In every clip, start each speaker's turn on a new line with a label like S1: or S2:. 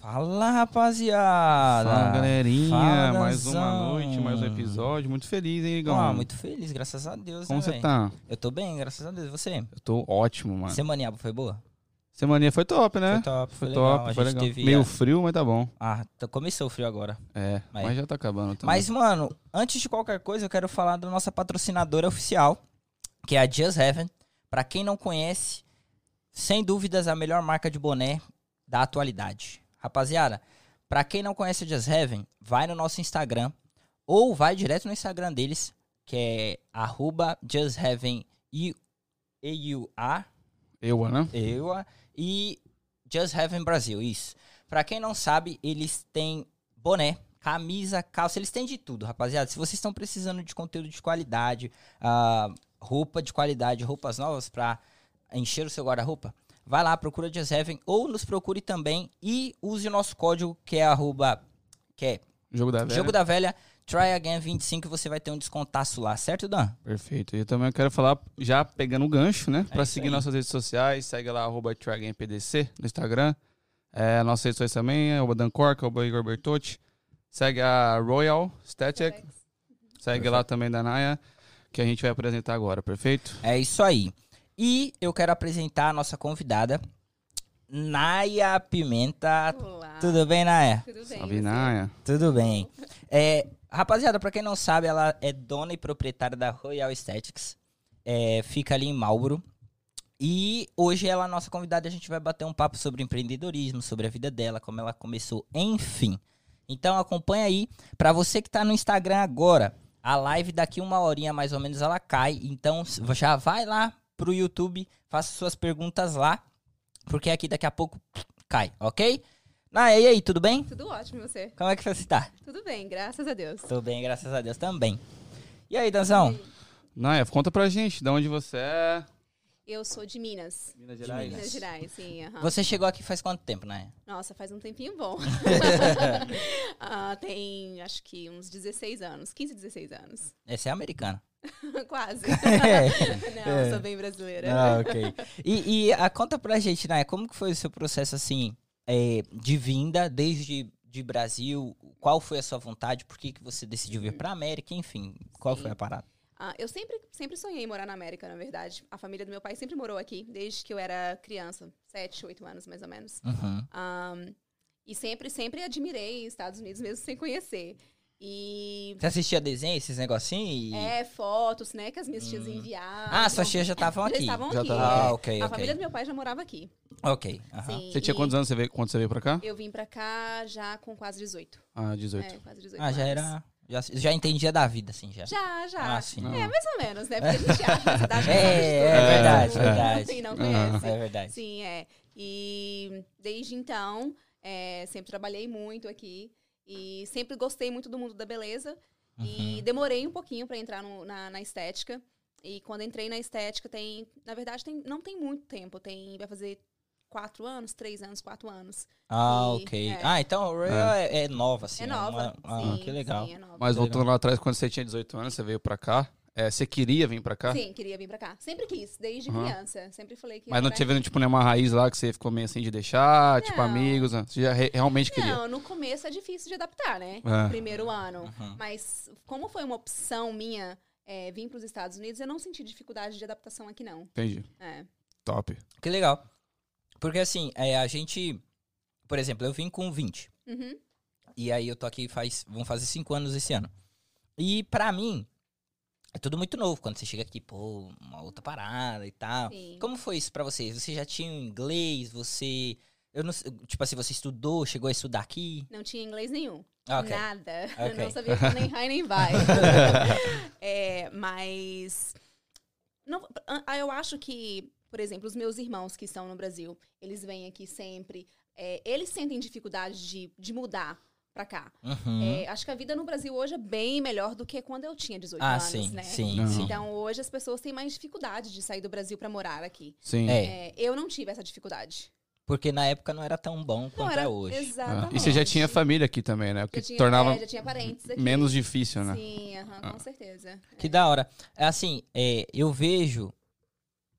S1: Fala, rapaziada!
S2: Fala, galerinha.
S1: Fala,
S2: mais uma
S1: Danzão.
S2: noite, mais um episódio. Muito feliz, hein, Igão?
S1: Ah, muito feliz, graças a Deus,
S2: Como
S1: né,
S2: você
S1: véi?
S2: tá?
S1: Eu tô bem, graças a Deus. E Você?
S2: Eu tô ótimo, mano.
S1: Semaniaba foi boa?
S2: Semaninha foi top, né?
S1: Foi top, foi,
S2: Foi
S1: legal.
S2: top,
S1: a
S2: foi
S1: gente
S2: legal.
S1: teve...
S2: Meio frio, mas tá bom.
S1: Ah, tá- começou o frio agora.
S2: É,
S1: Mas-
S2: mas, já tá acabando também.
S1: Mas, mano, antes de qualquer coisa, eu quero falar da nossa patrocinadora oficial, que é a Just Heaven. Pra quem não conhece, sem dúvidas a melhor marca de boné da atualidade. Rapaziada, pra quem não conhece a Just Heaven, vai no nosso Instagram ou vai direto no Instagram deles, que é arroba Just Heaven I- EUA,
S2: Eu, né?
S1: EUA e Just Heaven Brasil, isso. Pra quem não sabe, eles têm boné, camisa, calça, eles têm de tudo, rapaziada. Se vocês estão precisando de conteúdo de qualidade, ah, roupa de qualidade, roupas novas pra encher o seu guarda-roupa, vai lá, procura Just Heaven ou nos procure também e use o nosso código que é arroba, que é
S2: Jogo da velha.
S1: Jogo da Velha, Try Again 25, você vai ter um descontaço lá, certo, Dan?
S2: Perfeito. E eu também quero falar, já pegando o gancho, né? pra
S1: É isso
S2: seguir
S1: aí.
S2: nossas redes sociais, segue lá, arroba TragMPDC no Instagram. É, nossas redes sociais também, arroba Dancorca, arroba Igor Bertotti. Segue a Royal Static. Segue lá também da Naya, que a gente vai apresentar agora, perfeito?
S1: É isso aí. E eu quero apresentar a nossa convidada, Naya Pimenta.
S3: Olá.
S1: Tudo bem, Naya?
S3: Tudo bem?
S2: Salve,
S3: você?
S2: Naya.
S1: Tudo bem. É, rapaziada, pra quem não sabe, ela é dona e proprietária da Royal Aesthetics. É, fica ali em Marlboro. E hoje ela é a nossa convidada. A gente vai bater um papo sobre empreendedorismo, sobre a vida dela, como ela começou, enfim. Então acompanha aí. Pra você que tá no Instagram agora, a live daqui uma horinha mais ou menos ela cai. Então s- já vai lá pro YouTube, faça suas perguntas lá, porque aqui daqui a pouco cai, ok? Naya, e aí, tudo bem?
S3: Tudo ótimo, e você?
S1: Como é que você tá?
S3: Tudo bem, graças a Deus.
S1: Tô bem, graças a Deus também. E aí, Danzão?
S2: Naya, conta pra gente, de onde você é.
S3: Eu sou de Minas.
S2: Minas
S1: Gerais?
S3: Minas Gerais, sim. aham.
S1: Você chegou aqui faz quanto tempo, né?
S3: Nossa, faz um tempinho bom. Ah, tem, acho que uns 16 anos, 15, 16 anos.
S1: Você é americana.
S3: Quase.
S1: É.
S3: Não, eu sou bem brasileira.
S1: ah, ok. E, e a, conta pra gente, né? Como que foi o seu processo, assim, é, de vinda desde de Brasil? Qual foi a sua vontade? Por que, que você decidiu vir pra América? Enfim, qual
S3: Sim.
S1: foi a parada?
S3: Ah, eu sempre, sempre sonhei em morar na América, na verdade. A família do meu pai sempre morou aqui, desde que eu era criança. 7, 8 anos, mais ou menos.
S1: Uhum.
S3: Ah. Ahn, e sempre, sempre admirei Estados Unidos, mesmo sem conhecer. E
S1: Você assistia desenho, esses negocinhos? e-
S3: É, fotos, né, que as minhas tias
S1: Hum.
S3: enviaram.
S1: Ah, suas tias já estavam
S3: já
S1: aqui.
S3: estavam
S2: Já
S3: aqui.
S2: estavam
S3: é.
S1: Ah, ok,
S3: A
S1: ok.
S3: família do meu pai já morava aqui.
S1: Ok. aham.
S3: Sim,
S2: Você tinha
S3: e
S2: quantos anos você veio, quando você veio pra cá?
S3: Eu vim pra cá já com quase 18.
S2: Ah, 18.
S3: É, quase 18
S1: Ah, já
S3: anos.
S1: era... Já, já entendia da vida, assim, já.
S3: Já, já.
S1: Ah, sim.
S2: Não.
S3: É, mais ou menos, né? Porque a gente acha que cidade
S1: É, é
S2: verdade,
S1: verdade.
S3: E não
S2: Ah.
S3: conhece.
S1: É verdade.
S3: Sim, é. E desde então, é, sempre trabalhei muito aqui. E sempre gostei muito do mundo da beleza.
S1: Uhum.
S3: E demorei um pouquinho pra entrar no- na, na estética. E quando entrei na estética, tem. Na verdade, tem, não tem muito tempo. Tem. Vai fazer quatro anos, três anos, quatro anos.
S1: Ah,
S3: E,
S1: ok.
S3: é.
S1: Ah, então o Royal é, é nova, assim.
S3: é nova.
S1: uma-
S3: sim,
S1: ah, que legal.
S3: Sim, é nova.
S2: Mas voltando lá atrás, quando você tinha 18 anos, você veio pra cá. É, você queria vir pra cá?
S3: Sim, queria vir pra cá. Sempre quis, desde
S2: Aham.
S3: criança. Sempre falei que. ia
S2: Mas não
S3: pra-
S2: teve, tipo, nenhuma raiz lá que você ficou meio assim de deixar, tipo,
S3: Não.
S2: amigos. né? Você já re- realmente queria.
S3: Não, no começo é difícil de adaptar, né?
S2: É.
S3: Primeiro ano.
S1: Uhum.
S3: Mas como foi uma opção minha é, vir pros Estados Unidos, eu não senti dificuldade de adaptação aqui, não.
S2: Entendi.
S3: É.
S2: Top.
S1: Que legal. Porque assim, é, a gente. Por exemplo, eu vim com 20.
S3: Uhum.
S1: E aí eu tô aqui faz. Vão fazer 5 anos esse ano. E pra mim, é tudo muito novo. Quando você chega aqui, pô, uma outra parada e tal.
S3: Sim.
S1: Como foi isso pra vocês? Você já tinha um inglês? Você. Eu não sei, Tipo assim, você estudou, chegou a estudar aqui?
S3: Não tinha inglês nenhum.
S1: Ah, ok.
S3: Nada.
S1: Ok.
S3: Eu não sabia nem high nem vai. É, mas. Não, ah, eu acho que, por exemplo, os meus irmãos que estão no Brasil, eles vêm aqui sempre. é, eles sentem dificuldade de, de mudar pra cá.
S1: Uhum.
S3: É, acho que a vida no Brasil hoje é bem melhor do que quando eu tinha 18
S1: ah,
S3: anos,
S1: sim,
S3: né?
S1: sim,
S2: Não.
S1: sim.
S3: Então hoje as pessoas têm mais dificuldade de sair do Brasil pra morar aqui.
S2: Sim.
S1: É.
S3: É, eu não tive essa dificuldade.
S1: Porque na época não era tão bom
S3: não
S1: quanto
S3: era
S1: é hoje.
S2: Ah,
S3: Exatamente.
S2: E você já tinha família aqui também, né? O que
S3: Já tinha-
S2: tornava
S3: é, já tinha parentes aqui.
S2: menos difícil, né?
S3: Sim, aham, com certeza.
S1: Que da hora. É Assim, é, eu vejo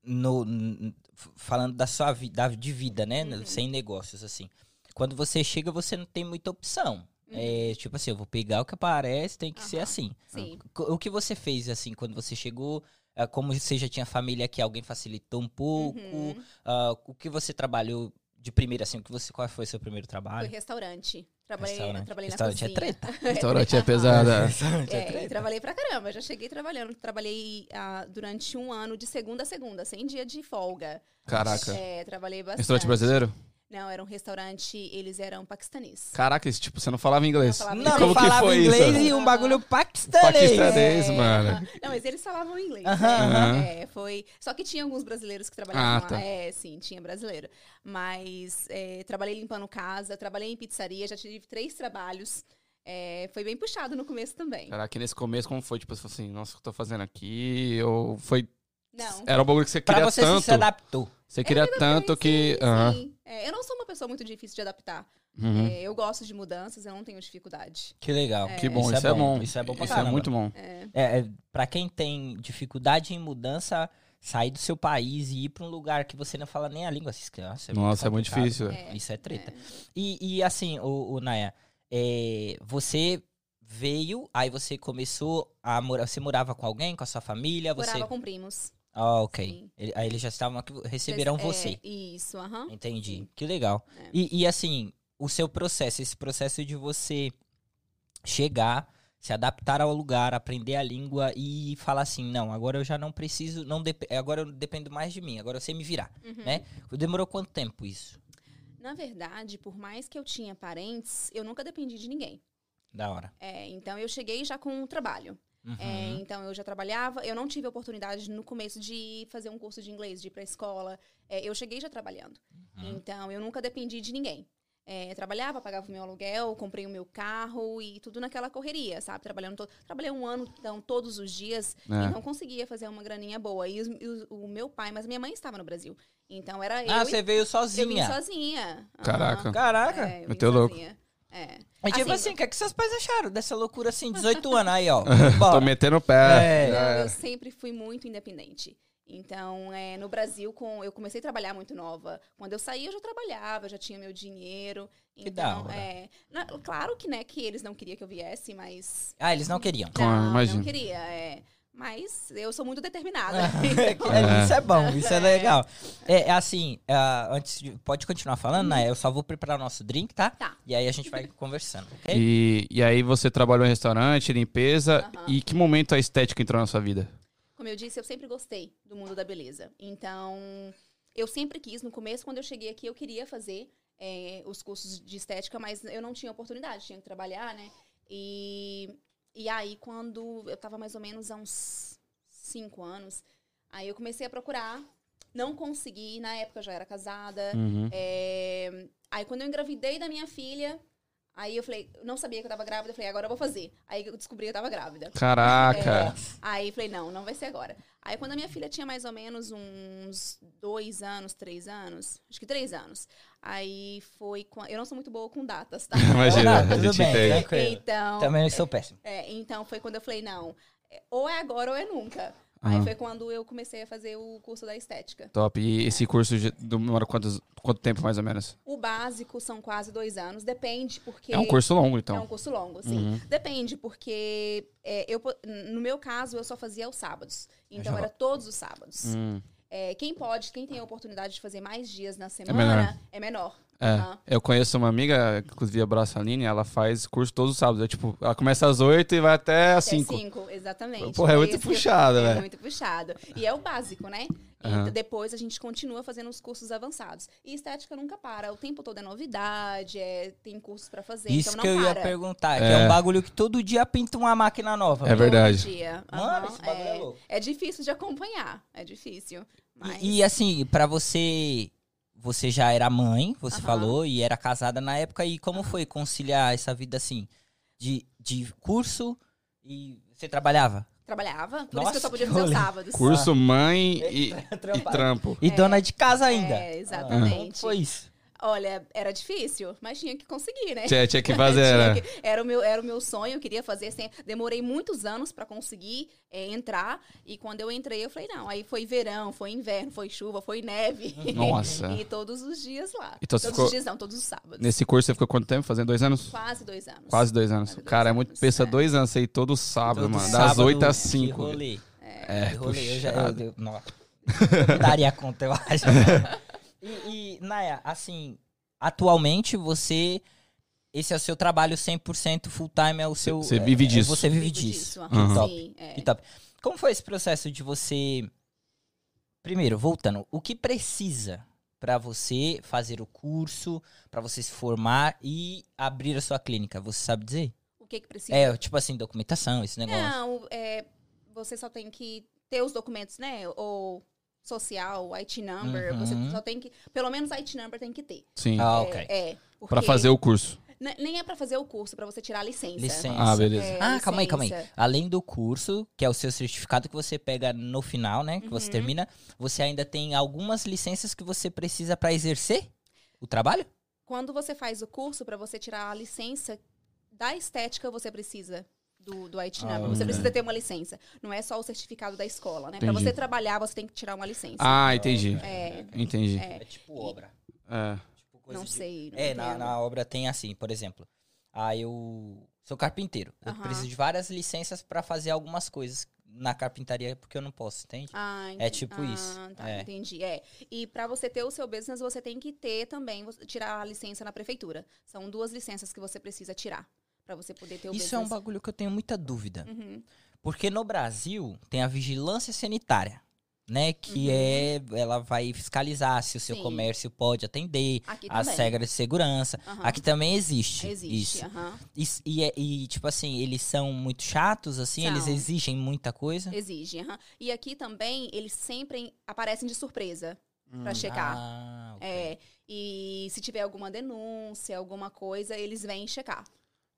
S3: Uhum.
S1: no n- n- f- falando da sua vida, de vida, né, no- sem negócios assim. quando você chega, você não tem muita opção. É, tipo assim, eu vou pegar o que aparece, tem que ser
S3: Uhum. Aham.
S1: assim.
S3: Sim.
S1: Co- O que você fez, assim, quando você chegou? Ah, Como você já tinha família que alguém facilitou um pouco?
S3: Uhum.
S1: Ah, o que você trabalhou de primeiro, assim? O que você, qual foi o seu primeiro
S3: Foi
S1: trabalho?
S3: restaurante. Trabalhei,
S1: Restaurante.
S3: trabalhei na
S1: Restaurante é
S3: cozinha.
S1: treta.
S2: Restaurante é pesada.
S1: Restaurante é
S3: É, e
S1: treta.
S3: trabalhei pra caramba, já cheguei trabalhando. Trabalhei ah, durante um ano de segunda a segunda, sem dia de folga.
S2: Caraca.
S3: É, trabalhei bastante.
S2: Tá. Restaurante brasileiro?
S3: Não, era um restaurante, eles eram paquistaneses.
S2: Caraca, esse tipo, você não falava inglês.
S3: Não falava
S1: Não,
S2: Como
S1: não
S3: inglês.
S2: que
S1: falava
S2: foi
S1: inglês
S2: isso?
S1: e um bagulho paquistanês.
S2: Paquistanês, mano.
S3: aham. É. Não, mas eles falavam inglês.
S1: Aham.
S3: né? É, foi... Só que tinha alguns brasileiros que trabalhavam
S2: Ah, tá.
S3: lá. É, sim, tinha brasileiro. Mas é, trabalhei limpando casa, trabalhei em pizzaria, já tive três trabalhos. É, foi bem puxado no começo também.
S2: Caraca, e nesse começo, como foi? Tipo, você falou assim, nossa, o que eu tô fazendo aqui? Ou foi.
S3: Não.
S2: Era um bagulho que você
S1: Pra
S2: queria
S1: você
S2: tanto.
S1: se adaptou.
S2: Você queria tanto que.
S3: Sim,
S2: Aham.
S3: sim. É, eu não sou uma pessoa muito difícil de adaptar.
S2: Uhum.
S3: É, eu gosto de mudanças, eu não tenho dificuldade.
S1: Que legal.
S2: Que bom, isso, é, bom.
S1: Isso é bom pra
S2: Isso
S1: caramba.
S2: é muito bom.
S1: É, é, para quem tem dificuldade em mudança, sair do seu país e ir pra um lugar que você não fala nem a língua, isso que- nossa, é muito
S2: Nossa, é muito
S1: complicado.
S2: difícil. velho.
S3: É,
S1: Isso é treta.
S3: é.
S1: E, e assim, o, o Naya, é, você veio, aí você começou a morar, você morava com alguém, com a sua família, você...
S3: Morava com primos.
S1: Ah, ok.
S3: Sim.
S1: Ele- aí eles já estavam aqui, receberam
S3: Mas,
S1: você.
S3: é, isso, aham.
S1: Entendi.
S3: Sim.
S1: Que legal.
S3: É.
S1: E, e, assim, o seu processo, esse processo de você chegar, se adaptar ao lugar, aprender a língua e falar assim, não, agora eu já não preciso, não dep- agora eu dependo mais de mim, agora eu sei me virar,
S3: Uhum.
S1: né? Demorou quanto tempo isso?
S3: Na verdade, por mais que eu tinha parentes, eu nunca dependi de ninguém.
S1: Da hora.
S3: É, então eu cheguei já com um trabalho.
S1: Uhum.
S3: É, então eu já trabalhava, eu não tive a oportunidade no começo de fazer um curso de inglês, de ir pra escola. É, eu cheguei já trabalhando.
S1: Uhum.
S3: Então eu nunca dependi de ninguém. É, eu trabalhava, pagava o meu aluguel, comprei o meu carro e tudo naquela correria, sabe? Trabalhando to- Trabalhei um ano, então, todos os dias.
S2: É.
S3: Então conseguia fazer uma graninha boa. E, os- e os- o meu pai, mas minha mãe estava no Brasil. Então era eu.
S1: Ah,
S3: e-
S1: você veio
S3: eu vim
S1: sozinha.
S3: sozinha. Aham.
S2: Caraca.
S1: Caraca.
S3: É, eu vim
S2: meteu louco.
S3: sozinha. É.
S1: E tipo
S3: Assim,
S1: assim, o que, é que seus pais acharam dessa loucura assim, 18 anos aí, ó?
S2: Tô
S1: Bora.
S2: metendo o pé.
S1: É.
S3: Não,
S2: É.
S3: Então, eu sempre fui muito independente. Então, é, no Brasil, com, eu comecei a trabalhar muito nova. Quando eu saí, eu já trabalhava, eu já tinha meu dinheiro.
S1: Que
S3: então,
S1: da hora.
S3: é, na- claro que, né, que eles não queriam que eu viesse, mas
S1: Ah, eles não queriam.
S2: Claro,
S3: não,
S2: imagino.
S3: não queria. é. Mas eu sou muito determinada. Então,
S1: É, Isso é bom, isso é
S3: É.
S1: legal. É, é assim, ah, antes de, pode continuar falando, né? Eu só vou preparar o nosso drink, tá?
S3: Tá.
S1: E aí a gente vai conversando, ok?
S2: E, e aí você trabalhou em restaurante, limpeza.
S3: Aham.
S2: E que momento a estética entrou na sua vida?
S3: Como eu disse, eu sempre gostei do mundo da beleza. Então, eu sempre quis. No começo, quando eu cheguei aqui, eu queria fazer eh, os cursos de estética, mas eu não tinha oportunidade, tinha que trabalhar, né? E, e aí, quando eu tava mais ou menos há uns cinco anos, aí eu comecei a procurar. Não consegui, na época eu já era casada.
S2: Uhum.
S3: É, Aí quando eu engravidei da minha filha, aí eu falei, eu não sabia que eu tava grávida, eu falei, agora eu vou fazer. Aí eu descobri que eu tava grávida.
S2: Caraca.
S3: Aí eu falei, não, não vai ser agora. Aí quando a minha filha tinha mais ou menos uns dois anos, três anos, acho que três anos, aí foi. quan- Eu não sou muito boa com datas, tá?
S2: Imagina,
S1: Não,
S2: a
S1: tudo
S2: gente
S1: bem,
S2: tem.
S1: tranquilo.
S3: então,
S2: Tá.
S1: Também eu sou péssimo.
S3: é, então foi quando eu falei, não, é, ou é agora ou é nunca.
S2: Aham.
S3: Aí foi quando eu comecei a fazer o curso da estética.
S2: Top. E esse curso de- demora quantos, quanto tempo, mais ou menos?
S3: O básico são quase dois anos, depende, porque.
S2: É um curso longo,
S3: É um
S2: então.
S3: curso longo, sim.
S2: Uhum.
S3: Depende, porque é, eu, po- no meu caso, eu só fazia aos
S2: É
S3: sábados. Então
S2: Já-
S3: era todos os sábados.
S2: Hum.
S3: É, quem pode, quem tem a oportunidade de fazer mais dias na
S2: menor.
S3: semana, é menor.
S2: É.
S3: Aham.
S2: Eu conheço uma amiga, inclusive abraço a Aline, ela faz curso todos os sábados. É tipo, ela começa às 8 e vai até às
S3: Até
S2: 5.
S3: cinco, exatamente.
S2: Porra, é
S3: Por
S2: muito
S3: isso que-
S2: puxado,
S3: É
S2: velho.
S3: muito puxado. E é o básico, né?
S2: Aham.
S3: Então, depois a gente continua fazendo os cursos avançados. E estética nunca para. O tempo todo é novidade, é- tem cursos pra fazer,
S1: Isso
S3: então
S1: que eu
S3: não
S1: ia
S3: para.
S1: perguntar, que é.
S2: É.
S1: um bagulho que todo dia pinta uma máquina nova.
S2: É
S1: mano.
S2: verdade.
S3: Todo dia.
S1: Mano,
S3: Aham,
S1: esse bagulho é louco.
S3: É difícil de acompanhar. É difícil. Mas...
S1: E, e, assim, pra você. Você já era mãe, você
S3: Aham.
S1: falou, e era casada na época. E como foi conciliar essa vida assim? De, de curso e você trabalhava?
S3: Trabalhava, por
S1: Nossa,
S3: isso que eu só podia
S1: que
S3: fazer os
S1: rolê.
S3: sábados.
S2: Curso, mãe e,
S1: Eita,
S2: e
S1: trampado.
S2: trampo.
S1: E dona de casa ainda.
S3: É, exatamente.
S1: Ah, como foi isso?
S3: Olha, era difícil, mas tinha que conseguir, né?
S2: Tinha, tinha que fazer, né? era.
S3: Tinha que- era, o meu, era o meu sonho, eu queria fazer. Assim, demorei muitos anos para conseguir é, entrar. E quando eu entrei, eu falei, não. Aí foi verão, foi inverno, foi chuva, foi neve.
S2: Nossa.
S3: e todos os dias lá.
S2: Então você
S3: todos
S2: ficou-
S3: os dias não, todos os sábados.
S2: Nesse curso você ficou quanto tempo? Fazendo dois anos?
S3: Quase dois anos.
S2: Quase dois anos.
S3: Quase dois
S2: Cara, é muito
S3: anos,
S2: pensa
S3: é.
S2: dois anos aí todo sábado,
S1: Todo
S2: mano. das
S1: sábado,
S2: 8 às
S1: que
S2: 5.
S1: Rolê.
S2: É,
S1: Que rolê. Eu já.
S2: puxado.
S1: Eu, eu, nossa. Não daria conta, eu acho. e, e, Naya, assim, atualmente você. Esse é o seu trabalho 100% full time, é o seu.
S2: você
S1: é-
S2: vive
S1: é-
S2: disso.
S1: Você vive
S3: Vivo
S1: disso.
S3: aham.
S2: Uhum.
S1: Que top.
S3: Sim, é.
S1: Que top. Como foi esse processo de você. Primeiro, voltando, o que precisa pra você fazer o curso, pra você se formar e abrir a sua clínica? Você sabe dizer?
S3: O que que precisa?
S1: É, tipo assim, documentação, esse negócio.
S3: Não, é, você só tem que ter os documentos, né? Ou social, IT number,
S1: Uhum.
S3: você só tem que, pelo menos IT number tem que ter.
S2: Sim.
S1: Ah,
S3: É,
S1: ok.
S3: É,
S2: pra
S3: porque
S2: fazer o curso.
S3: ne- nem é pra fazer o curso, é pra você tirar a licença.
S1: Licença.
S2: Ah, beleza.
S3: É,
S1: Ah, calma aí, calma aí.
S3: licença.
S1: Além do curso, que é o seu certificado que você pega no final, né? Que
S3: Uhum.
S1: você termina, você ainda tem algumas licenças que você precisa pra exercer o trabalho?
S3: Quando você faz o curso, pra você tirar a licença da estética, você precisa do, do IT
S1: Ah,
S3: number. Você
S1: ok.
S3: precisa ter uma licença. Não é só o certificado da escola, né? Pra
S2: Entendi.
S3: você trabalhar, você tem que tirar uma licença.
S2: Ah, entendi.
S3: É,
S2: Entendi.
S3: é,
S1: É tipo obra.
S2: É.
S1: Tipo
S3: não
S1: de-
S3: sei. não
S1: É, na,
S3: entendo.
S1: na obra tem assim, por exemplo. Ah, eu sou carpinteiro. Eu
S3: Aham.
S1: preciso de várias licenças pra fazer algumas coisas na carpintaria porque eu não posso, entende?
S3: Ah,
S1: É
S3: enten-
S1: tipo isso,
S3: Ah, tá,
S1: é.
S3: entendi. É. E para você ter o seu business, você tem que ter também, você- tirar a licença na prefeitura. São duas licenças que você precisa tirar para você poder ter o
S1: Isso é um
S3: business.
S1: bagulho que eu tenho muita dúvida.
S3: Uhum.
S1: Porque no Brasil tem a vigilância sanitária, né? Que
S3: Uhum.
S1: é. Ela vai fiscalizar se o seu
S3: Sim.
S1: comércio pode atender,
S3: Aqui
S1: as
S3: também.
S1: regras de segurança.
S3: Aham.
S1: Aqui também existe.
S3: Existe.
S1: Isso.
S3: aham.
S1: Isso- E, é- e, tipo assim, eles são muito chatos, assim,
S3: São.
S1: eles exigem muita coisa.
S3: Exige. aham. E aqui também, eles sempre aparecem de surpresa para checar.
S1: Ah, ok.
S3: É, e se tiver alguma denúncia, alguma coisa, eles vêm checar.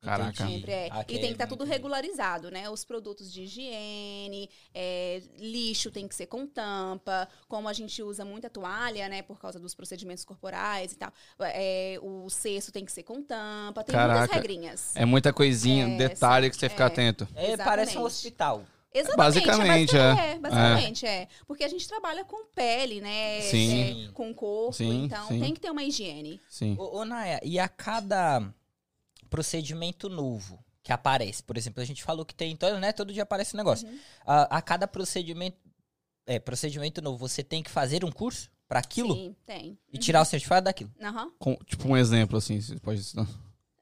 S2: Caraca.
S1: Entendi.
S3: Sempre é.
S1: Aqui
S3: e tem que estar
S1: muito
S3: tudo
S1: bem.
S3: regularizado, né? Os produtos de higiene, é, lixo tem que ser com tampa, como a gente usa muita toalha, né? Por causa dos procedimentos corporais e tal. É, o cesto tem que ser com tampa, tem muitas
S2: Caraca.
S3: regras.
S2: É muita coisinha,
S3: É,
S2: detalhe que você fica atento.
S1: É, parece um
S3: Exatamente.
S1: hospital.
S3: Exatamente,
S2: basicamente, é.
S3: basicamente, basicamente, é. Porque a gente trabalha com pele, né?
S2: Sim.
S3: É, com corpo,
S2: Sim,
S3: então
S2: sim.
S3: tem que ter uma higiene.
S2: Sim.
S1: Ô, ô, Naya, e a cada procedimento novo que aparece, por exemplo, a gente falou que tem, todo, né? Todo dia aparece um negócio.
S3: Uhum.
S1: A, a cada procedimento, é, procedimento novo, você tem que fazer um curso pra aquilo
S3: Sim, tem.
S1: e tirar o certificado daquilo.
S3: Aham.
S2: Com- tipo um exemplo, assim, você pode. Tipo,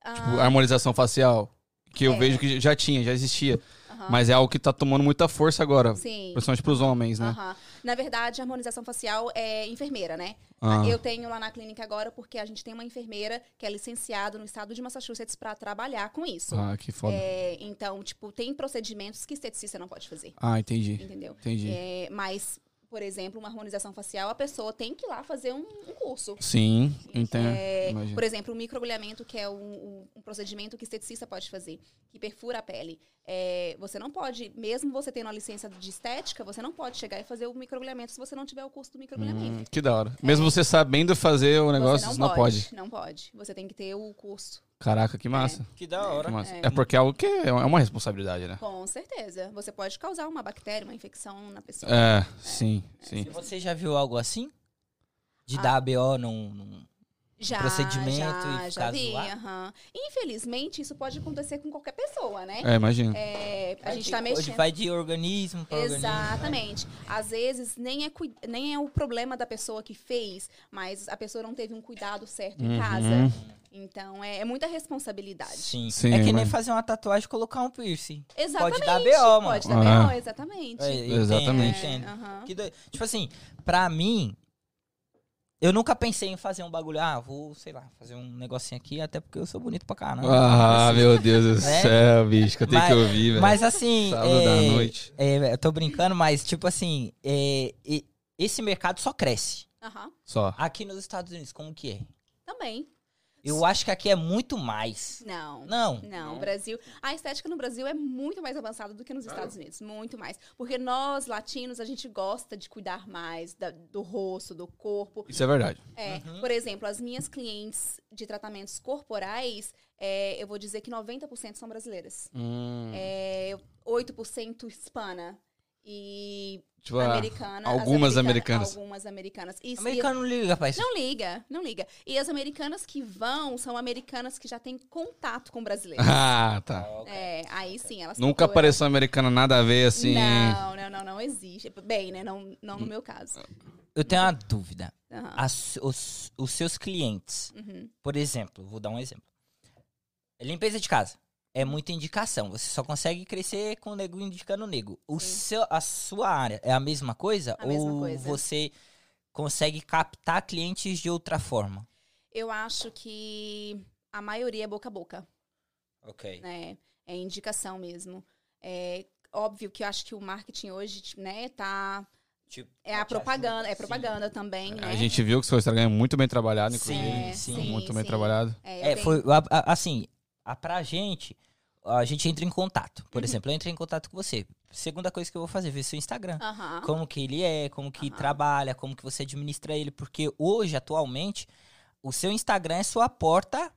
S3: Ah,
S2: harmonização facial. Que eu
S3: É.
S2: vejo que já tinha, já existia.
S3: aham.
S2: Mas é algo que tá tomando muita força agora.
S3: Sim.
S2: Principalmente pros homens, né?
S3: Aham. Na verdade, a harmonização facial é enfermeira, né?
S2: Ah.
S3: Eu tenho lá na clínica agora porque a gente tem uma enfermeira que é licenciada no estado de Massachusetts para trabalhar com isso.
S2: Ah, que foda.
S3: É, então, tipo, tem procedimentos que esteticista não pode fazer,
S2: Ah, entendi.
S3: entendeu?
S2: Entendi.
S3: É, mas, por exemplo, uma harmonização facial, a pessoa tem que ir lá fazer um, um curso.
S2: Sim, entendo.
S3: É,
S2: Imagina.
S3: por exemplo, o microagulhamento, que é um, um- um procedimento que esteticista pode fazer, que perfura a pele. É, você não pode, mesmo você tendo a licença de estética, você não pode chegar e fazer o microagulhamento se você não tiver o curso do
S2: Hum,
S3: microagulhamento.
S2: que da hora. Mesmo você sabendo fazer o negócio, você não, pode.
S3: Não pode. Você tem que ter o curso.
S2: Caraca, que massa.
S1: Que da hora.
S2: Que massa. É. porque é algo que é uma responsabilidade, né?
S3: Com certeza. Você pode causar uma bactéria, uma infecção na pessoa.
S2: É, sim, sim.
S1: Você já viu algo assim?
S3: Ah.
S1: De dar ABO num, num-
S3: Já,
S1: procedimento
S3: já,
S1: e
S3: já
S1: ficar
S3: vi.
S1: zoado?
S3: aham. Infelizmente, isso pode acontecer com qualquer pessoa, né?
S2: É, imagino.
S3: É, a
S1: vai
S3: gente
S1: de
S3: tá
S1: co-
S3: mexendo.
S1: Vai de organismo pra organismo.
S3: Exatamente. Às vezes nem é, cui- nem é o problema da pessoa que fez, mas a pessoa não teve um cuidado certo em
S2: Uhum.
S3: casa. Então é, é muita responsabilidade.
S1: Sim.
S2: Sim, né?
S1: é que nem
S2: mano.
S1: fazer uma tatuagem e colocar um piercing.
S3: Exatamente.
S1: Pode dar BO, mano.
S3: Pode dar
S2: Ah.
S3: BO, exatamente.
S1: É, entendo,
S2: Exatamente.
S1: entendo.
S3: aham.
S1: Que doi- Tipo assim, pra mim, eu nunca pensei em fazer um bagulho. Ah, vou, sei lá, fazer um negocinho aqui, até porque eu sou bonito pra caramba.
S2: Ah, meu Deus do
S1: Né?
S2: céu, bicho, que eu tenho
S1: Mas-
S2: que ouvir, velho.
S1: Mas assim.
S2: Sábado da
S1: é,
S2: noite.
S1: é, eu tô brincando, mas tipo assim, é, e- esse mercado só cresce.
S3: Aham.
S2: Só.
S1: Aqui nos Estados Unidos, como que é?
S3: Também.
S1: Eu acho que aqui é muito mais.
S3: Não.
S1: Não. né?
S3: Não,
S2: Não.
S3: o Brasil. A estética no Brasil é muito mais avançada do que nos Estados Unidos, muito mais. Porque nós, latinos, a gente gosta de cuidar mais da- do rosto, do corpo.
S2: Isso é verdade.
S3: É,
S1: Uhum.
S3: Por exemplo, as minhas clientes de tratamentos corporais, é, eu vou dizer que 90% são brasileiras.
S2: Hum,
S3: É, 8% hispana. E
S2: tipo, a-
S3: americana. as
S2: algumas americanas.
S3: Algumas americanas. E, e
S1: Americano não liga pra isso.
S3: não liga, não liga. E as americanas que vão são americanas que já têm contato com brasileiros.
S2: Ah, tá.
S1: Ah, ok.
S3: É, aí sim, elas
S2: Nunca
S3: procuram.
S2: apareceu um americano nada a ver, assim.
S3: Não, não, não, não existe. Bem, né? Não, não no meu
S2: Hum.
S3: caso.
S1: Eu tenho uma dúvida.
S3: Aham.
S1: As- os, os seus clientes,
S3: Uhum.
S1: por exemplo, vou dar um exemplo. Limpeza de casa. É muita indicação. Você só consegue crescer com o nego indicando o nego. O
S3: Sim.
S1: seu, a sua área é a mesma coisa?
S3: A
S1: ou
S3: mesma coisa.
S1: você consegue captar clientes de outra forma?
S3: Eu acho que a maioria é boca a boca,
S1: Ok.
S3: né? É indicação mesmo. É óbvio que eu acho que o marketing hoje, tipo, né, tá. É a propaganda, é propaganda também, né?
S2: A gente viu que o seu Instagram é muito bem trabalhado,
S1: Sim,
S2: inclusive.
S1: sim,
S2: muito bem
S3: sim.
S2: trabalhado.
S3: É, eu
S1: É,
S3: tenho-
S1: foi, a- a- assim, a, pra gente, a gente entra em contato. Por
S3: Uhum.
S1: exemplo, eu entro em contato com você. Segunda coisa que eu vou fazer, ver seu Instagram.
S3: Aham.
S1: como que ele é, como que
S3: Aham.
S1: trabalha, como que você administra ele, porque hoje, atualmente, o seu Instagram é sua porta,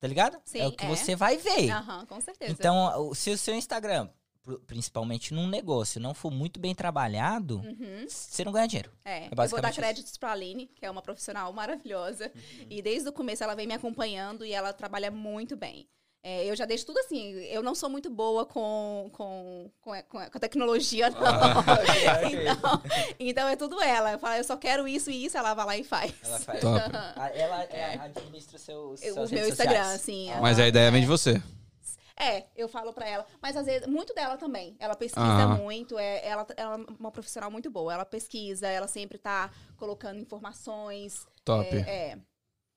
S1: tá ligado?
S3: Sim,
S1: é o que
S3: é.
S1: você vai ver.
S3: Aham, com certeza.
S1: então, o- se o seu Instagram, pr- principalmente num negócio, não for muito bem trabalhado,
S3: Uhum.
S1: você não ganha dinheiro.
S3: É, eu vou
S1: basicamente
S3: dar
S1: isso. Uhum.
S3: créditos para a Aline, que é uma profissional maravilhosa. E desde o começo ela vem me acompanhando e ela trabalha muito bem. É, eu já deixo tudo assim, eu não sou muito boa com, com, com, a- com a com a tecnologia, não.
S1: Ah.
S3: então, então é tudo ela. Eu falo, eu só quero isso e isso, ela vai lá e faz.
S1: Ela faz.
S2: Top.
S1: Então, Ela administra o seu
S3: Eu- É. o meu Instagram, assim. ela-
S2: Mas a ideia vem de você.
S3: É, eu falo pra ela. Mas às vezes, muito dela também. Ela pesquisa
S2: Aham.
S3: muito, é, ela, ela é uma profissional muito boa. Ela pesquisa, ela sempre tá colocando informações.
S2: Top.
S3: É, é.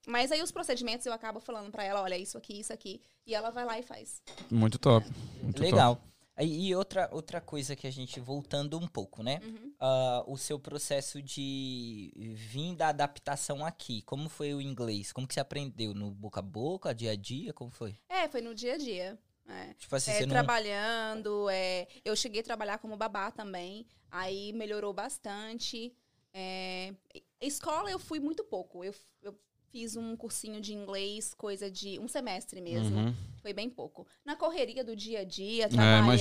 S3: Mas aí os procedimentos eu acabo falando pra ela, olha, isso aqui, isso aqui. E ela vai lá e faz.
S2: Muito top. Muito
S1: Legal. Aí, E outra, outra coisa que a gente, voltando um pouco, né?
S3: Uhum.
S1: Ah, o seu processo de vir da adaptação aqui, como foi o inglês? Como que você aprendeu? No boca a boca, dia a dia? Como foi?
S3: É, foi no dia a dia. É.
S1: Tipo assim,
S3: É,
S1: você não...
S3: trabalhando, é, eu cheguei a trabalhar como babá também, aí melhorou bastante. É, escola eu fui muito pouco, eu, eu fiz um cursinho de inglês, coisa de um semestre
S2: top.
S3: mesmo,
S2: Uhum. É,
S3: foi bem pouco. Na correria do dia a dia,
S2: imagino.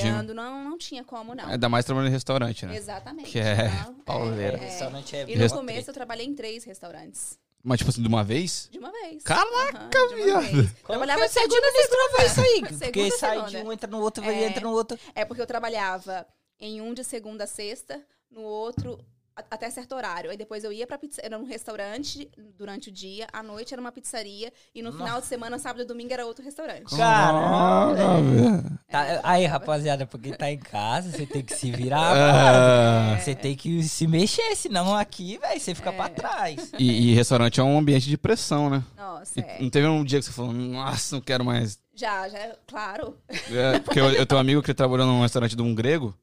S3: trabalhando, não, não tinha como não.
S2: Ainda mais trabalhando em restaurante, né?
S3: Exatamente.
S2: Que é
S3: não,
S2: pauleira.
S3: é.
S1: Restaurante é...
S3: E
S2: Rest-
S3: no
S1: uma
S3: começo
S1: treta.
S3: eu trabalhei em três restaurantes.
S2: Mas, tipo assim, de uma vez?
S3: De uma vez.
S2: Caraca,
S3: Aham, de uma
S2: viado.
S3: vez.
S1: Como
S3: Trabalhava
S1: que você administrava isso aí? Porque
S3: Segunda,
S1: sai de
S3: segunda.
S1: um, entra no outro, vai
S3: É.
S1: entra no outro.
S3: É porque eu trabalhava em um de segunda a sexta, no outro a- até certo horário. Aí depois eu ia pra pizza, era um restaurante durante o dia, à noite era uma pizzaria e no
S1: Nossa.
S3: final de semana, sábado e domingo era outro restaurante.
S1: Caraca,
S2: Caraca, velho.
S1: Tá,
S3: É,
S1: aí, rapaziada, porque tá em casa, você tem que se virar.
S2: Ah.
S1: Você tem que se mexer, senão aqui, velho, você fica
S3: É.
S1: pra trás.
S2: E, e restaurante é um ambiente de pressão, né?
S3: Nossa,
S2: E
S3: é.
S2: Não teve um dia que você falou, nossa, não quero mais.
S3: Já, já, claro.
S2: É, porque eu, eu tenho um amigo que trabalhou num restaurante de um grego.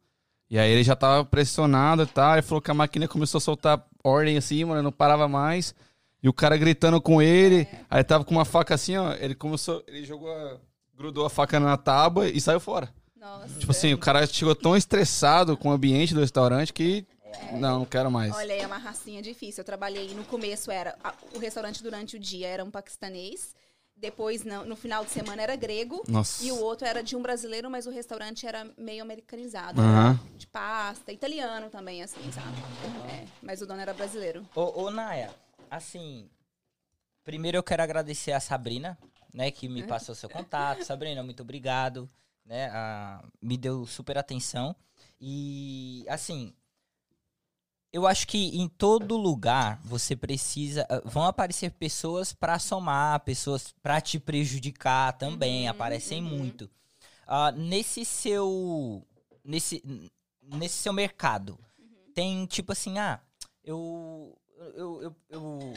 S2: E aí ele já tava pressionado e tal. Ele falou que a máquina começou a soltar ordem assim, mano, não parava mais. E o cara gritando com ele.
S3: É.
S2: Aí tava com uma faca assim, ó. Ele começou. Ele jogou a. Grudou a faca na tábua e saiu fora.
S3: Nossa.
S2: Tipo assim, o cara chegou tão estressado com o ambiente do restaurante que. Não, não quero mais.
S3: Olha, é uma racinha difícil. Eu trabalhei, no começo era a- o restaurante durante o dia era um paquistanês, depois não, no final de semana era grego.
S2: Nossa.
S3: E o outro era de um brasileiro, mas o restaurante era meio americanizado.
S2: Aham.
S3: era De pasta, italiano também, assim, sabe? É, mas o dono era brasileiro.
S1: Ô, ô Naya, assim, primeiro eu quero agradecer a Sabrina, né, que
S3: É.
S1: me passou seu contato. Sabrina, muito obrigado, né, a- me deu super atenção. E, assim, eu acho que em todo lugar você precisa. ah, Vão aparecer pessoas pra somar, pessoas pra te prejudicar também,
S3: Uhum,
S1: aparecem
S3: uhum.
S1: muito. Ah, nesse seu. Nesse, nesse seu mercado,
S3: Uhum.
S1: tem tipo assim, ah, eu, eu, eu, eu,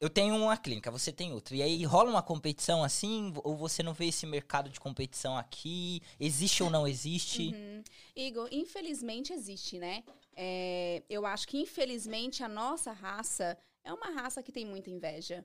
S1: eu tenho uma clínica, você tem outra. E aí rola uma competição assim? Ou você não vê esse mercado de competição aqui? Existe ou não existe?
S3: Uhum. Igor, infelizmente existe, né? É, eu acho que infelizmente a nossa raça é uma raça que tem muita inveja.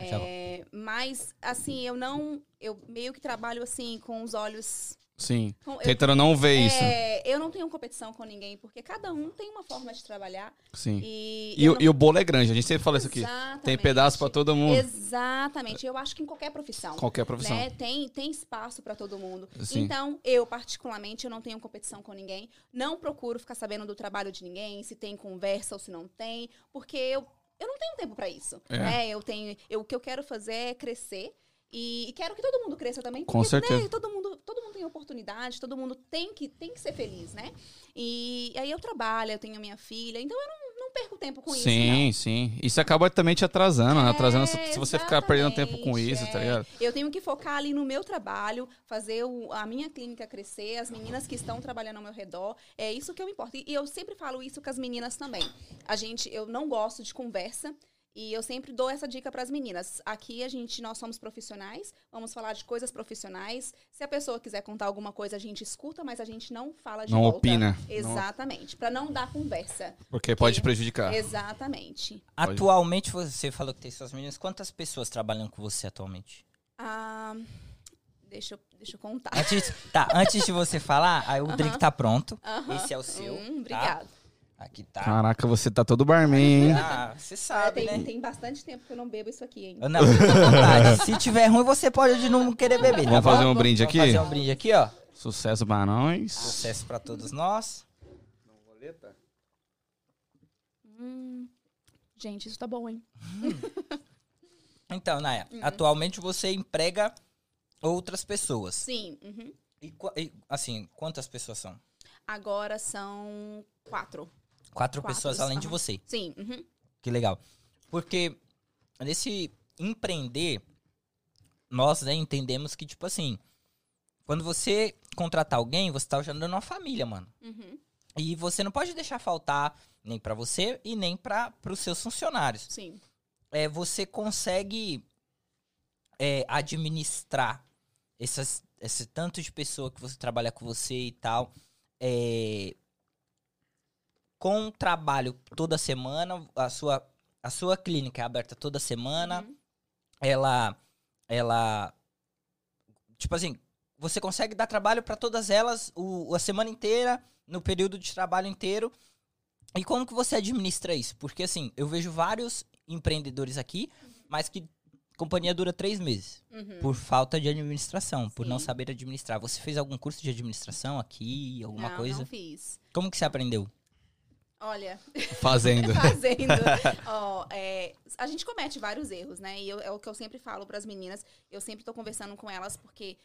S4: É.
S1: Já-
S3: É, mas, assim, eu não. Eu meio que trabalho assim com os olhos.
S4: Sim.
S3: com- eu,
S4: Tentando não ver isso.
S3: é, eu não tenho competição com ninguém, porque cada um tem uma forma de trabalhar.
S4: Sim.
S3: E,
S4: E,
S3: eu
S4: o-
S3: não-
S4: e o bolo é grande, a gente sempre fala isso aqui.
S3: Exatamente.
S4: Tem pedaço pra todo mundo.
S3: Exatamente. Eu acho que em qualquer profissão.
S4: Qualquer profissão.
S3: né? Tem, tem espaço para todo mundo.
S4: Sim.
S3: Então, eu, particularmente, eu não tenho competição com ninguém. Não procuro ficar sabendo do trabalho de ninguém, se tem conversa ou se não tem, porque eu, eu não tenho tempo para isso.
S4: É.
S3: né? Eu tenho, eu, o que eu quero fazer é crescer. E, e quero que todo mundo cresça também.
S4: Com
S3: porque,
S4: certeza.
S3: Né, todo, mundo, todo mundo tem oportunidade, todo mundo tem que, tem que ser feliz, né? E aí eu trabalho, eu tenho minha filha, então eu não, não perco tempo com isso, não.
S4: sim, sim. Isso acaba também te atrasando, né? Atrasando se
S3: É,
S4: se você ficar perdendo tempo com
S3: exatamente,
S4: isso, tá
S3: é.
S4: ligado?
S3: Eu tenho que focar ali no meu trabalho, fazer o- a minha clínica crescer, as meninas que estão trabalhando ao meu redor. É isso que eu me importo. E eu sempre falo isso com as meninas também. A gente, eu não gosto de conversa. E eu sempre dou essa dica para as meninas. Aqui a gente, nós somos profissionais, vamos falar de coisas profissionais. Se a pessoa quiser contar alguma coisa, a gente escuta, mas a gente não fala de
S4: Não
S3: volta.
S4: opina.
S3: Exatamente, para não dar conversa.
S4: Porque pode te prejudicar.
S3: Exatamente.
S4: Pode.
S1: Atualmente você falou que tem suas meninas. Quantas pessoas trabalham com você atualmente?
S3: Ah, deixa, eu, deixa eu contar.
S1: Antes, tá, antes de você falar, aí o drink tá pronto.
S3: Aham.
S1: Esse é o seu.
S3: Hum,
S1: tá?
S3: obrigada.
S1: Aqui tá.
S4: Caraca, você tá todo barman, hein?
S1: Ah, você
S3: Olha,
S1: sabe,
S3: tem,
S1: né?
S3: tem bastante tempo que eu não bebo isso aqui, hein?
S1: Não, fica à vontade. se tiver ruim, você pode não querer beber. tá
S4: Vamos
S1: bom?
S4: fazer um brinde
S1: Vamos
S4: aqui?
S1: fazer um brinde aqui, ó.
S4: Sucesso pra nós.
S1: Sucesso pra todos nós.
S3: Gente, isso tá bom, hein?
S1: Então, Naya, atualmente você emprega outras pessoas.
S3: Sim. uhum.
S1: E, qua- e, assim, quantas pessoas são?
S3: Agora são quatro.
S1: Quatro,
S3: Quatro,
S1: pessoas além de
S3: aham.
S1: você.
S3: Sim. uhum.
S1: Que legal. Porque nesse empreender, nós né, entendemos que, tipo assim, quando você contratar alguém, você tá ajudando uma família, mano.
S3: Uhum.
S1: E você não pode deixar faltar nem pra você e nem para os seus funcionários.
S3: Sim.
S1: É, você consegue é, administrar essas, esse tanto de pessoa que você trabalha com você e tal. é, com trabalho toda semana, a sua, a sua clínica é aberta toda semana
S3: Uhum.
S1: ela ela tipo assim você consegue dar trabalho para todas elas o, a semana inteira no período de trabalho inteiro e como que você administra isso porque assim eu vejo vários empreendedores aqui mas que companhia dura três meses
S3: Uhum.
S1: por falta de administração por não
S3: Sim.
S1: saber administrar você fez algum curso de administração aqui alguma
S3: não,
S1: coisa
S3: Não fiz.
S1: como que você aprendeu
S3: Olha,
S4: Fazendo.
S3: fazendo. Ó, é, a gente comete vários erros, né? E eu- é o que eu sempre falo para as meninas. Eu sempre tô conversando com elas porque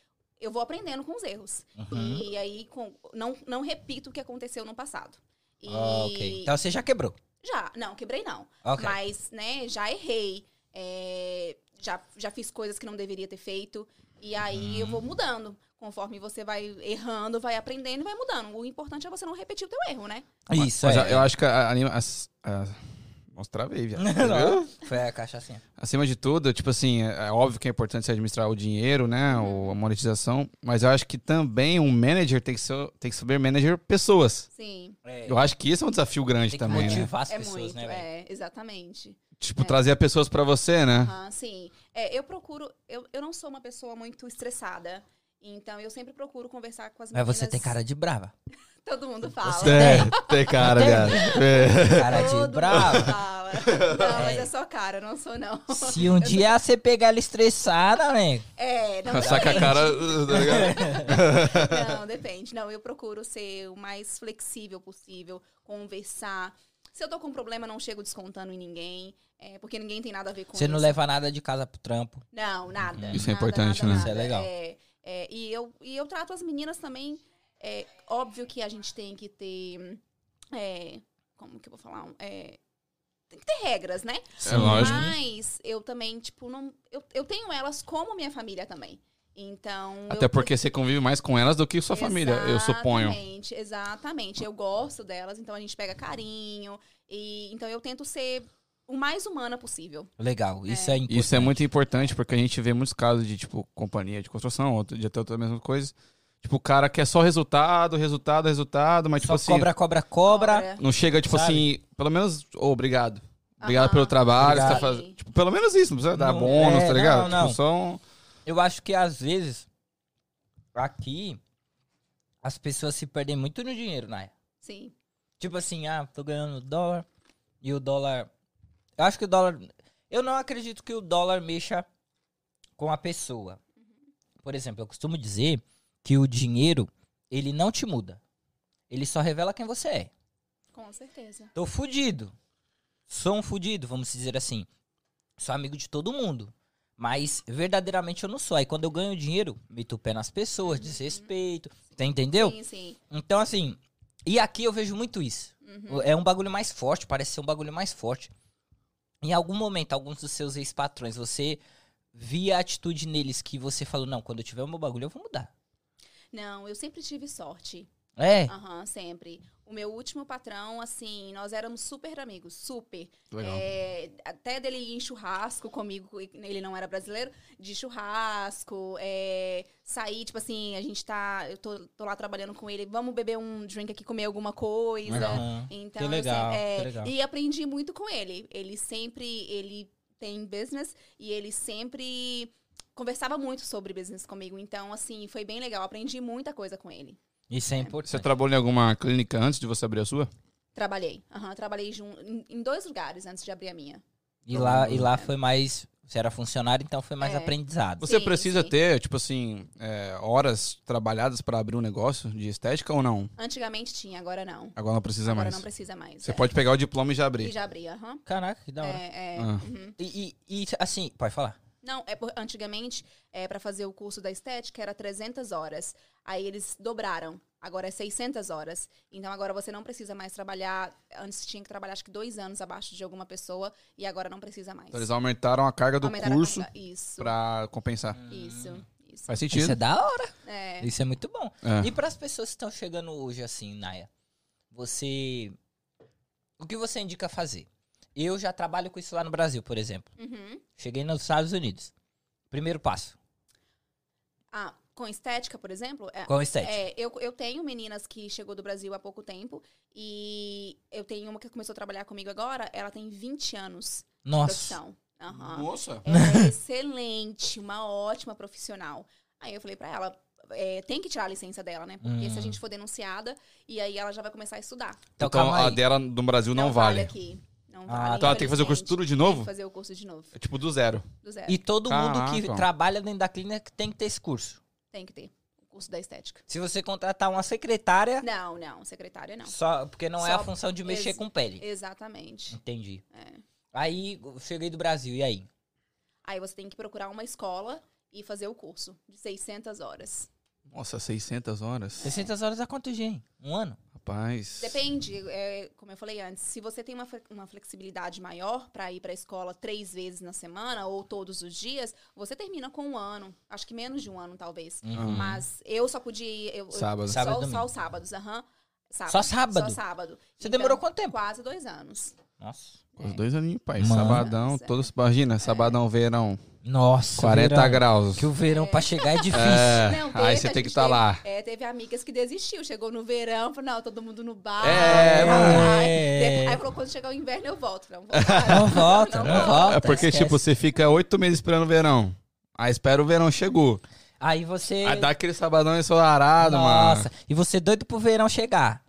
S3: eu vou aprendendo com os erros.
S1: Uhum.
S3: E aí com- não, não repito o que aconteceu no passado. E
S1: Ah, ok então você já quebrou
S3: já, não, quebrei não.
S1: ok
S3: Mas, né, já errei. é, já, já fiz coisas que não deveria ter feito. E aí
S1: Hum.
S3: eu vou mudando. Conforme você vai errando, vai aprendendo e vai mudando. O importante é você não repetir o teu erro, né?
S1: isso
S4: Mas
S1: é.
S4: eu acho que a, a, anima- as- a, Nossa, travei, viado. Viu?
S1: foi a cachaçinha
S4: Acima de tudo, tipo assim, é óbvio que é importante você administrar o dinheiro, né? Ou a monetização. Mas eu acho que também um manager tem que, ser, tem que saber manager pessoas.
S3: Sim.
S1: É.
S4: Eu acho que isso é um desafio
S1: Tem
S4: grande
S1: que
S4: também, né?
S1: motivar é. as
S3: é
S1: pessoas,
S3: muito,
S1: né, velho?
S3: é, exatamente.
S4: Tipo, trazer as pessoas pra você, né?
S3: Ah, sim. É, eu procuro, eu, eu não sou uma pessoa muito estressada. Então eu sempre procuro conversar com as
S1: Mas
S3: meninas.
S1: você tem cara de brava.
S3: Todo mundo fala.
S4: É, tem cara, viado. É.
S1: Cara de
S3: Todo mundo
S1: brava.
S3: fala. Não, mas
S1: É.
S3: é só cara, eu não sou não.
S1: Se um dia você pegar ela estressada, né?
S3: É, não
S4: Saca a
S3: depende.
S4: cara. uh, tá ligado?
S3: Não, depende. Não, eu procuro ser o mais flexível possível, conversar. Se eu tô com um problema, eu não chego descontando em ninguém, é, porque ninguém tem nada a ver com
S1: Você
S3: isso.
S1: não leva nada de casa pro trampo.
S3: Não, nada.
S4: Isso é
S3: nada,
S4: importante,
S3: nada,
S4: né?
S1: Isso é
S3: nada.
S1: legal.
S3: É, é, e, eu, e eu trato as meninas também. É, óbvio que a gente tem que ter. é, como que eu vou falar? É, tem que ter regras, né?
S4: É lógico.
S3: Mas eu também, tipo, não. Eu, eu tenho elas como minha família também. Então.
S4: Até
S3: eu
S4: porque você convive mais com elas do que sua família, eu suponho.
S3: Exatamente, exatamente. Eu gosto delas, então a gente pega carinho. E, então eu tento ser o mais humana possível.
S1: Legal, isso é, importante.
S4: Isso é muito importante porque a gente vê muitos casos de, tipo, companhia de construção, ou de até outras mesmas coisas. Tipo, o cara quer só resultado, resultado, resultado, mas, tipo
S1: Só
S4: assim,
S1: cobra, cobra, cobra.
S4: não chega, tipo
S1: sabe?
S4: assim, pelo menos, ô, obrigado.
S2: Obrigado
S3: Aham.
S2: pelo trabalho que você tá
S3: Obrigado.
S2: fazendo. Tipo, pelo menos isso, não precisa dar
S1: Não,
S2: bônus,
S1: é,
S2: tá ligado?
S1: não, não.
S2: Tipo, são.
S1: Eu acho que às vezes, aqui, as pessoas se perdem muito no dinheiro, né?
S3: Sim.
S1: Tipo assim, ah, tô ganhando dólar e o dólar. Eu acho que o dólar. Eu não acredito que o dólar mexa com a pessoa. Por exemplo, eu costumo dizer que o dinheiro, ele não te muda. Ele só revela quem você é.
S3: Com certeza.
S1: Tô fudido. Sou um fudido, vamos dizer assim. Sou amigo de todo mundo. Mas verdadeiramente eu não sou. Aí quando eu ganho dinheiro, meto o pé nas pessoas, desrespeito. Tá entendeu?
S3: Uhum. Sim, sim.
S1: Então, assim. E aqui eu vejo muito isso.
S3: Uhum.
S1: É um bagulho mais forte, parece ser um bagulho mais forte. Em algum momento, alguns dos seus ex-patrões, você via a atitude neles que você falou: não, quando eu tiver o meu bagulho, eu vou mudar.
S3: Não, eu sempre tive sorte.
S1: É.
S3: Aham, sempre. O meu último patrão, assim, nós éramos super amigos, super.
S2: Legal.
S3: É, até dele ir em churrasco comigo, e ele não era brasileiro, de churrasco, é, sair, tipo assim, a gente tá, eu tô, tô lá trabalhando com ele, vamos beber um drink aqui, comer alguma coisa.
S2: Legal.
S1: Aham.
S3: Então,
S1: Que
S3: eu
S1: legal,
S3: sempre- é,
S1: que legal.
S3: E aprendi muito com ele. Ele sempre, ele tem business e ele sempre conversava muito sobre business comigo. Então, assim, foi bem legal. Aprendi muita coisa com ele.
S1: Isso é
S2: Você
S1: importante.
S4: tá
S2: trabalhou em alguma clínica antes de você abrir a sua?
S3: Trabalhei. Aham, trabalhei jun- em, em dois lugares antes de abrir a minha.
S1: E lá, e lá foi mais. Você era funcionário, então foi mais
S3: É.
S1: aprendizado.
S2: Você
S3: Sim,
S2: precisa
S3: sim.
S2: ter, tipo assim, é, horas trabalhadas pra abrir um negócio de estética ou não?
S3: Antigamente tinha, agora não.
S2: Agora não precisa
S3: agora
S2: mais.
S3: não precisa mais.
S2: Você
S3: é.
S2: pode pegar o diploma e já
S3: E
S2: abrir.
S3: já abri, aham.
S1: Caraca, que da hora.
S3: É, é,
S2: Ah.
S3: uhum.
S1: E, e- e, assim, pode falar.
S3: Não, é por, antigamente, é, para fazer o curso da estética, era 300 horas. Aí eles dobraram. Agora é 600 horas. Então agora você não precisa mais trabalhar. Antes tinha que trabalhar, acho que dois anos abaixo de alguma pessoa. E agora não precisa mais.
S2: Então eles aumentaram a carga do
S3: Aumentaram a
S2: curso
S3: carga. Isso.
S2: pra compensar.
S3: Isso. Isso.
S2: Faz
S1: Isso
S2: sentido.
S1: Hum. é da hora.
S3: É.
S1: Isso é muito bom.
S2: É.
S1: E para as pessoas que estão chegando hoje, assim, Naya, você. O que você indica fazer? Eu já trabalho com isso lá no Brasil, por exemplo.
S3: Uhum.
S1: Cheguei nos Estados Unidos. Primeiro passo,
S3: Ah, com estética, por exemplo? É,
S1: com estética.
S3: É, eu, eu tenho meninas que chegou do Brasil há pouco tempo. E eu tenho uma que começou a trabalhar comigo agora. Ela tem 20 anos de
S1: Nossa.
S3: profissão. Aham.
S2: Nossa.
S3: Ela é excelente, uma ótima profissional. Aí eu falei pra ela, é, tem que tirar a licença dela, né? Porque
S1: Hum.
S3: se a gente for denunciada, e aí ela já vai começar a estudar.
S1: Então,
S2: Então
S1: calma
S2: a
S1: aí.
S2: dela no Brasil não, vale.
S3: aqui. Não
S1: Ah,
S3: vale,
S2: Então ela tem que fazer o curso
S3: infelizmente.
S2: tudo de
S3: Tem que
S2: novo?
S3: fazer o curso de novo,
S2: É tipo do zero.
S3: do zero.
S1: E todo mundo que
S2: Caraca.
S1: trabalha dentro da clínica tem que ter esse curso.
S3: Tem que ter o curso da estética.
S1: Se você contratar uma secretária,
S3: Não, não, secretária não.
S1: só porque não é
S3: Só
S1: a função de mexer
S3: ex-
S1: com pele.
S3: Exatamente.
S1: Entendi.
S3: É.
S1: Aí eu cheguei do Brasil, e aí?
S3: Aí você tem que procurar uma escola e fazer o curso de 600 horas.
S2: Nossa, 600 horas.
S1: 600 horas a quanto, gente? Um ano?
S2: Rapaz.
S3: Depende, é, como eu falei antes, se você tem uma, fle- uma flexibilidade maior para ir para a escola três vezes na semana ou todos os dias, você termina com um ano. Acho que menos de um ano, talvez.
S1: Uhum.
S3: Mas eu só podia ir. Eu, eu-
S2: Sábado.
S1: Sábado e
S3: só,
S1: domingo.
S3: só os sábados, aham. Sábado.
S1: Só sábado?
S3: Só sábado.
S1: Você
S3: Então,
S1: demorou quanto tempo?
S3: Quase dois anos.
S1: Nossa.
S2: Os dois aninhos, pai.
S1: Mano.
S2: Sabadão,
S3: Nossa, é.
S2: todos. Imagina, sabadão, verão.
S1: Nossa.
S2: 40
S1: verão.
S2: graus.
S1: Que o verão pra chegar é difícil.
S2: É,
S3: teve,
S2: aí você
S3: a
S2: tem que
S3: gente
S2: estar
S1: tá
S3: teve-
S2: lá.
S3: É, teve amigas que desistiu. Chegou no verão, falou, não, todo mundo no bar.
S2: É,
S1: mano.
S3: Aí falou, quando chegar o inverno, eu volto. Não, voltar,
S1: Não volta, não volta.
S2: É porque,
S1: esquece.
S2: tipo, você fica oito meses esperando o verão. Aí espera o verão, chegou.
S1: Aí você.
S2: Aí dá aquele sabadão ensolarado,
S1: Nossa,
S2: mano.
S1: e você é doido pro verão chegar.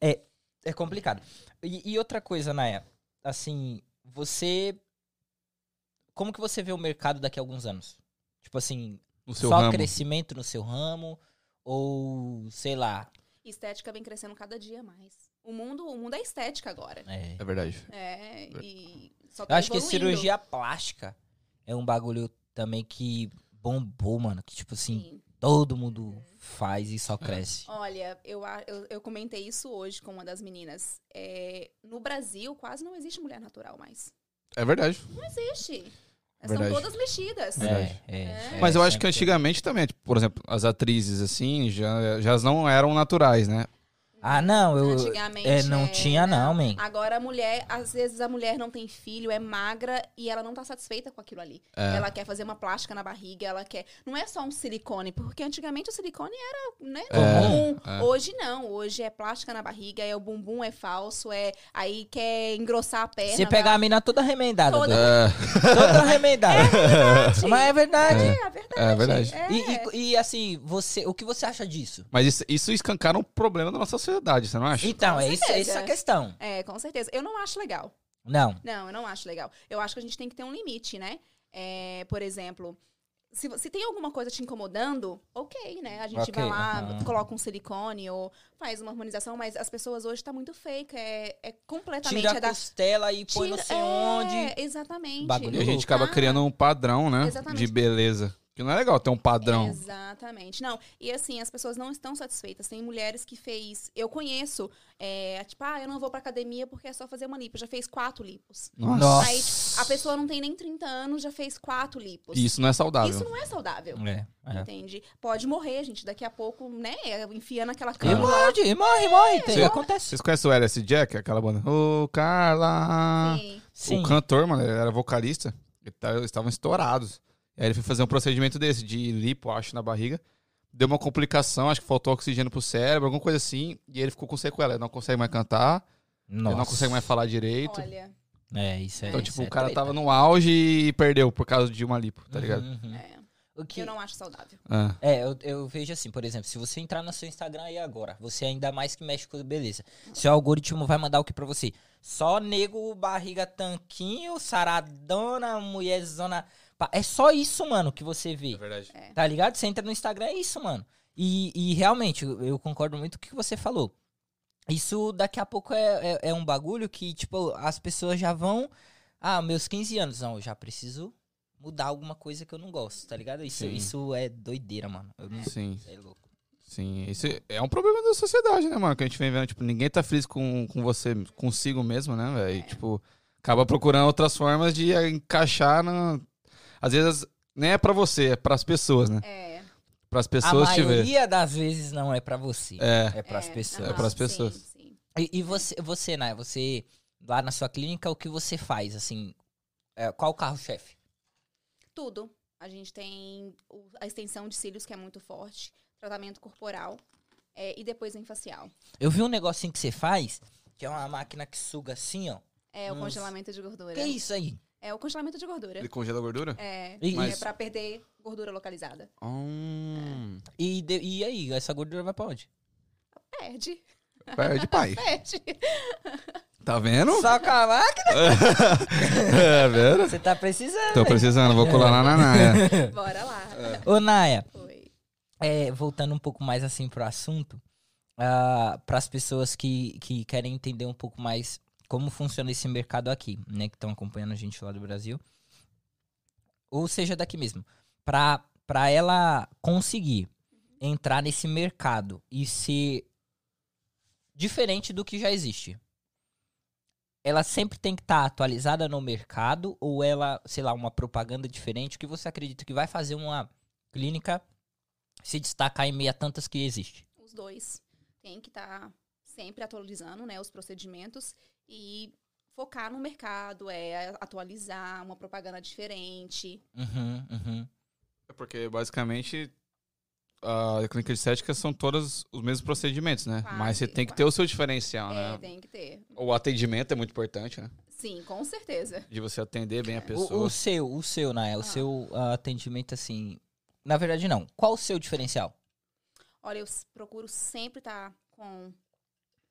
S1: É, é complicado. E, e outra coisa, Naya, assim, você. Como que você vê o mercado daqui a alguns anos? Tipo assim,
S2: No seu
S1: só
S2: ramo.
S1: crescimento no seu ramo? Ou, sei lá.
S3: estética vem crescendo cada dia mais. O mundo, o mundo é estética agora.
S1: é.
S2: É verdade.
S3: É, e só
S1: Eu
S3: tá
S1: acho que
S3: evoluindo.
S1: cirurgia plástica é um bagulho também que bombou, mano. Que, tipo assim,
S3: Sim.
S1: todo mundo faz e
S2: É.
S1: só cresce.
S3: Olha, eu, a- eu, eu comentei isso hoje com uma das meninas. É, no Brasil, quase não existe mulher natural mais.
S2: É verdade.
S3: Não existe.
S2: Verdade.
S3: São todas mexidas.
S2: Verdade.
S1: É, é,
S2: Mas
S1: é,
S2: eu acho que
S1: sempre teve.
S2: antigamente também, tipo, por exemplo, as atrizes, assim, já, já não eram naturais, né?
S1: Ah, não, eu.
S3: Antigamente. né?
S1: É, não tinha, não, man.
S3: Agora a mulher, às vezes a mulher não tem filho, é magra e ela não tá satisfeita com aquilo ali.
S4: É.
S3: Ela quer fazer uma plástica na barriga, ela quer. Não é só um silicone, porque antigamente o silicone era, né?
S1: É,
S3: comum.
S4: é.
S3: Hoje não, hoje é plástica na barriga, é o bumbum é falso, é aí quer engrossar a perna. né?
S1: Você pegar a
S3: vai-
S1: mina toda remendada,
S3: Toda.
S1: doido.
S4: É,
S1: toda remendada. Mas é verdade.
S3: É, é verdade.
S4: É verdade.
S3: É.
S1: E, e- e, assim, você, o que você acha disso?
S4: Mas isso, isso escancara um problema da nossa sociedade, você não acha?
S1: Então, é isso, é
S3: certeza.
S1: isso a questão.
S3: É, com certeza. Eu não acho legal.
S1: Não.
S3: Não, eu não acho legal. Eu acho que a gente tem que ter um limite, né? É, por exemplo, se, vo- se tem alguma coisa te incomodando, ok, né? A gente
S1: Ok,
S3: vai lá,
S1: aham.
S3: coloca um silicone ou faz uma harmonização, mas as pessoas hoje tá muito fake. É, é completamente.
S1: Tira
S3: é
S1: a
S3: da-
S1: costela e põe não
S3: Tira-
S1: sei
S3: é,
S1: onde.
S3: Exatamente.
S1: Bagulho
S4: E a gente
S1: louco.
S4: acaba
S3: Ah.
S4: criando um padrão, né?
S3: Exatamente.
S4: De beleza. Que não é legal ter um padrão.
S3: Exatamente. Não, e assim, as pessoas não estão satisfeitas. Tem mulheres que fez. Eu conheço, é, tipo, ah, eu não vou pra academia porque é só fazer uma lipo. Já fez quatro lipos.
S1: Nossa.
S3: Aí a pessoa não tem nem 30 anos, já fez quatro lipos.
S4: E isso não é saudável.
S3: Isso não é saudável.
S1: É, é.
S3: Entende? Pode morrer, gente. Daqui a pouco, né? Enfiando aquela
S1: E
S3: câmera.
S1: morre, e morre, morre. tem-
S4: Você-
S1: acontece.
S4: Vocês conhecem o LS Jack, aquela banda? Ô, Carla!
S3: Sim.
S1: Sim.
S4: O cantor, mano, ele era vocalista. ele tá- Eles estavam estourados. Aí ele foi fazer um procedimento desse, de lipo, acho, na barriga. Deu uma complicação, acho que faltou oxigênio pro cérebro, alguma coisa assim. E ele ficou com sequela. Ele não consegue mais cantar, ele não consegue mais falar direito.
S3: Olha.
S1: É, isso é.
S4: então,
S1: isso
S4: tipo,
S1: é
S4: o cara
S1: treta.
S4: tava no auge e perdeu por causa de uma lipo, tá ligado?
S1: Uhum, uhum.
S3: é,
S1: O que...
S3: Eu não acho saudável.
S4: Ah.
S1: É, eu, eu vejo assim, por exemplo, se você entrar no seu Instagram aí agora, você é ainda mais que mexe com beleza. Seu algoritmo vai mandar o que pra você? Só nego, barriga tanquinho, saradona, mulherzona. pá, É só isso, mano, que você vê.
S4: verdade.
S3: É.
S1: Tá ligado? Você entra no Instagram, é isso, mano. E, e realmente, eu eu concordo muito com o que você falou. Isso daqui a pouco é, é, é um bagulho que, tipo, as pessoas já vão. Ah, meus 15 anos. Não, eu já preciso mudar alguma coisa que eu não gosto, tá ligado? Isso,
S4: Sim.
S1: isso é doideira, mano. Eu não sei.
S4: Sim.
S1: É louco.
S4: Sim, isso é um problema da sociedade, né, mano? Que a gente vem vendo, tipo, ninguém tá feliz com, com você, consigo mesmo, né, velho? E, Tipo, acaba procurando outras formas de eh, encaixar na... Às vezes, nem é pra você, é pras pessoas, né?
S3: É.
S4: Pras
S1: A
S4: pessoas te ver.
S1: maioria das vezes não é pra você.
S4: É,
S1: É, pras
S3: é,
S1: pessoas.
S3: aham,
S4: É pras
S3: sim,
S4: pessoas.
S3: sim.
S1: E, e você, você, Naya, você, lá na sua clínica, o que você faz, assim? é, qual o carro-chefe?
S3: Tudo. A gente tem o- a extensão de cílios, que é muito forte, tratamento corporal é, e depois em facial.
S1: Eu vi um negocinho que você faz, que é uma máquina que suga assim, ó.
S3: É o
S1: Nossa.
S3: congelamento de gordura.
S1: Que isso aí?
S3: É o congelamento de gordura.
S4: ele congela a gordura?
S3: É,
S1: E-
S3: é
S1: Isso.
S3: pra perder gordura localizada.
S4: Hum,
S1: E, de- e aí, essa gordura vai pra onde?
S3: Perde.
S4: perde, pai.
S3: Perde.
S4: Tá vendo?
S1: Só com a máquina?
S4: É, velho.
S1: Você tá precisando.
S4: Tô precisando, vou colar lá na Naya.
S1: É.
S3: Bora lá.
S1: Ô, Naya,
S3: Foi.
S1: é, voltando um pouco mais assim pro assunto, ah, pras pessoas que, que querem entender um pouco mais como funciona esse mercado aqui, né? Que estão acompanhando a gente lá do Brasil. Ou seja, daqui mesmo. Pra, pra ela conseguir entrar nesse mercado e ser diferente do que já existe. Ela sempre tem que estar atualizada no mercado ou ela, sei lá, uma propaganda diferente que você acredita que vai fazer uma clínica se destacar em meio a tantas que existe.
S3: os dois tem que estar sempre atualizando né, os procedimentos e focar no mercado, é atualizar uma propaganda diferente.
S1: Uhum, uhum.
S4: É Porque, basicamente, a clínica de estética são todos os mesmos procedimentos, né?
S3: Quase,
S4: Mas você tem que
S3: quase.
S4: ter o seu
S1: Ah,
S4: diferencial,
S3: é,
S4: né?
S3: tem que ter.
S4: O atendimento é muito importante, né?
S3: Sim, com certeza.
S4: De você atender
S3: É,
S4: bem a
S1: O,
S4: pessoa.
S1: o seu, o seu, Nael, o
S3: Ah.
S1: seu ah, atendimento assim. Na verdade, não. Qual o seu diferencial?
S3: Olha, eu s- procuro sempre estar com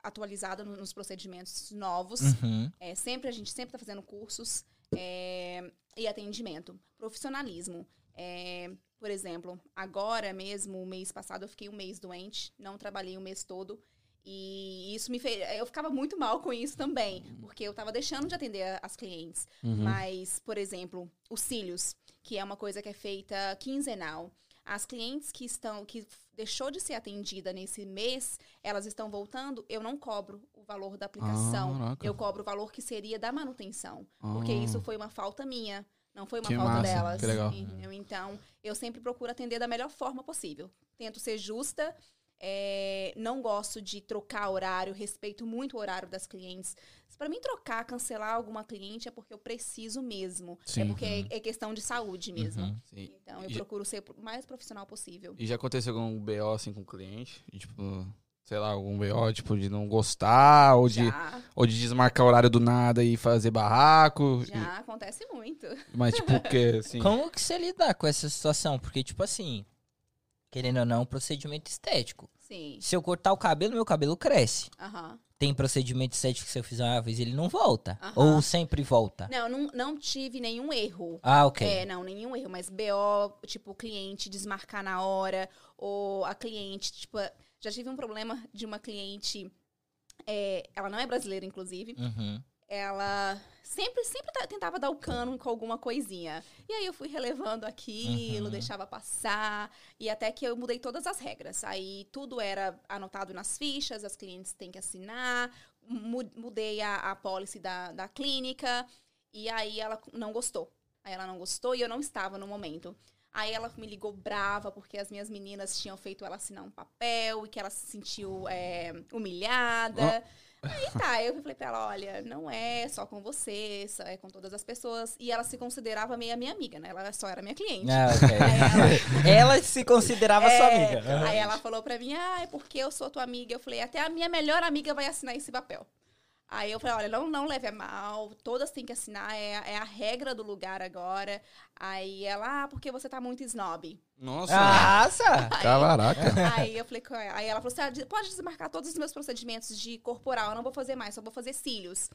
S3: atualizada no- nos procedimentos novos.
S1: Uhum.
S3: É, sempre a gente sempre está fazendo cursos é, e atendimento, profissionalismo. É, por exemplo, agora mesmo, o mês passado, eu fiquei um mês doente, não trabalhei o mês todo. E isso me fez. Eu ficava muito mal com isso também, porque eu estava deixando de atender a- as clientes.
S4: Uhum.
S3: Mas, por exemplo, os cílios, que é uma coisa que é feita quinzenal. As clientes que estão, que f- deixou de ser atendida nesse mês, elas estão voltando, eu não cobro o valor da aplicação.
S4: Ah, Caraca.
S3: eu cobro o valor que seria da manutenção. Porque
S4: Ah.
S3: isso foi uma falta minha. Não foi uma
S4: Que
S3: falta
S4: massa,
S3: delas.
S4: que legal. Uhum.
S3: entendeu? Então, eu sempre procuro atender da melhor forma possível. Tento ser justa, É, não gosto de trocar horário, respeito muito o horário das clientes. Para mim, trocar, cancelar alguma cliente é porque eu preciso mesmo.
S4: Sim.
S3: É porque é, é questão de saúde mesmo.
S1: Uhum.
S4: Sim.
S3: Então, eu
S4: E-
S3: procuro ser o mais profissional possível.
S4: E já aconteceu algum BO assim com o cliente? E, tipo, sei lá, algum BO, tipo, de não gostar ou de,
S3: Já,
S4: ou de desmarcar o horário do nada e fazer barraco.
S3: já acontece muito.
S4: E- Mas tipo o quê, assim?
S1: Como que você lidar com essa situação? Porque, tipo assim, querendo ou não, é um procedimento estético.
S3: Sim.
S1: Se eu cortar o cabelo, meu cabelo cresce.
S3: Aham.
S1: Tem procedimento estético que se eu fizer uma vez, ele não volta.
S3: Aham.
S1: Ou sempre
S4: Tá.
S1: volta.
S3: Não, não, não tive nenhum erro.
S1: Ah, ok.
S3: É, não, nenhum erro, mas BO, tipo, o cliente desmarcar na hora, ou a cliente, tipo, já tive um problema de uma cliente, é, ela não é brasileira, inclusive,
S1: Uhum.
S3: ela sempre, sempre ta- tentava dar o cano com alguma coisinha. E aí eu fui relevando aquilo,
S1: Uhum.
S3: deixava passar, e até que eu mudei todas as regras. Aí tudo era anotado nas fichas, as clientes têm que assinar, mu- mudei a, a policy da, da clínica, e aí ela c- não gostou. Aí ela não gostou e eu não estava no momento. Aí ela me ligou brava porque as minhas meninas tinham feito ela assinar um papel e que ela se sentiu é, humilhada. Aí tá, eu falei pra ela, olha, não é só com você, só é com todas as pessoas. E ela se considerava meio a minha amiga, né? Ela só era minha cliente.
S1: Ah,
S3: Aí
S1: ok.
S3: ela,
S1: Ela se considerava sua
S3: é,
S1: amiga.
S3: Aí ela falou pra mim, ah, é porque eu sou tua amiga. Eu falei, até a minha melhor amiga vai assinar esse papel. Aí eu falei, olha, não, não leve a mal, todas têm que assinar, é, é a regra do lugar agora. Aí ela, ah, porque você tá muito snob.
S4: Nossa,
S1: Ah, Nossa!
S4: caraca.
S3: aí eu falei, com ela- aí ela falou assim, ah, de- pode desmarcar todos os meus procedimentos de corporal, eu não vou fazer mais, só vou fazer cílios.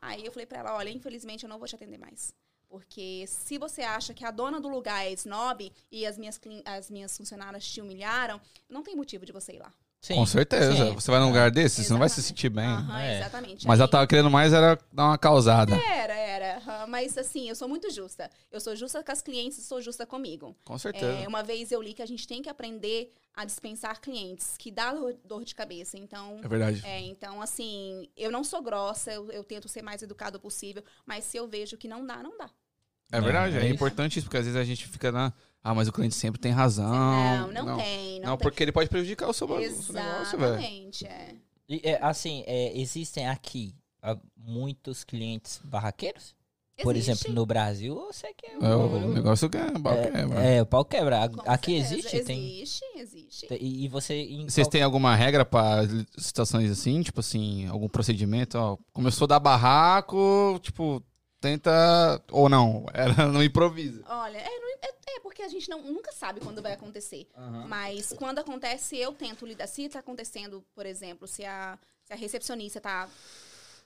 S3: Aí eu falei pra ela, olha, infelizmente eu não vou te atender mais. Porque se você acha que a dona do lugar é snob e as minhas, clin- as minhas funcionárias te humilharam, não tem motivo de você ir lá.
S1: Sim.
S4: Com certeza.
S1: Sim.
S4: Você vai num lugar desse, você não vai se
S3: Exatamente.
S4: sentir bem.
S3: Aham,
S1: É.
S3: exatamente.
S4: Mas
S3: Aí-
S4: ela tava querendo mais era dar uma causada.
S3: Era, era. aham, Mas assim, eu sou muito justa. Eu sou justa com as clientes e sou justa comigo.
S4: Com
S3: É, uma vez eu li que a gente tem que aprender a dispensar clientes, que dá dor- dor de cabeça. Então,
S4: É verdade.
S3: é, então assim, eu não sou grossa, eu, eu tento ser mais educada possível, mas se eu vejo que não dá, não dá.
S4: É verdade.
S1: É
S4: É,
S1: isso.
S4: importante isso, porque às vezes a gente fica na. Ah, mas o cliente sempre tem razão.
S3: não, É, não, tem, não,
S4: Não, é
S3: tem.
S4: porque ele pode prejudicar o seu, o seu um negócio, velho.
S3: Exatamente, é.
S1: E, é, assim, é, existem aqui ah, muitos clientes barraqueiros? Por
S3: Existe.
S1: exemplo, no Brasil, eu sei que é
S4: É, o
S1: o-
S4: negócio que é, é, mano.
S1: É, o pau quebra. A-
S3: Com
S1: Aqui
S3: certeza.
S1: existe? Tem,
S3: Existe, existe.
S1: tem- e e você. em
S4: Vocês
S1: qual-
S4: têm alguma regra pra situações assim? Tipo assim, algum procedimento? Ó, começou a dar barraco, tipo, tenta. Ou não, ela não improvisa.
S3: Olha, é, não- é- é porque a gente não, nunca sabe quando vai acontecer. Mas quando acontece, eu tento lidar. Se tá acontecendo, por exemplo, se a, se a recepcionista tá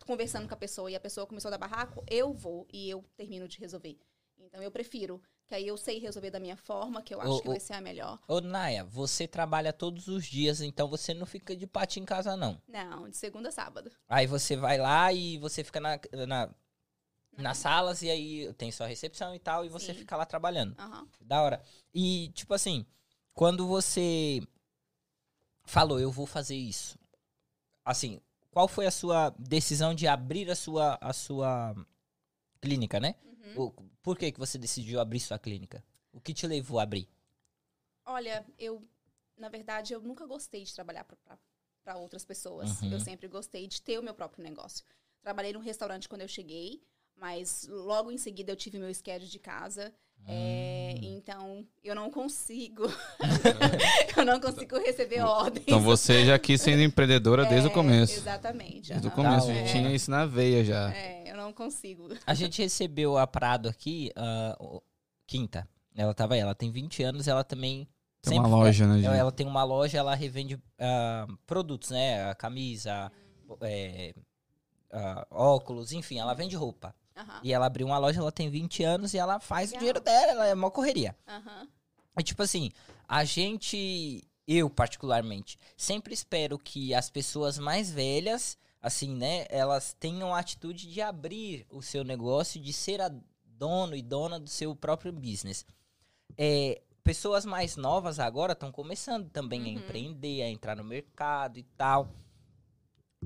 S3: conversando com a pessoa e a pessoa começou a dar barraco, eu vou e eu termino de resolver. Então eu prefiro, que aí eu sei resolver da minha forma, que eu acho
S1: Ô,
S3: que
S1: ô.
S3: vai ser a melhor.
S1: Ô, Naya, você trabalha todos os dias, então você não fica de pate em casa, não.
S3: Não, de segunda a sábado.
S1: Aí você vai lá e você fica na,
S3: Uhum.
S1: na- nas salas e aí tem sua recepção e tal, e você
S3: Sim.
S1: fica lá trabalhando.
S3: Aham.
S1: Da hora. E, tipo assim, quando você falou, eu vou fazer isso. Assim, qual foi a sua decisão de abrir a sua, a sua clínica, né?
S3: Uhum.
S1: O- por que, que você decidiu abrir sua clínica? O que te levou a abrir?
S3: Olha, eu, na verdade, eu nunca gostei de trabalhar para outras pessoas.
S1: Uhum.
S3: Eu sempre gostei de ter o meu próprio negócio. Trabalhei num restaurante quando eu cheguei, mas logo em seguida eu tive meu schedule de casa. É,
S4: Hum.
S3: então, eu não consigo. eu não consigo receber ordens.
S4: Então você já quis sendo empreendedora desde o
S3: É,
S4: começo.
S3: Exatamente.
S4: Desde o
S3: aham.
S4: começo,
S1: Da
S4: já
S1: hora.
S4: tinha isso na veia já.
S3: É, eu não consigo.
S1: A gente recebeu a Prado aqui, ah, o- quinta. Ela tava aí, ela tem 20 anos, ela também.
S4: Tem uma
S1: sempre-
S4: loja, né,
S1: Ela,
S4: gente?
S1: ela tem uma loja, ela revende ah, produtos, né? A camisa, é, ah, óculos, enfim, ela vende roupa.
S3: Aham,
S1: E ela abriu uma loja, ela tem 20 anos e ela faz o
S3: Legal.
S1: dinheiro dela, ela é mó correria.
S3: aham,
S1: É tipo assim, a gente, eu particularmente, sempre espero que as pessoas mais velhas, assim, né, elas tenham a atitude de abrir o seu negócio, de ser a dono e dona do seu próprio business. É, pessoas mais novas agora estão começando também a
S3: Uhum.
S1: empreender, a entrar no mercado e tal.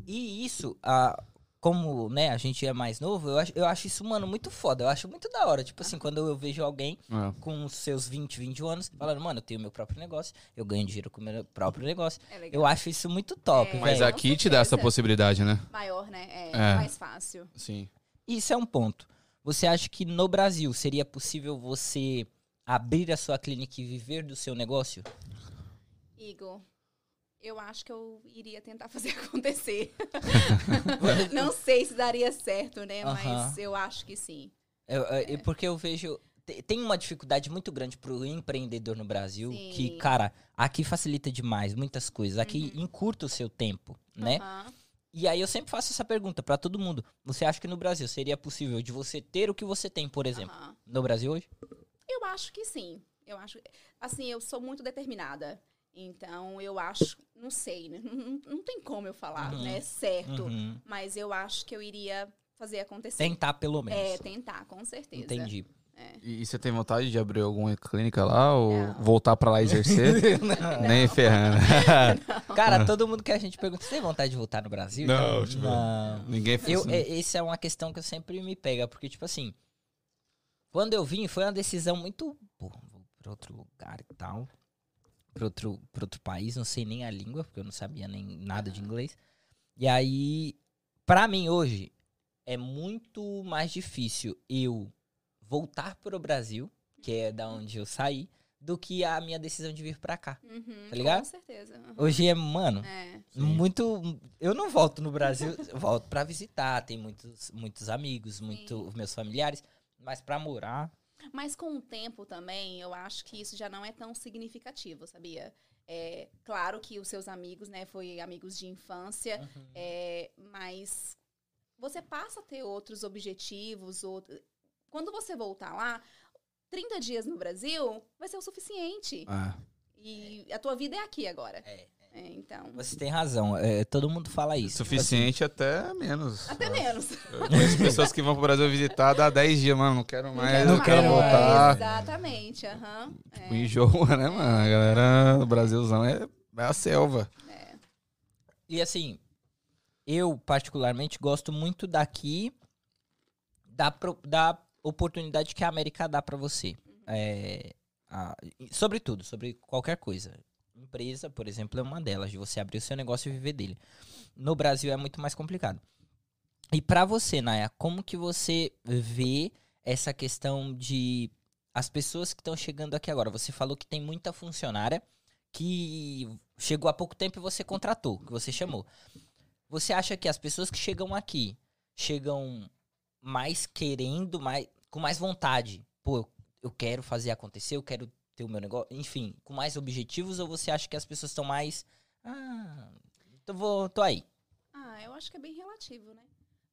S1: E isso, a, como, né, a gente é mais novo, eu acho, eu acho isso, mano, muito foda. Eu acho muito da hora. Tipo assim, quando eu vejo alguém
S4: É.
S1: com os seus 20, 21 anos, falando, mano, eu tenho meu próprio negócio, eu ganho dinheiro com o meu próprio negócio.
S3: É legal.
S1: Eu acho isso muito top,
S3: É.
S4: Mas
S1: velho.
S3: a-
S4: aqui te dá essa
S3: certeza.
S4: possibilidade, né?
S3: Maior, né? É,
S4: É.
S3: mais fácil.
S4: Sim.
S1: Isso é um ponto. Você acha que no Brasil seria possível você abrir a sua clínica e viver do seu negócio?
S3: Igor, eu acho que eu iria tentar fazer acontecer. Não sei se daria certo, né? Mas
S1: Aham.
S3: eu acho que sim.
S1: Eu-
S3: É.
S1: eu- É, porque eu vejo. te- Tem uma dificuldade muito grande pro empreendedor no Brasil, que,
S3: Sim.
S1: cara, aqui facilita demais muitas coisas. Aqui encurta o seu tempo, né?
S3: Uhum. Aham.
S1: E aí eu sempre faço essa pergunta pra todo mundo. Você acha que no Brasil seria possível de você ter o que você tem, por exemplo,
S3: aham.
S1: no Brasil hoje?
S3: Eu acho que sim. Eu acho. Assim, eu sou muito determinada. Então, eu acho. Não sei, né? Não, não- não tem como eu falar,
S1: Uhum.
S3: né? Certo.
S1: Uhum.
S3: Mas eu acho que eu iria fazer acontecer.
S1: Tentar pelo
S3: É,
S1: menos.
S3: tentar, com certeza.
S1: Entendi.
S4: E, e você tem vontade de abrir alguma clínica lá ou
S3: É. Não.
S4: voltar pra lá exercer? Nem ferrando.
S1: Cara, todo mundo que a gente pergunta, você tem vontade de voltar no Brasil?
S4: Não, deixa eu ver.
S1: não.
S4: Ninguém fez
S1: Eu,
S4: isso.
S1: é, essa é uma questão que eu sempre me pega, porque, tipo assim, quando eu vim, foi uma decisão muito. Pô, vou pra outro lugar e tal. Pra outro, pra outro país, não sei nem a língua, porque eu não sabia nem nada de inglês. E aí, pra mim hoje, é muito mais difícil eu voltar pro Brasil, que é da onde eu saí, do que a minha decisão de vir pra cá.
S3: Uhum,
S1: Tá ligado?
S3: Com certeza. Uhum.
S1: Hoje é, mano.
S3: É.
S4: Sim.
S1: Muito. Eu não volto no Brasil, eu volto pra visitar. Tem muitos, muitos amigos, muito, meus familiares. Mas pra morar.
S3: Mas com o tempo também, eu acho que isso já não é tão significativo, sabia? É, claro que os seus amigos, né, foi amigos de infância, é, mas você passa a ter outros objetivos, outro... quando você voltar lá, 30 dias no Brasil vai ser o suficiente.
S4: Ah,
S3: E a tua vida é aqui agora.
S1: É.
S3: É, então,
S1: Você tem razão. é, todo mundo fala isso.
S4: suficiente até menos.
S3: tipo assim. até menos.
S4: As pessoas que vão pro Brasil visitar dá 10 dias, mano. Não quero mais,
S1: quero
S4: não quero,
S1: mais.
S4: voltar.
S3: Exatamente, aham. é.
S4: Tipo, enjoa, né, mano? A galera do Brasilzão é, é a selva.
S1: E assim, eu particularmente gosto muito daqui, da, pro- da oportunidade que a América dá pra você. É, a- e sobre tudo, sobre qualquer coisa. Empresa, por exemplo, é uma delas, de você abrir o seu negócio e viver dele. No Brasil é muito mais complicado. E pra você, Naya, como que você vê essa questão de as pessoas que estão chegando aqui agora? Você falou que tem muita funcionária que chegou há pouco tempo e você contratou, que você chamou. Você acha que as pessoas que chegam aqui chegam mais querendo, mais, com mais vontade? Pô, eu- eu quero fazer acontecer, eu quero ter o meu negócio, enfim, com mais objetivos ou você acha que as pessoas estão mais. Ah, tô, vou, tô aí.
S3: Ah, eu acho que é bem relativo, né?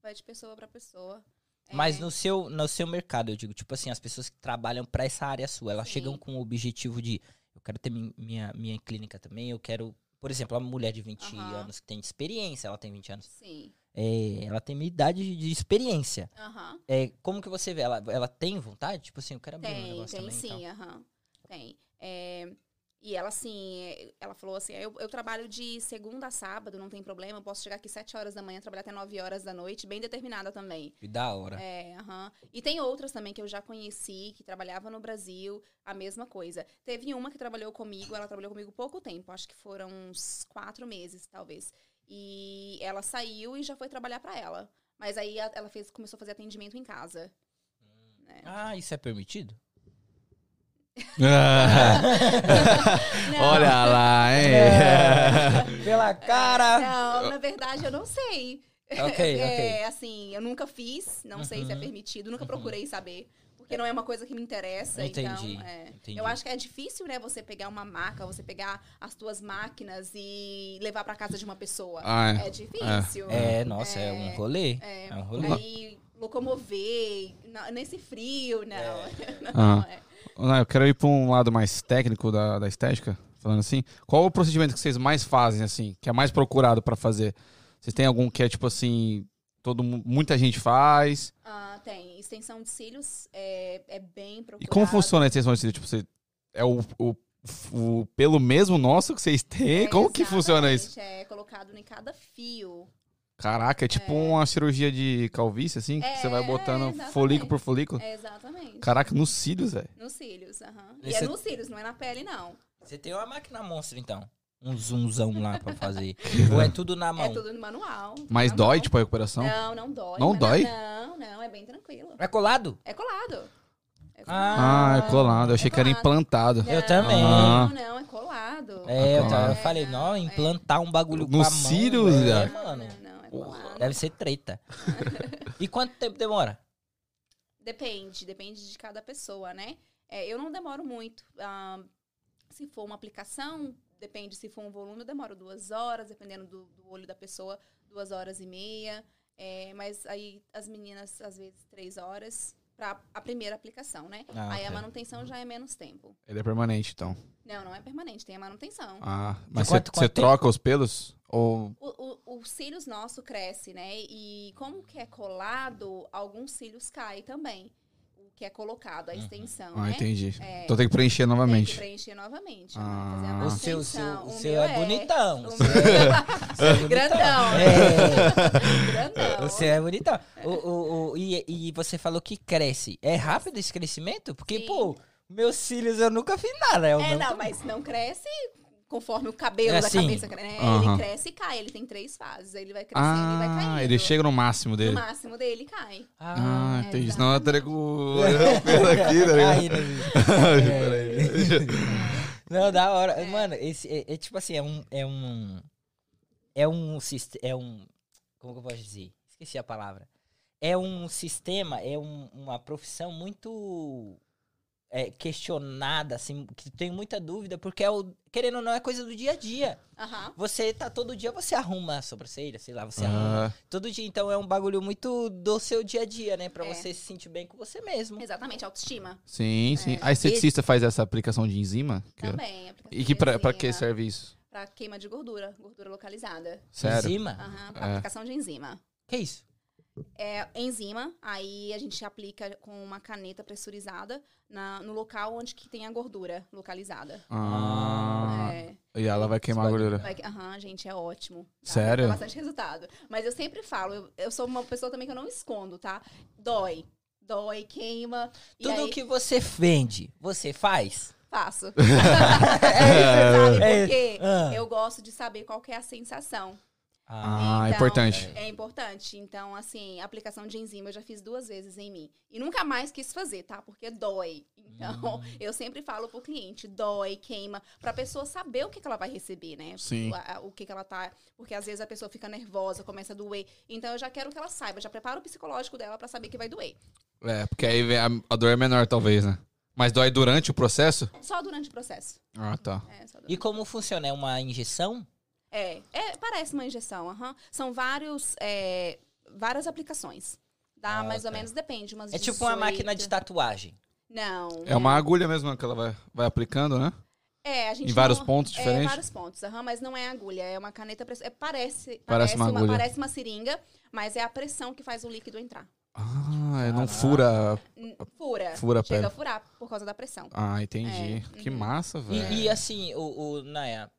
S3: Vai de pessoa pra pessoa. É,
S1: Mas no seu, no seu mercado, eu digo, tipo assim, as pessoas que trabalham pra essa área sua, elas
S3: Sim.
S1: chegam com o objetivo de eu quero ter mi- minha, minha clínica também, eu quero. Por exemplo, uma mulher de 20
S3: Aham.
S1: anos que tem de experiência, ela tem 20 anos.
S3: Sim.
S1: É, ela tem minha idade de experiência.
S3: Aham.
S1: É, como que você vê? Ela, ela tem vontade? Tipo assim, eu quero abrir um
S3: Tem,
S1: negócio
S3: tem
S1: também. e tal.
S3: sim, aham. Tem. É, e ela, assim, é, ela falou assim: eu, eu trabalho de segunda a sábado, não tem problema, eu posso chegar aqui sete horas da manhã, trabalhar até nove horas da noite, bem determinada também.
S1: E da hora.
S3: É, aham. E tem outras também que eu já conheci, que trabalhava no Brasil, a mesma coisa. Teve uma que trabalhou comigo, ela trabalhou comigo pouco tempo, acho que foram uns quatro meses, talvez. E ela saiu e já foi trabalhar pra ela. Mas aí a- ela fez, começou a fazer atendimento em casa.
S1: Ah, isso é permitido?
S3: Não.
S4: Olha lá, hein?
S1: Pela cara!
S3: Não, na verdade eu não sei.
S1: ok, ok.
S3: É, assim, eu nunca fiz, não sei se é
S1: Uhum.
S3: permitido, nunca procurei saber. Porque não é uma coisa que me interessa,
S1: Entendi,
S3: então. é.
S1: entendi.
S3: Eu acho que é difícil, né, você pegar uma maca, você pegar as tuas máquinas e levar pra casa de uma pessoa.
S4: Ah, é.
S3: É difícil.
S1: É, nossa, é, um rolê. É, um rolê.
S3: Aí locomover, na- nesse frio,
S4: Ah.
S3: não. Não, é.
S4: Não, eu quero ir pra um lado mais técnico da, da estética, falando assim. Qual o procedimento que vocês mais fazem, assim, que é mais procurado pra fazer? Vocês têm algum que é tipo assim, todo mu- muita gente faz?
S3: Ah, tem. Extensão de cílios é, é bem procurado.
S4: E como funciona a extensão de cílio? Tipo, você é o, o, o pelo mesmo nosso que vocês têm?
S3: É,
S4: como que funciona isso?
S3: exatamente, É colocado em cada fio.
S4: Caraca, é tipo uma cirurgia de calvície, assim, que você vai
S3: É,
S4: botando
S3: exatamente.
S4: folículo por folículo.
S3: É, exatamente.
S4: Caraca, nos cílios, velho.
S3: Nos cílios, aham. E
S1: Esse-
S3: é nos cílios, não é na pele, não.
S1: Você tem uma máquina monstro, então. Um zoomzão lá pra fazer. Ou é tudo na mão?
S3: É tudo no manual. tudo
S4: Mas
S3: na
S4: dói,
S3: mão.
S4: tipo, a recuperação?
S3: Ah, Não, não dói.
S4: Não
S3: mas
S4: dói?
S3: Não, não, é bem tranquilo.
S1: É colado?
S3: É colado. É
S4: Ah, é colado. Eu
S3: É
S4: achei que era
S3: colado.
S4: implantado.
S1: Eu também.
S3: Não, não, é colado.
S1: É, eu,
S4: Ah, tá Colado.
S1: tava- eu falei, não,
S3: É.
S1: implantar um bagulho
S4: No
S1: com a mão.
S4: Sirius,
S1: é,
S4: velho?
S1: mano.
S3: Não, não, é
S4: Porra.
S3: colado.
S1: Deve ser treta. e quanto tempo demora?
S3: Depende, depende de cada pessoa, né? É, eu não demoro muito. Ah, se for uma aplicação, depende se for um volume, eu demoro duas horas, dependendo do, do olho da pessoa, duas horas e meia. É, mas aí as meninas, às vezes, três horas para a primeira aplicação, né?
S1: Ah,
S3: aí a
S1: tá.
S3: manutenção já é menos tempo.
S4: Ele é permanente, então.
S3: Não, não é permanente, tem a manutenção.
S4: Ah, mas você
S1: quanto- quanto
S4: você
S1: tempo?
S4: troca os pelos? Ou
S3: O, o, o cílios nosso cresce, né? E como que é colado, alguns cílios caem também. O que é colocado, a extensão,
S4: Ah,
S3: né?
S4: entendi.
S3: É.
S4: Então tem que preencher
S3: Tem que
S4: novamente.
S3: preencher novamente. né?
S4: Ah.
S3: Fazer a
S1: O seu,
S4: Ah.
S1: o seu,
S3: manutenção.
S1: o
S3: O
S1: seu
S3: meu
S1: é bonitão.
S3: O
S1: O
S3: meu
S1: seu é- o seu é bonitão.
S3: Grandão. né?
S1: É.
S3: Grandão.
S1: Você é bonitão. O, o, o- e, e você falou que cresce. É rápido esse crescimento? Porque,
S3: Sim.
S1: pô, meus cílios eu nunca fiz nada. Eu
S3: É,
S1: não-
S3: não, mas não cresce conforme o cabelo
S1: um É
S3: da
S1: assim.
S3: cabeça. Né?
S4: Aham.
S3: Ele cresce e cai. Ele tem três fases. Aí Ele vai crescendo e vai
S4: Ah,
S3: caindo.
S4: ele chega no máximo
S3: No é
S4: dele.
S3: máximo dele cai.
S1: Ah.
S4: Ah, entendi.
S3: exatamente.
S4: Senão eu teria com o pelo aqui, tá ligado?
S1: Aí, né?
S4: Peraí.
S1: Não, da hora.
S3: É.
S1: Mano, esse é, é tipo assim, é um. É um. É um sistema. É um. Como que eu posso dizer? Esqueci a palavra. É um sistema, é um- uma profissão muito é, questionada, assim, que tem muita dúvida, porque é o. Querendo ou não, é coisa do dia a dia.
S3: Aham.
S1: Você tá todo dia, você arruma a sobrancelha, sei lá, você arruma.
S4: Ah,
S1: Todo dia, então é um bagulho muito do seu dia a dia, né? Pra
S3: É.
S1: você se sentir bem com você mesmo.
S3: Exatamente, autoestima.
S4: sim, sim.
S3: É.
S4: A esteticista faz essa aplicação de enzima? Que- é-
S3: Também.
S4: E que pra, pra que
S3: enzima,
S4: serve isso?
S3: Pra queima de gordura, gordura localizada.
S4: Sério?
S1: Enzima?
S3: Aham,
S4: É.
S3: pra aplicação de enzima.
S1: Que isso?
S3: É enzima, aí a gente aplica com uma caneta pressurizada na- no local onde que tem a gordura localizada.
S4: Ah,
S3: É,
S4: E ela vai queimar a gordura.
S3: vai que- aham, gente, é ótimo. tá?
S4: Sério?
S3: Dá bastante resultado. Mas eu sempre falo, eu, eu sou uma pessoa também que eu não escondo, tá? Dói. Dói, queima. e
S1: Tudo
S3: aí
S1: que você vende, você faz?
S3: faço. é isso, sabe?
S1: É
S3: Porque
S1: Ah.
S3: eu gosto de saber qual que é a sensação.
S4: Ah, é
S3: Então,
S4: importante.
S3: É importante. Então, assim, a aplicação de enzima eu já fiz duas vezes em mim. E nunca mais quis fazer, tá? Porque dói. Então,
S1: Hum.
S3: eu sempre falo pro cliente, dói, queima, pra pessoa saber o que, que ela vai receber, né?
S4: Sim.
S3: O, a- o que, que ela tá. Porque às vezes a pessoa fica nervosa, começa a doer. Então eu já quero que ela saiba, já preparo o psicológico dela pra saber que vai doer.
S4: É, porque aí vem a, a dor é menor, talvez, né? Mas dói durante o processo?
S3: Só durante o processo.
S4: Ah, tá.
S3: É, só durante.
S1: E como funciona? É uma injeção?
S3: É, é, parece uma injeção, aham. São vários, é, várias aplicações. Dá
S1: Ah,
S3: mais ou
S1: tá.
S3: menos, depende, umas
S1: É tipo uma máquina
S3: 18.
S1: de tatuagem.
S3: Não.
S4: É uma agulha mesmo que ela vai, vai aplicando, né?
S3: É, a gente
S4: Em vários
S3: não-
S4: pontos
S3: É,
S4: diferentes.
S3: vários pontos, aham, mas não é agulha, é uma caneta press... é, parece, parece,
S4: uma
S3: uma,
S4: agulha.
S3: parece uma seringa, mas é a pressão que faz o líquido entrar.
S4: Ah, é, não
S1: Caraca.
S4: fura.
S3: N- Fura.
S4: Fura a
S3: Chega
S4: pele.
S3: a furar por causa da pressão.
S4: Ah, entendi.
S3: É,
S4: Que
S3: uhum.
S4: massa,
S1: E,
S4: velho.
S1: e assim, o, o Naya,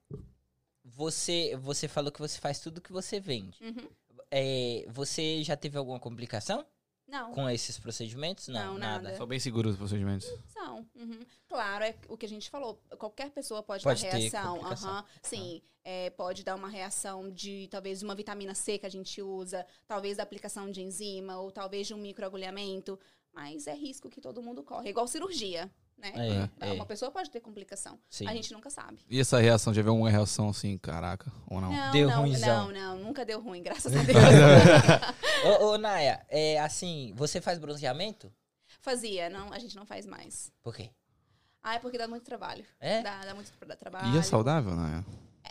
S1: você, você falou que você faz tudo que você vende.
S3: Uhum.
S1: É, você já teve alguma complicação
S3: Não,
S1: com esses procedimentos? Não,
S3: Não,
S1: nada.
S3: nada.
S4: São bem seguros os procedimentos.
S3: são. uhum. Claro, é o que a gente falou. Qualquer pessoa pode,
S1: Pode
S3: dar
S1: ter
S3: reação.
S1: complicação.
S3: aham, sim, É, pode dar uma reação de talvez uma vitamina C que a gente usa, talvez da aplicação de enzima, ou talvez de um microagulhamento. Mas é risco que todo mundo corre. É igual cirurgia, né?
S1: É, é,
S3: Uma pessoa pode ter complicação.
S1: sim.
S3: A gente nunca sabe.
S4: E essa reação? Já viu uma reação assim, caraca, ou não?
S3: Não,
S1: Deu
S3: não,
S1: ruimzão.
S3: não, não, nunca deu ruim, graças a Deus.
S1: Ô, ô, Naya, é, assim, você faz bronzeamento?
S3: Fazia, não, a gente não faz mais.
S1: Por quê?
S3: Ah, é porque dá muito trabalho.
S1: É?
S3: Dá, dá muito tra- trabalho.
S4: E é saudável, né?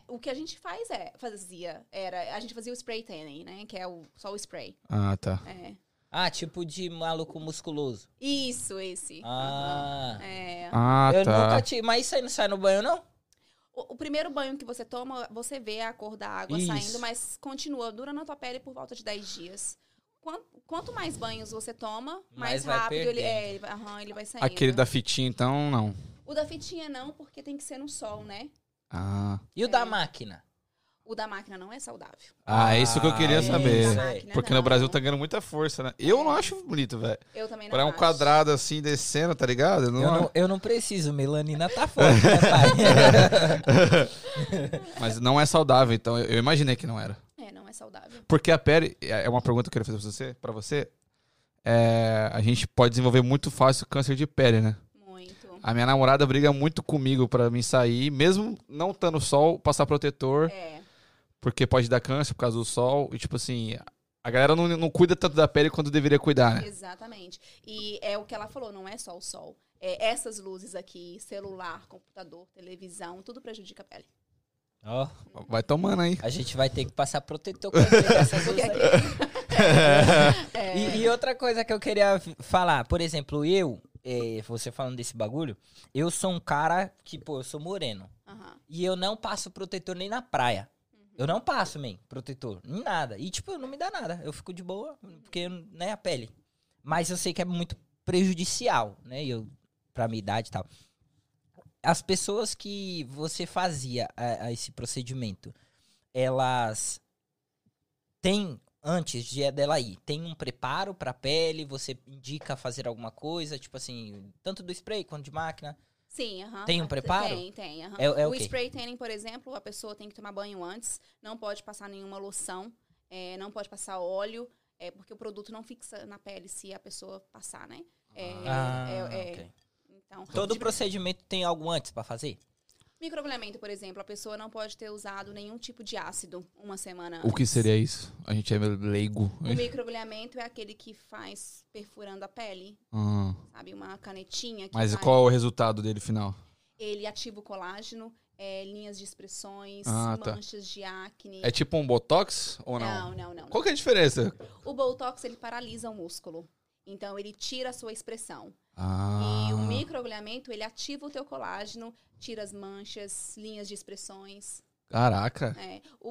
S3: O que a gente faz é, fazia, era, a gente fazia o spray tanning, né, que é o, só o spray.
S4: Ah, tá.
S3: É.
S1: Ah, tipo de maluco musculoso.
S3: Isso, esse.
S1: Ah.
S3: Aham. É.
S4: Ah,
S1: Eu nunca
S4: tá.
S1: tive. Mas isso aí não sai no banho, não?
S3: O, o primeiro banho que você toma, você vê a cor da água
S1: Isso.
S3: saindo, mas continua, dura na tua pele por volta de 10 dias. Quan- Quanto, mais banhos você toma,
S1: Mais
S3: mais,
S1: vai
S3: rápido ele,
S1: perdendo.
S3: é, ele, vai- aham, ele vai saindo.
S4: Aquele da fitinha, então, não.
S3: O da fitinha não, porque tem que ser no sol, né?
S4: Ah.
S1: E o
S3: É.
S1: da máquina?
S3: O O da máquina não é saudável.
S4: Ah, isso que eu queria
S1: Ah,
S4: saber.
S1: isso
S3: aí.
S4: Porque no
S3: Não.
S4: Brasil tá ganhando muita força, né? Eu não acho bonito, velho.
S3: Eu também não
S4: Pra um
S3: acho.
S4: quadrado assim, descendo, tá ligado? Eu não-
S1: Eu não, eu não preciso, melanina tá forte, né, pai?
S4: Mas não é saudável, então eu- eu imaginei que não era.
S3: É, não é saudável.
S4: Porque a pele, é uma pergunta que eu queria fazer pra você, pra você. É, a gente pode desenvolver muito fácil câncer de pele, né?
S3: Muito.
S4: A minha namorada briga muito comigo pra mim sair, mesmo não estando sol, passar protetor,
S3: É.
S4: porque pode dar câncer por causa do sol. E tipo assim, a galera não, não cuida tanto da pele quanto deveria
S1: É.
S4: cuidar, né?
S3: Exatamente. E é o que ela falou, não é só o sol. É essas luzes aqui, celular, computador, televisão, tudo prejudica a pele.
S1: Ó,
S4: Vai tomando aí.
S1: a gente vai ter que passar protetor contra essas
S3: Porque
S1: luzes aí.
S3: aqui- É.
S1: E, e outra coisa que eu queria f- falar, por exemplo, eu, eh, você falando desse bagulho, eu sou um cara que, pô, eu sou moreno.
S3: Aham.
S1: E eu não passo protetor nem na praia.
S3: Uhum.
S1: Eu não passo, man, protetor, nem nada. E, tipo, não me dá nada. Eu fico de boa, porque, né, a pele. Mas eu sei que é muito prejudicial, né, eu, pra minha idade e tal. As pessoas que você fazia a- a esse procedimento, elas têm, antes de dela ir, tem um preparo pra pele, você indica fazer alguma coisa, tipo assim, tanto do spray quanto de máquina.
S3: Sim, aham.
S1: Tem um preparo?
S3: Tem, tem. aham.
S1: É- é o
S3: o
S1: quê?
S3: spray tanning, por exemplo, a pessoa tem que tomar banho antes, não pode passar nenhuma loção, é, não pode passar óleo, é, porque o produto não fixa na pele se a pessoa passar, né? É,
S1: Ah.
S3: é- é,
S1: ok.
S3: então,
S1: Todo
S3: tipo,
S1: procedimento tem algo antes pra fazer?
S3: Microagulhamento, por exemplo, a pessoa não pode ter usado nenhum tipo de ácido uma semana
S4: O que
S3: antes.
S4: seria isso? A gente é leigo.
S3: O microagulhamento é aquele que faz perfurando a pele,
S4: Ah,
S3: sabe? Uma canetinha que
S4: Mas
S3: faz-
S4: qual é o resultado dele final?
S3: ele ativa o colágeno, é, linhas de expressões,
S4: Ah, tá.
S3: manchas de acne.
S4: É tipo um botox ou não?
S3: não, não, não.
S4: Qual que é a diferença?
S3: O Botox, ele paralisa o músculo. Então, ele tira a sua expressão.
S4: Ah,
S3: E o microagulhamento, ele ativa o teu colágeno, tira as manchas, linhas de expressões.
S4: Ah, caraca.
S3: É. O,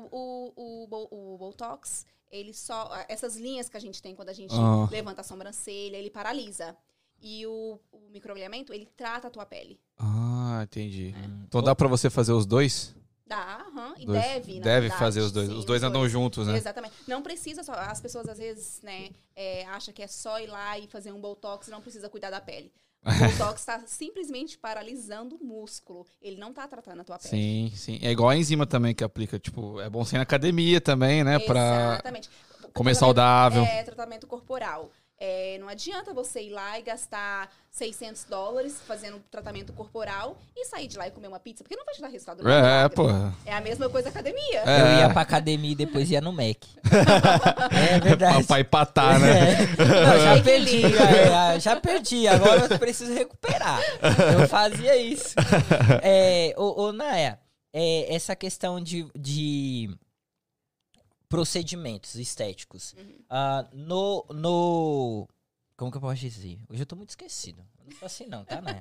S3: o, o, bo- o Botox, ele só. Essas linhas que a gente tem quando a gente
S4: Ah.
S3: levanta a sobrancelha, ele paralisa. E o, o microagulhamento, ele trata a tua pele.
S4: Ah, entendi. Então dá pra você fazer os dois?
S3: Dá, aham, É. e
S4: Dois.
S3: deve, na
S4: Deve
S3: verdade.
S4: fazer os dois.
S3: Sim,
S4: os dois andam juntos, né?
S3: Exatamente. Não precisa só. As pessoas às vezes, né, é, acham que é só ir lá e fazer um botox e não precisa cuidar da pele. O botox está simplesmente paralisando o músculo. Ele não tá tratando a tua pele.
S4: Sim, sim. É igual a enzima também que aplica. Tipo, é bom ser na academia também, né? Pra
S3: Exatamente.
S4: comer
S3: Tratamento-
S4: saudável.
S3: É, tratamento corporal. É, não adianta você ir lá e gastar 600 dólares fazendo tratamento corporal e sair de lá e comer uma pizza, porque não vai te dar resultado. não
S4: É,
S3: milagre.
S4: pô.
S3: É a mesma coisa da academia.
S4: É.
S1: Eu ia pra academia e depois ia no Mac. é verdade.
S4: Pra empatar, né?
S1: É. Não, já
S3: Ai, que
S1: perdi,
S3: lindo.
S1: é, já perdi. Agora eu preciso recuperar. Eu fazia isso. É, ô, ô, Naya, é, essa questão de, de procedimentos estéticos. Ah, no, no. Como que eu posso dizer? Hoje eu tô muito esquecido. Eu Não sou assim, não, tá, Naya?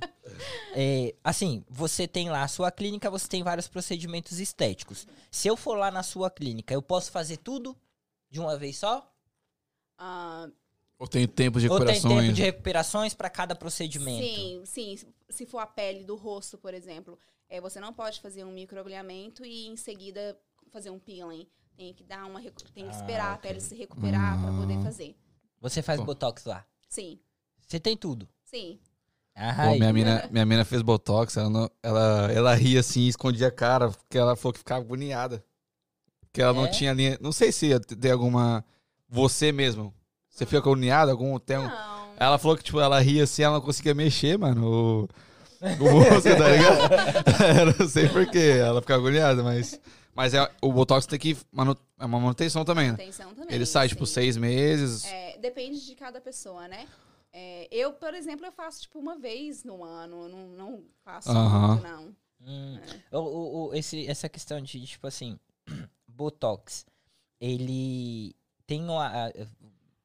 S1: É, assim, você tem lá a sua clínica, você tem vários procedimentos estéticos. Se eu for lá na sua clínica, eu posso fazer tudo de uma vez só?
S3: Ah,
S4: Eu tenho tempo de
S1: Ou tem
S4: recuperação
S1: tempo de
S4: ainda.
S1: recuperações para cada procedimento?
S3: Sim, sim. Se- Se for a pele do rosto, por exemplo, é, você não pode fazer um microagulhamento e em seguida fazer um peeling. Tem que dar uma recu- tem que
S1: Ah,
S3: esperar a
S1: ok.
S3: pele se recuperar pra poder
S4: Ah.
S3: fazer.
S1: Você faz
S4: Pô.
S1: botox lá.
S3: Sim,
S1: Você tem tudo.
S3: sim.
S1: Ah,
S4: Pô, minha, mina, minha mina fez botox, ela, não- ela, ela ria assim, escondia a cara, porque ela falou que ficava agoniada. Que ela
S1: É?
S4: não tinha linha. Não sei se tem alguma. Você mesmo. Você fica agoniada algum tempo?
S3: Não.
S4: Ela falou que, tipo, ela ria assim, ela não conseguia mexer, mano. O, o rosto, tá ligado? Eu não sei porquê, ela fica agoniada, mas. Mas é, o Botox tem que. manu- é uma manutenção também, né?
S3: Atenção também.
S4: Ele sai,
S3: sim.
S4: tipo, seis meses.
S3: É, depende de cada pessoa, né? É, eu, por exemplo, eu faço tipo uma vez no ano. eu Não, não faço
S4: Aham.
S3: muito, não.
S1: Hum, o- o- o- esse, essa questão de, tipo assim, botox. Ele tem uma,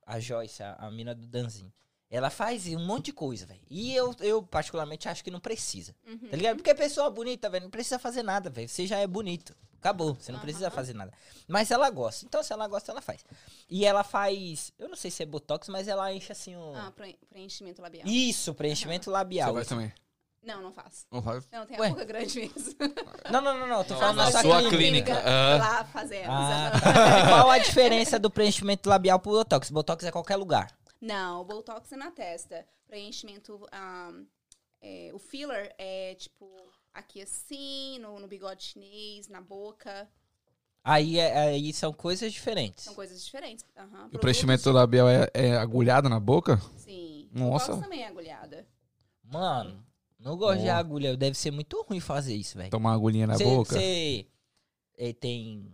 S1: a, a Joyce, a, a mina do Danzin. Ela faz um monte de coisa, velho. E eu, eu, particularmente, acho que não precisa.
S3: Uhum.
S1: Tá ligado? Porque é pessoa bonita, velho, não precisa fazer nada, velho. Você já é bonito. Acabou, você não precisa
S3: Aham.
S1: fazer nada. Mas ela gosta. Então, se ela gosta, ela faz. E ela faz. Eu não sei se é botox, mas ela enche assim o.
S3: Ah, preen- preenchimento Ah, labial.
S1: Isso, preenchimento labial.
S4: também.
S3: Não, não faço.
S4: Não faz-
S3: Não, tem
S1: Ué.
S3: a boca grande mesmo.
S1: Não, não, não, não. Tô
S2: Não,
S1: falando
S2: na
S1: da
S2: sua clínica. Ah.
S3: Lá fazemos.
S1: Ah,
S3: exatamente.
S1: tá. Qual a diferença do preenchimento labial pro Botox? Botox é qualquer lugar.
S3: Não, o Botox é na testa. Preenchimento. ahn, é, o filler é tipo aqui assim, no, no bigode chinês, na boca.
S1: Aí, é- aí são coisas diferentes.
S3: São coisas diferentes.
S4: E
S3: Aham.
S4: o
S3: Produtos-
S4: preenchimento labial é, é agulhado na boca?
S3: Sim.
S4: Nossa.
S3: Botox também é agulhada.
S1: Mano, não gosto de
S4: Boa.
S1: agulha. Deve ser muito ruim fazer isso, velho.
S4: Tomar uma agulhinha na boca?
S1: Você tem...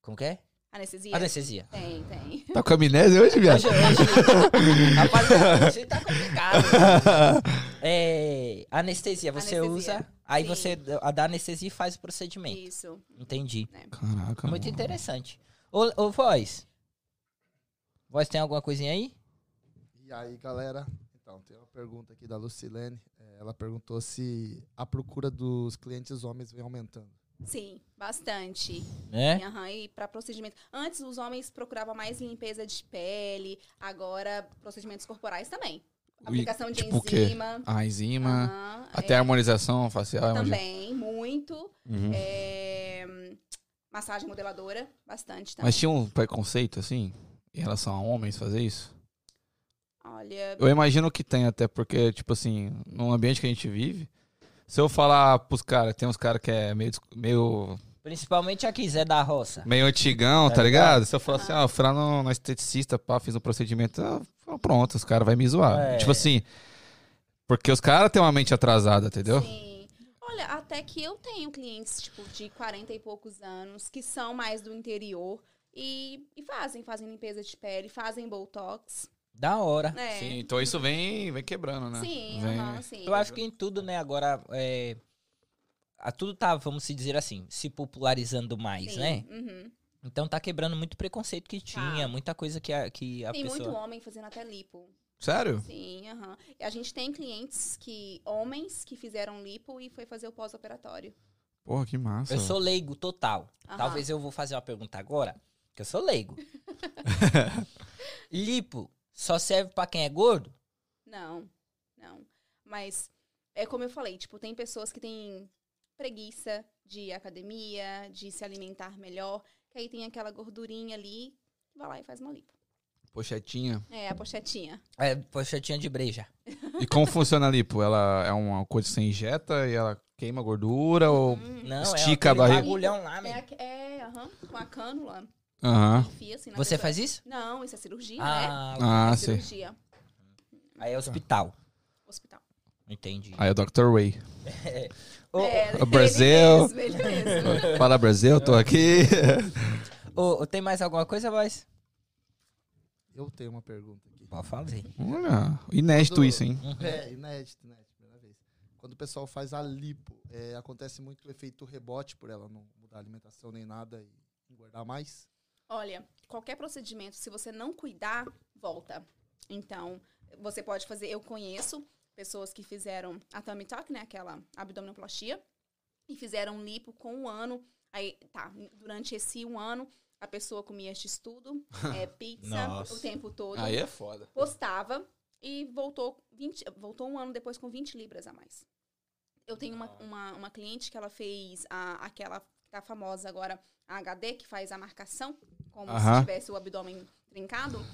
S1: Como que é?
S3: Anestesia?
S1: Anestesia.
S3: Tem, tem.
S4: Tá com amnésia hoje, viado?
S1: Hoje, hoje, rapaziada, hoje tá complicado. É, anestesia, você
S3: Anestesia,
S1: usa, aí
S3: sim.
S1: você d- a da anestesia e faz o procedimento.
S3: Isso.
S1: Entendi.
S4: Caraca,
S1: Muito
S4: mano.
S1: interessante. Ô, ô, Voz. Voz, tem alguma coisinha aí?
S5: E aí, galera? Então, tem uma pergunta aqui da Lucilene. É, Ela perguntou se a procura dos clientes homens vem aumentando.
S3: Sim, bastante.
S4: É?
S1: Né?
S3: Aham, e para procedimento. Antes os homens procuravam mais limpeza de pele, agora procedimentos corporais também.
S4: E,
S3: Aplicação de
S4: tipo o quê?
S3: enzima.
S4: A enzima,
S3: Aham,
S4: até a harmonização facial.
S3: é,
S4: imagina.
S3: Ah, também, muito.
S4: Uhum.
S3: É, massagem modeladora, bastante também.
S4: Mas tinha um preconceito, assim, em relação a homens fazer isso?
S3: Olha,
S4: Eu imagino que tem até, porque, tipo assim, num ambiente que a gente vive, se eu falar pros caras, tem uns caras que é meio, des- meio,
S1: Principalmente aqui, Zé da Roça.
S4: meio antigão,
S1: Tá
S4: tá,
S1: ligado?
S4: ligado? Se eu falar assim, ah, eu fui lá no, no esteticista, pá, fiz um procedimento, ah, fala, pronto, os caras vão me zoar.
S1: É.
S4: Tipo assim, porque os caras têm uma mente atrasada, entendeu?
S3: sim. Olha, até que eu tenho clientes, tipo, de 40 e poucos anos, que são mais do interior e, e fazem, fazem limpeza de pele, fazem Botox.
S1: Da hora.
S3: É.
S4: então isso vem, vem quebrando, né?
S3: Sim, é
S4: Vem-
S3: aham, sim.
S1: Eu acho que em tudo, né, agora é, a tudo tá, vamos se dizer assim, se popularizando mais,
S3: Sim,
S1: né?
S3: uhum.
S1: Então tá quebrando muito preconceito que tinha,
S3: Tá.
S1: muita coisa que a, que É a
S3: Tem
S1: pessoa.
S3: muito homem fazendo até lipo.
S4: Sério?
S3: Sim, aham. E A gente tem clientes que, homens, que fizeram lipo e foi fazer o pós-operatório.
S4: Porra, que massa.
S1: Eu sou leigo total.
S3: Aham.
S1: Talvez eu vou fazer uma pergunta agora, que eu sou leigo. Lipo só serve pra quem é gordo?
S3: Não, não. Mas é como eu falei, tipo, tem pessoas que têm preguiça de ir à academia, de se alimentar melhor, que aí tem aquela gordurinha ali, vai lá e faz uma lipo.
S4: Pochetinha.
S3: É, a pochetinha.
S1: É, pochetinha de breja.
S4: E como funciona a lipo? Ela é uma coisa que você injeta e ela queima gordura ou...
S3: Uhum.
S1: Não,
S4: Estica
S1: é
S4: a
S1: aquele
S4: barriga.
S1: bagulhão lá,
S3: Hum. É,
S1: meu.
S3: a- é aham, com a cânula,
S4: Aham.
S3: enfia assim na
S1: Você
S3: pessoa.
S1: faz isso?
S3: Não, isso é cirurgia, né?
S1: Ah,
S4: Ah,
S3: é
S4: sim.
S3: cirurgia,
S1: aí é hospital.
S3: hospital.
S1: Entendi.
S4: Aí é o Dr. Ray.
S1: Ô,
S3: É,
S4: o Brasil.
S3: ele mesmo, ele mesmo.
S4: Fala, Brasil, tô aqui.
S1: ô, ô, tem mais alguma coisa, voz?
S5: Eu tenho uma pergunta aqui.
S1: Pode fazer.
S4: Olha, inédito isso, hein?
S5: É, inédito, inédito, primeira vez. Quando o pessoal faz a lipo, é, acontece muito o efeito rebote por ela não mudar a alimentação nem nada e engordar mais.
S3: Olha, qualquer procedimento, se você não cuidar, volta. Então, você pode fazer. Eu conheço pessoas que fizeram a tummy tuck, né? Aquela abdominoplastia, e fizeram lipo com um ano. Aí, tá, durante esse um ano, a pessoa comia x-tudo, é, pizza
S1: Nossa.
S3: o tempo todo,
S4: é foda.
S3: postava e voltou, 20, voltou um ano depois com 20 libras a mais. Eu tenho uma, uma, uma cliente que ela fez a, aquela que tá famosa agora, a HD, que faz a marcação, como
S4: Aham.
S3: se tivesse o abdômen trincado.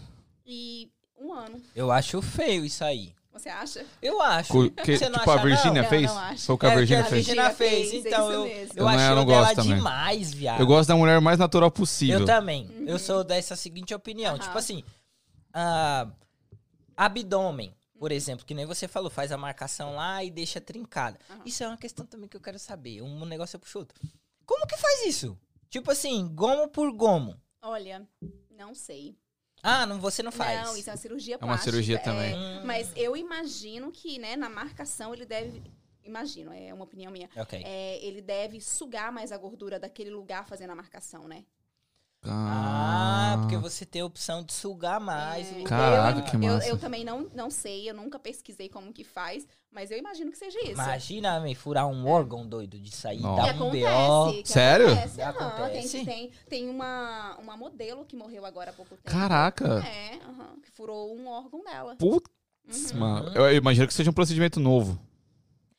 S3: E um ano,
S1: Eu acho feio isso aí.
S3: você acha?
S1: Eu acho.
S4: que,
S1: Você não
S4: tipo, a
S1: acha, não?
S4: Virgínia
S3: Não,
S4: fez?
S3: não acho.
S4: Foi o que a
S1: É,
S4: Virgínia
S1: que a
S4: fez.
S1: Virgínia fez,
S3: é
S1: então
S3: isso
S1: eu-
S3: mesmo.
S1: Eu
S4: não-
S1: acho
S4: eu não
S1: dela
S4: gosto também.
S1: demais, viado.
S4: Eu gosto da mulher mais natural
S1: Eu
S4: possível.
S1: também. Eu sou dessa seguinte opinião.
S3: Uhum. Aham.
S1: Tipo assim, ah, abdômen, por exemplo, que nem você falou, faz a marcação lá e deixa trincada.
S3: Aham.
S1: Isso é uma questão também que eu quero saber. Um negócio eu puxo outro. Como que faz isso? Tipo assim, gomo por gomo.
S3: Olha, não sei.
S1: Ah, não, você não faz.
S3: Não, isso é uma cirurgia
S4: É uma cirurgia também.
S1: Hum,
S3: Mas eu imagino que, né, na marcação ele deve. Imagino, é uma opinião minha.
S1: Ok.
S3: é, ele deve sugar mais a gordura daquele lugar fazendo a marcação, né?
S1: Ah, porque você tem a opção de sugar
S3: É,
S1: mais. o-
S4: Caraca,
S3: eu,
S4: que
S3: eu-
S4: massa.
S3: Eu, também não, não sei, eu nunca pesquisei como que faz, mas eu imagino que seja isso.
S1: Imagina, me furar um órgão doido de sair,
S4: Nossa.
S3: que
S1: dar um BO.
S3: acontece. que
S4: Sério?
S3: Acontece,
S1: Já
S3: aham,
S1: acontece?
S3: Tem, tem, tem uma, uma modelo que morreu agora há pouco tempo.
S4: Caraca.
S3: É, aham, que furou um órgão dela.
S4: Putz,
S3: Uhum.
S4: mano. Eu imagino que seja um procedimento novo.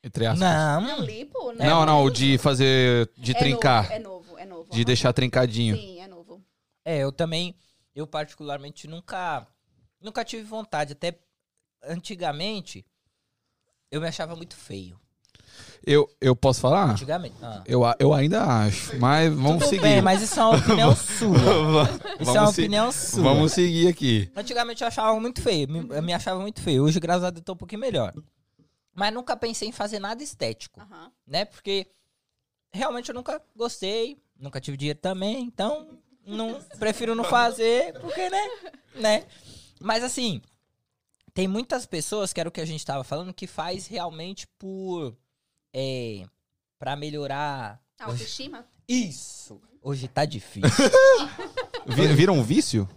S4: Entre aspas.
S3: Não,
S1: Não. é
S3: lipo? Não,
S4: Não, não, o de fazer. De
S3: É
S4: trincar.
S3: né? novo, é novo, é novo.
S4: de
S3: aham.
S4: deixar trincadinho.
S3: Sim, é novo.
S1: É, eu também, eu particularmente nunca, nunca tive vontade. Até antigamente, eu me achava muito feio.
S4: Eu, eu posso falar?
S1: Antigamente. Ah.
S4: Eu, a- eu ainda acho. Mas vamos
S1: Tudo
S4: seguir.
S1: bem, mas isso é uma opinião sua. Isso é uma
S4: se-
S1: opinião sua.
S4: Vamos seguir aqui.
S1: Antigamente eu achava muito feio, me, eu me achava muito feio. Hoje, graças a Deus, eu tô um pouquinho melhor. Mas nunca pensei em fazer nada estético,
S3: Aham.
S1: né? Porque realmente eu nunca gostei, nunca tive dinheiro também, então não prefiro não fazer, porque, né? né? Mas assim, tem muitas pessoas, que era o que a gente tava falando, que faz realmente por. É, pra melhorar.
S3: Autoestima?
S1: Isso! Hoje tá difícil.
S4: Vi- Vira um vício?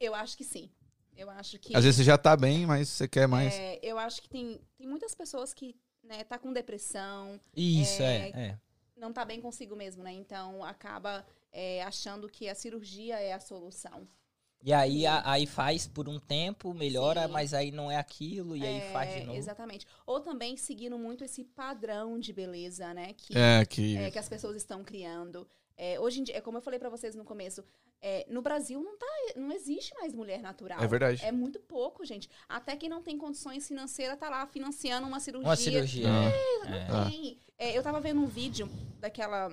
S3: Eu acho que sim. Eu acho que.
S4: Às vezes você já tá bem, mas você quer mais.
S3: é, eu acho que tem, tem muitas pessoas que né, tá com depressão,
S1: Isso, é.
S3: É,
S1: é.
S3: não tá bem consigo mesmo, né? Então acaba é, achando que a cirurgia é a solução.
S1: E aí, a- aí faz por um tempo, melhora,
S3: Sim.
S1: mas aí não é aquilo, e aí
S3: É,
S1: faz de novo.
S3: Exatamente. Ou também seguindo muito esse padrão de beleza, né? Que,
S4: É, que.
S3: é, que as pessoas estão criando. É, hoje em dia, é como eu falei pra vocês no começo, é, no Brasil não, tá, não existe mais mulher natural.
S4: É verdade.
S3: É muito pouco, gente. Até quem não tem condições financeiras tá lá financiando uma cirurgia.
S1: Uma cirurgia.
S4: Ah.
S1: é.
S4: Ah.
S3: Tem. É, eu tava vendo um vídeo daquela.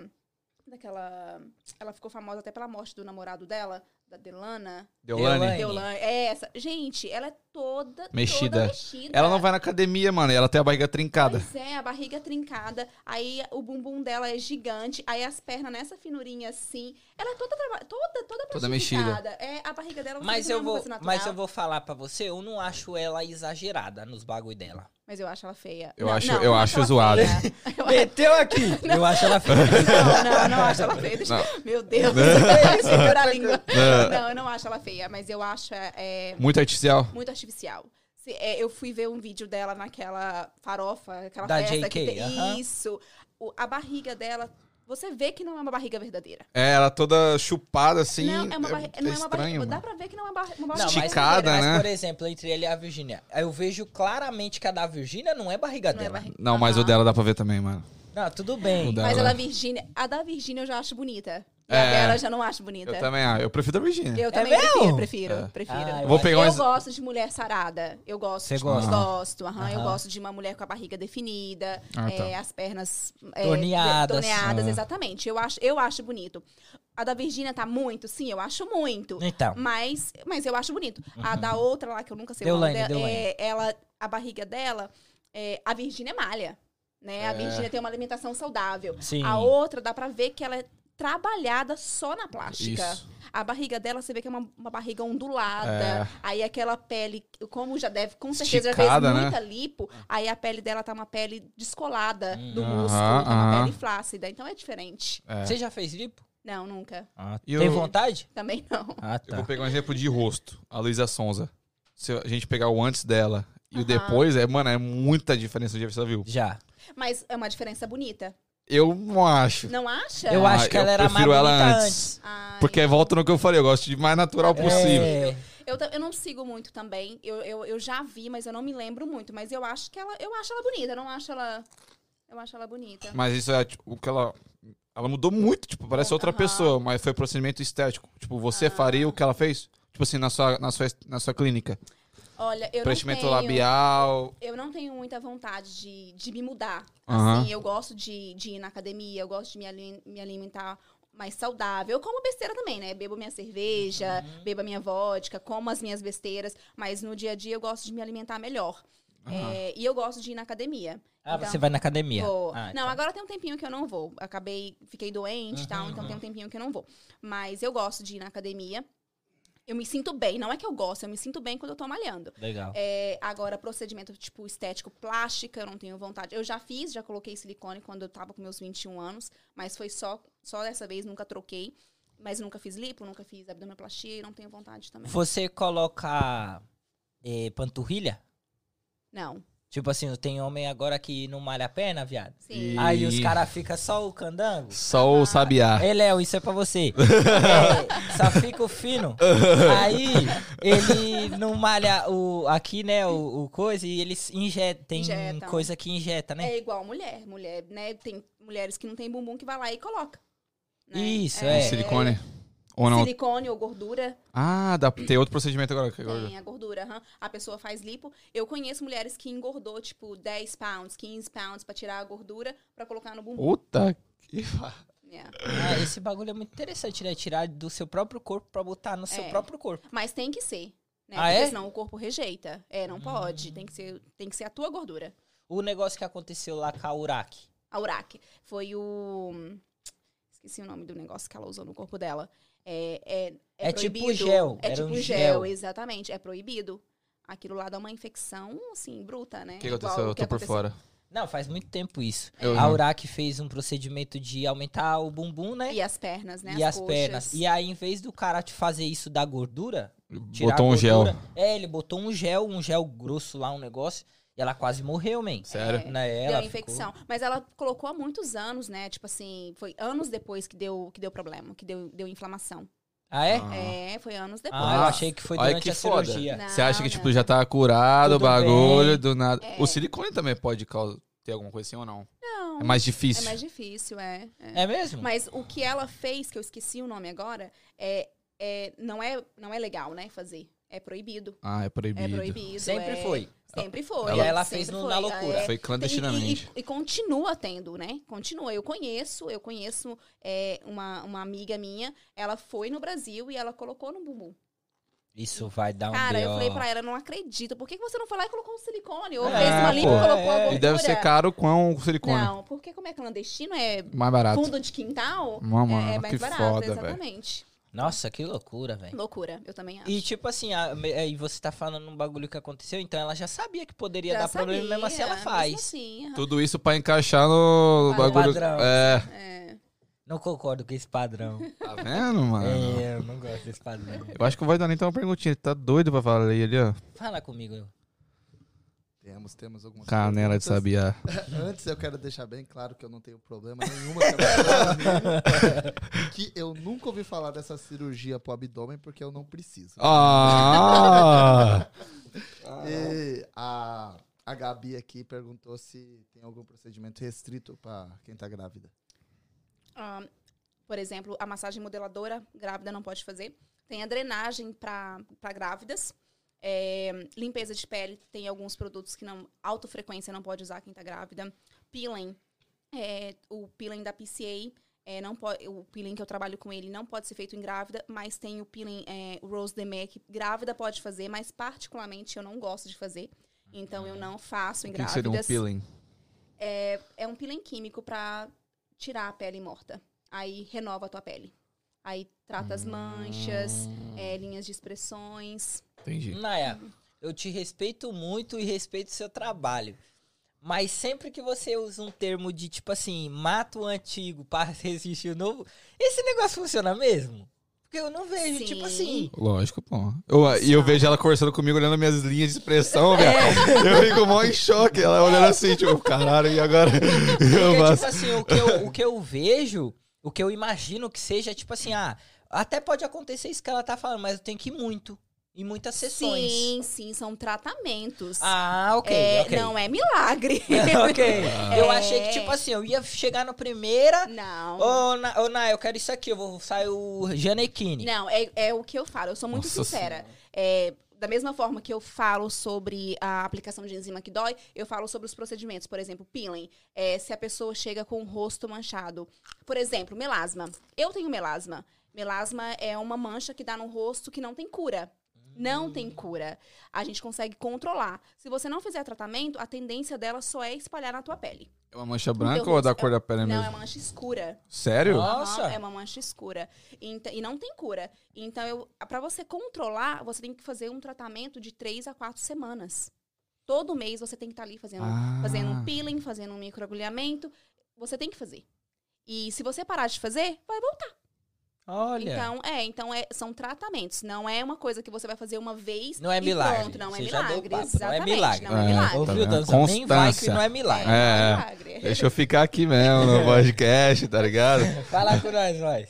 S3: Daquela. Ela ficou famosa até pela morte do namorado dela, da Delana.
S1: Deolane.
S4: Deolane.
S3: Deolane. É essa. Gente, ela é toda.
S4: Mexida.
S3: Toda mexida.
S4: Ela não é vai na academia, mano. e Ela tem a barriga trincada.
S3: Pois é, a barriga trincada, aí o bumbum dela é gigante, aí as pernas nessa finurinha assim. Ela é toda traba- toda toda,
S4: Toda
S3: plastificada. É, a barriga dela não
S1: Mas
S3: sei
S1: eu
S3: como é uma
S1: vou,
S3: coisa natural.
S1: mas eu vou falar pra você, eu não acho ela exagerada nos bagulho dela.
S3: Mas eu acho ela feia.
S4: Eu
S3: Não,
S4: acho-
S3: não,
S4: eu
S3: não
S4: acho
S3: ela
S4: zoada.
S3: feia. Eu acho-
S1: Meteu aqui. Eu acho ela feia.
S3: Não, não, não acho ela feia. Deixa- Meu Deus,
S4: Né?
S3: segura a língua. Não, eu não acho ela feia, mas eu acho é, é,
S4: Muito artificial.
S3: muito artificial. Se- é, eu fui ver um vídeo dela naquela farofa, aquela
S1: Da
S3: festa
S1: JK,
S3: que tem.
S1: aham.
S3: Isso. O- a barriga dela, você vê que não é uma barriga verdadeira.
S4: É, ela toda chupada assim.
S3: não, é uma barriga. não é uma barriga.
S4: estranho,
S3: Dá
S4: mano.
S3: pra ver que não é uma, barri- uma
S1: Não,
S3: barriga.
S1: mas,
S4: Esticada,
S1: mas,
S4: né?
S1: por exemplo, entre ele e a Virgínia, eu vejo claramente que a da Virgínia não é barriga
S3: Não é
S1: dela.
S3: barriga.
S4: Não, mas o
S3: Aham.
S4: dela dá pra ver também, mano.
S1: Não, tudo bem.
S4: O dela.
S3: Mas ela, Virgínia. A da Virgínia eu já acho bonita. E
S4: É.
S3: a dela eu já não acho bonita.
S4: Eu também, ah, eu prefiro a Virgínia.
S3: Eu também
S1: É mesmo?
S3: prefiro, prefiro,
S4: É.
S3: prefiro.
S1: Ah,
S4: Eu
S1: eu
S4: vou
S1: acho-
S4: pegar um
S3: Eu
S4: ex...
S3: gosto de mulher sarada. Eu gosto.
S1: Você
S3: de-
S1: gosta?
S3: Gosto, aham. Eu
S1: Aham.
S3: gosto de uma mulher com a barriga definida,
S4: Ah, tá.
S3: é, as pernas é,
S1: Torneadas.
S3: torneadas,
S4: Ah.
S3: exatamente. Eu acho, eu acho bonito. A da Virgínia tá muito, sim, eu acho muito.
S1: Então,
S3: Mas, mas eu acho bonito. A
S4: Uhum.
S3: da outra lá, que eu nunca sei
S1: Deolane,
S3: o nome dela,
S1: Deolane.
S3: é, ela, a barriga dela, é, a Virgínia é malha. Né? A Virgínia tem uma alimentação saudável.
S1: É. sim.
S3: A outra, dá pra ver que ela é trabalhada só na plástica.
S4: Isso.
S3: A barriga dela, você vê que é uma, uma barriga ondulada.
S4: É.
S3: Aí aquela pele, como já deve, com certeza,
S4: Esticada,
S3: já
S4: né?
S3: fez muita lipo. Aí a pele dela tá uma pele descolada do
S4: Aham,
S3: músculo, tá uma
S4: aham.
S3: pele flácida. Então é diferente.
S4: É.
S1: Você já fez lipo? Ah,
S3: Não, nunca.
S4: E
S1: Tem
S4: eu-
S1: vontade?
S3: Também não.
S1: Ah,
S4: Eu
S1: tá.
S4: vou pegar um exemplo de rosto. A Luísa Sonza. Se a gente pegar o antes dela e o
S3: Aham.
S4: depois, é, mano, é muita diferença de você viu.
S1: Já.
S3: Mas é uma diferença bonita.
S4: Eu não acho.
S3: Não acha?
S1: Eu
S4: Ah,
S1: acho que
S4: eu
S1: ela era mais
S4: prefiro ela
S1: bonita
S4: antes.
S1: antes.
S3: Ai,
S4: Porque volta no que eu falei, eu gosto de mais natural possível.
S1: É.
S3: Eu, ta- eu não sigo muito também. Eu, eu, eu já vi, mas eu não me lembro muito. Mas eu acho que ela. Eu acho ela bonita. Eu não acho ela. Eu acho ela bonita.
S4: Mas isso é tipo, o que ela. Ela mudou muito, tipo, parece outra
S3: Aham.
S4: pessoa, mas foi procedimento estético. Tipo, você
S3: Ah.
S4: faria o que ela fez? Tipo assim, na sua, na sua, na sua clínica.
S3: Olha, eu não
S4: Preenchimento
S3: tenho.
S4: labial.
S3: Eu não tenho muita vontade de, de me mudar.
S4: Aham.
S3: Assim, eu gosto de, de ir na academia, eu gosto de me, ali- me alimentar mais saudável. Eu como besteira também, né? Bebo minha cerveja, bebo a minha vodka, como as minhas besteiras, mas no dia a dia eu gosto de me alimentar melhor.
S4: Ah.
S3: É, e eu gosto de ir na academia.
S1: Ah,
S3: Então-
S1: você vai na academia.
S3: Vou.
S1: Ah,
S3: não,
S1: então.
S3: agora tem um tempinho que eu não vou. Acabei, fiquei doente e tal, então tem um tempinho que eu não vou. Mas eu gosto de ir na academia. Eu me sinto bem, não é que eu gosto, eu me sinto bem quando eu tô malhando.
S1: Legal.
S3: É, agora, procedimento tipo estético, plástica, eu não tenho vontade. Eu já fiz, já coloquei silicone quando eu tava com meus 21 anos, mas foi só, só dessa vez, nunca troquei. Mas nunca fiz lipo, nunca fiz abdominoplastia e não tenho vontade também.
S1: Você coloca eh, panturrilha?
S3: Não.
S1: Tipo assim, tem homem agora que não malha a perna, viado.
S3: Sim.
S2: E-
S1: Aí os caras ficam só o candango.
S4: Só o sabiá.
S1: Ei, Léo, isso é pra você. É, só fica o fino. Aí ele não malha o, aqui, né, o, o coisa, e eles injetam. Tem
S3: Injetam.
S1: coisa que injeta, né?
S3: É igual mulher. Mulher, né? Tem mulheres que não tem bumbum que vai lá e coloca. né?
S1: Isso,
S4: Com
S1: é.
S4: Silicone. Ou não?
S3: Silicone ou gordura.
S4: Ah, dá, tem outro procedimento agora. que agora-
S3: Tem a gordura, aham. a pessoa faz lipo. Eu conheço mulheres que engordou, tipo, 10 pounds, 15 pounds pra tirar a gordura pra colocar no bumbum.
S4: Puta que
S3: Yeah.
S1: Ah, esse bagulho é muito interessante, né? Tirar do seu próprio corpo pra botar no seu
S3: É.
S1: próprio corpo.
S3: Mas tem que ser, né?
S1: Ah,
S3: Porque
S1: é? Hum.
S3: senão o corpo rejeita. É, não pode. Tem que ser, tem que ser a tua gordura.
S1: O negócio que aconteceu lá com a Uraki.
S3: A Uraque. Foi o. Esqueci o nome do negócio que ela usou no corpo dela. É, é, é,
S1: É tipo
S3: proibido.
S1: gel,
S3: É
S1: era
S3: tipo
S1: um
S3: gel,
S1: gel.
S3: exatamente. É proibido. Aquilo lá dá uma infecção, assim, bruta, né?
S4: O que
S3: Igual
S4: aconteceu?
S3: o
S4: Eu
S3: que
S4: tô por
S3: aconteceu-
S4: fora.
S1: Não, faz muito tempo isso.
S4: Eu
S1: A
S4: não.
S1: Uraki fez um procedimento de aumentar o bumbum, né?
S3: E as pernas, né?
S1: E as,
S3: coxas.
S1: pernas. E aí, em vez do cara te fazer isso da gordura, tirar
S4: Botou
S1: a
S4: um gel.
S1: gordura- É, ele botou um gel, um gel grosso lá, um negócio, e ela quase morreu, man.
S4: Sério?
S3: É.
S1: Né,
S3: deu
S1: ela
S3: infecção. Mas ela colocou há muitos anos, né? Tipo assim, foi anos depois que deu, que deu problema, que deu, deu inflamação.
S1: ficou- Ah, é?
S4: Ah.
S3: É, foi anos depois.
S1: Ah, eu achei que foi
S4: Olha
S1: durante
S4: que
S1: a
S4: foda.
S1: cirurgia.
S3: Não,
S4: Você acha que,
S3: não.
S4: tipo, já tá curado o
S1: Tudo
S4: bagulho,
S1: bem.
S4: do nada.
S3: É.
S4: O silicone também pode causar, ter alguma coisa assim ou não?
S3: Não,
S4: É mais
S3: é
S4: difícil.
S3: mais difícil, é. é.
S1: É mesmo?
S3: Mas o que ela fez, que eu esqueci o nome agora, é, é, não, é não é legal, né, fazer. É proibido.
S4: Ah, é proibido.
S3: É proibido.
S1: Sempre
S3: é-
S1: foi.
S3: Sempre foi.
S1: Ela- ela
S3: sempre
S1: fez no-
S3: foi,
S1: na loucura.
S3: é.
S4: Foi
S3: E,
S4: clandestinamente.
S3: e- e continua tendo, né? Continua. Eu conheço, eu conheço é, uma, uma amiga minha, ela foi no Brasil e ela colocou no bumbum.
S1: Isso vai dar um
S3: Cara, eu
S1: BO.
S3: falei pra ela, não acredito. Por que que você não foi lá e colocou um silicone? Ou
S1: É,
S3: fez uma limpa e
S1: pô. É.
S3: colocou a
S1: E
S4: E,
S3: gordura?
S4: deve ser caro com o
S1: né?
S4: silicone.
S3: Não, porque como é clandestino, é
S4: Mais barato.
S3: fundo de quintal,
S4: Não,
S3: é, é
S4: mano,
S3: mais
S4: que
S3: barato,
S4: foda, velho.
S3: exatamente.
S1: Nossa, que loucura, velho.
S3: Loucura, eu também acho.
S1: E tipo assim, a- me- aí você tá falando um bagulho que aconteceu, então ela já sabia que poderia dar problema, mesmo assim ela faz.
S4: Tudo isso pra encaixar no
S3: Padrão.
S4: bagulho.
S1: Padrão.
S4: É.
S1: Não concordo com esse padrão.
S4: Tá vendo, mano?
S1: é, eu não gosto desse padrão.
S4: Eu acho que o Vaidanin tem uma perguntinha. Ele tá doido pra falar ali, ali, ó.
S1: Fala comigo.
S5: Temos, temos algumas
S4: Canela Tá de
S5: perguntas.
S4: sabiá.
S5: Antes eu quero deixar bem claro que eu não tenho problema nenhuma com a minha amiga, um que eu nunca ouvi falar dessa cirurgia pro abdômen porque eu não preciso.
S4: Ah!
S5: E a, a Gabi aqui perguntou se tem algum procedimento restrito pra quem tá grávida.
S3: Ah, por exemplo, a massagem modeladora, grávida não pode fazer. Tem a drenagem para grávidas. É, limpeza de pele, tem alguns produtos que não alta frequência não pode usar quem está grávida. Peeling, é, o peeling da PCA, é, não pode, o peeling que eu trabalho com ele não pode ser feito em grávida, mas tem o peeling é, Rose de May, que grávida pode fazer, mas particularmente eu não gosto de fazer. Então eu não faço em
S4: O que, que seria um
S3: grávidas
S4: peeling?
S3: é um peeling químico pra tirar a pele morta. Aí renova a tua pele. Aí trata as manchas,
S1: Hum.
S3: é, linhas de expressões.
S4: Entendi.
S1: Naya, eu te respeito muito e respeito o seu trabalho. Mas sempre que você usa um termo de tipo assim, mata o antigo pra resistir o novo, esse negócio funciona mesmo? Porque eu não vejo,
S3: Sim.
S1: tipo assim.
S4: Lógico, pô. Eu- E eu, vejo ela conversando comigo, olhando minhas linhas de expressão, velho.
S3: É.
S4: Eu fico mó em choque. Ela olhando assim, tipo, caralho, e agora? Eu
S1: Porque,
S4: faço.
S1: tipo assim, o que, eu, o que eu vejo, o que eu imagino que seja, tipo assim, ah, até pode acontecer isso que ela tá falando, mas eu tenho que ir muito. Em muitas sessões.
S3: Sim, sim, são tratamentos.
S1: Ah, ok,
S3: É,
S1: ok.
S3: Não é milagre.
S1: ok. Eu
S3: É.
S1: achei que, tipo assim, eu ia chegar na primeira.
S3: Não.
S1: Ô, na, ô, Nay, eu quero isso aqui. Eu vou sair o Janequine.
S3: Não, é, é o que eu falo. Eu sou muito
S4: Nossa
S3: sincera. É, da mesma forma que eu falo sobre a aplicação de enzima que dói, eu falo sobre os procedimentos. Por exemplo, peeling. É, se a pessoa chega com o rosto manchado. Por exemplo, melasma. Eu tenho melasma. Melasma é uma mancha que dá no rosto que não tem cura.
S4: Hum.
S3: Não tem cura. A gente consegue controlar. Se você não fizer tratamento, a tendência dela só é espalhar na tua pele.
S4: É uma mancha branca
S3: Então,
S4: ou da cor da pele
S3: não,
S4: mesmo?
S3: é mancha escura.
S4: Sério?
S1: Ah.
S3: Aham,
S1: Nossa.
S3: É uma mancha escura. Então- e não tem cura. Então, eu, pra você controlar, você tem que fazer um tratamento de três a quatro semanas. Todo mês você tem que estar ali fazendo,
S4: Ah.
S3: fazendo um peeling, fazendo um microagulhamento. Você tem que fazer. E se você parar de fazer, vai voltar.
S1: Olha.
S3: Então, é, então é- são tratamentos. Não é uma coisa que você vai fazer uma vez
S1: não é
S3: e
S1: milagre.
S3: pronto. Não é
S1: Você já deu
S3: milagre.
S1: o papo, não é
S3: Exatamente.
S1: milagre.
S3: Não é
S4: É,
S3: milagre.
S4: tá
S1: Ouviu,
S4: vendo?
S1: Dança? Nem vai que
S4: Constância.
S1: não é
S3: É,
S1: milagre.
S3: não
S4: É, é.
S3: é milagre.
S4: Deixa eu ficar aqui mesmo no podcast, tá ligado?
S3: Então,
S1: Fala com nós, nós.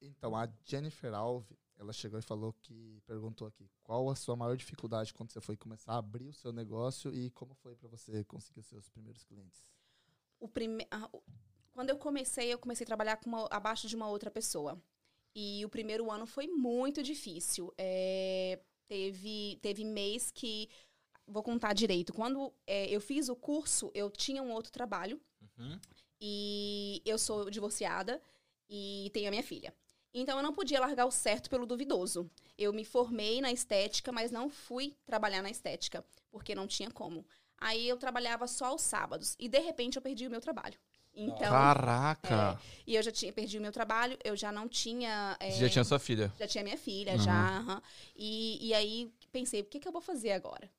S5: Então, a Jennifer Alves, ela chegou e falou que perguntou aqui qual a sua maior dificuldade quando você foi começar a abrir o seu negócio e como foi para você conseguir os seus primeiros clientes.
S3: o prime... ah, o- quando eu comecei, eu comecei a trabalhar com uma- abaixo de uma outra pessoa. E o primeiro ano foi muito difícil. É, teve, teve mês que. Vou contar direito. Quando é, eu fiz o curso, eu tinha um outro trabalho.
S1: Uhum.
S3: E eu sou divorciada e tenho a minha filha. Então eu não podia largar o certo pelo duvidoso. Eu me formei na estética, mas não fui trabalhar na estética, porque não tinha como. Aí eu trabalhava só aos sábados e de repente eu perdi o meu trabalho. Então,
S4: Caraca.
S3: e eu já tinha perdi o meu trabalho, eu já não tinha é,
S4: Você já tinha sua filha.
S3: já tinha minha filha,
S4: Aham.
S3: já. aham. E, e aí pensei, o que, que eu vou fazer agora?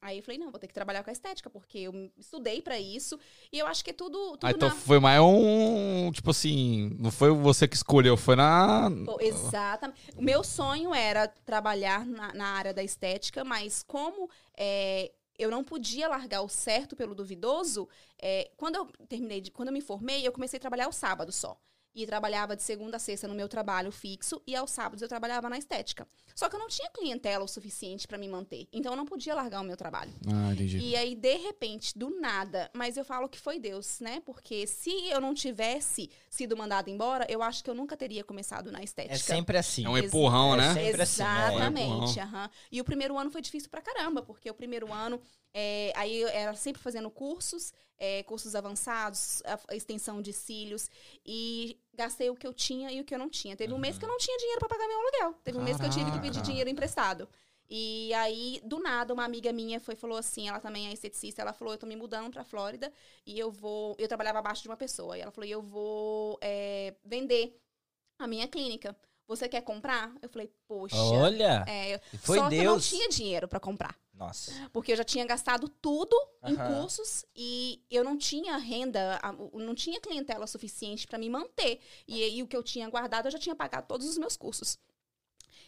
S3: Aí eu falei, não, vou ter que trabalhar com a estética, porque eu estudei pra isso. E eu acho que é tudo, tudo
S4: Ah, então
S3: na
S4: foi mais um. Tipo assim, não foi você que escolheu, foi na.
S3: Pô, exatamente. O meu sonho era trabalhar na, na área da estética, mas como é, eu não podia largar o certo pelo duvidoso, é, quando eu terminei, de, quando eu me formei, eu comecei a trabalhar ao sábado só. E trabalhava de segunda a sexta no meu trabalho fixo e aos sábados eu trabalhava na estética. Só que eu não tinha clientela o suficiente para me manter, então eu não podia largar o meu trabalho.
S4: Ah, entendi.
S3: E aí, de repente, do nada, mas eu falo que foi Deus, né? Porque se eu não tivesse sido mandada embora, eu acho que eu nunca teria começado na estética.
S1: É sempre assim.
S4: É um empurrão,
S1: É
S4: né?
S1: sempre assim, né?
S3: Exatamente. aham. E o primeiro ano foi difícil pra caramba, porque o primeiro ano, é, aí eu era sempre fazendo cursos, é, cursos avançados, a- a extensão de cílios, e gastei o que eu tinha e o que eu não tinha. Teve um mês que eu não tinha dinheiro pra pagar meu aluguel. Teve um mês que eu tive que pedir
S4: Caraca.
S3: dinheiro emprestado. E aí, do nada, uma amiga minha foi falou assim, ela também é esteticista, ela falou, eu tô me mudando pra Flórida e eu vou... Eu trabalhava abaixo de uma pessoa. E ela falou, e eu vou é, vender a minha clínica. Você quer comprar? Eu falei, poxa.
S1: Olha.
S3: É, eu-
S1: Foi
S3: só que eu não
S1: Deus.
S3: tinha dinheiro pra comprar.
S1: Nossa.
S3: Porque eu já tinha gastado tudo em
S1: Aham.
S3: cursos e eu não tinha renda, a- o- não tinha clientela suficiente pra me manter. E, aí o que eu tinha guardado, eu já tinha pagado todos os meus cursos.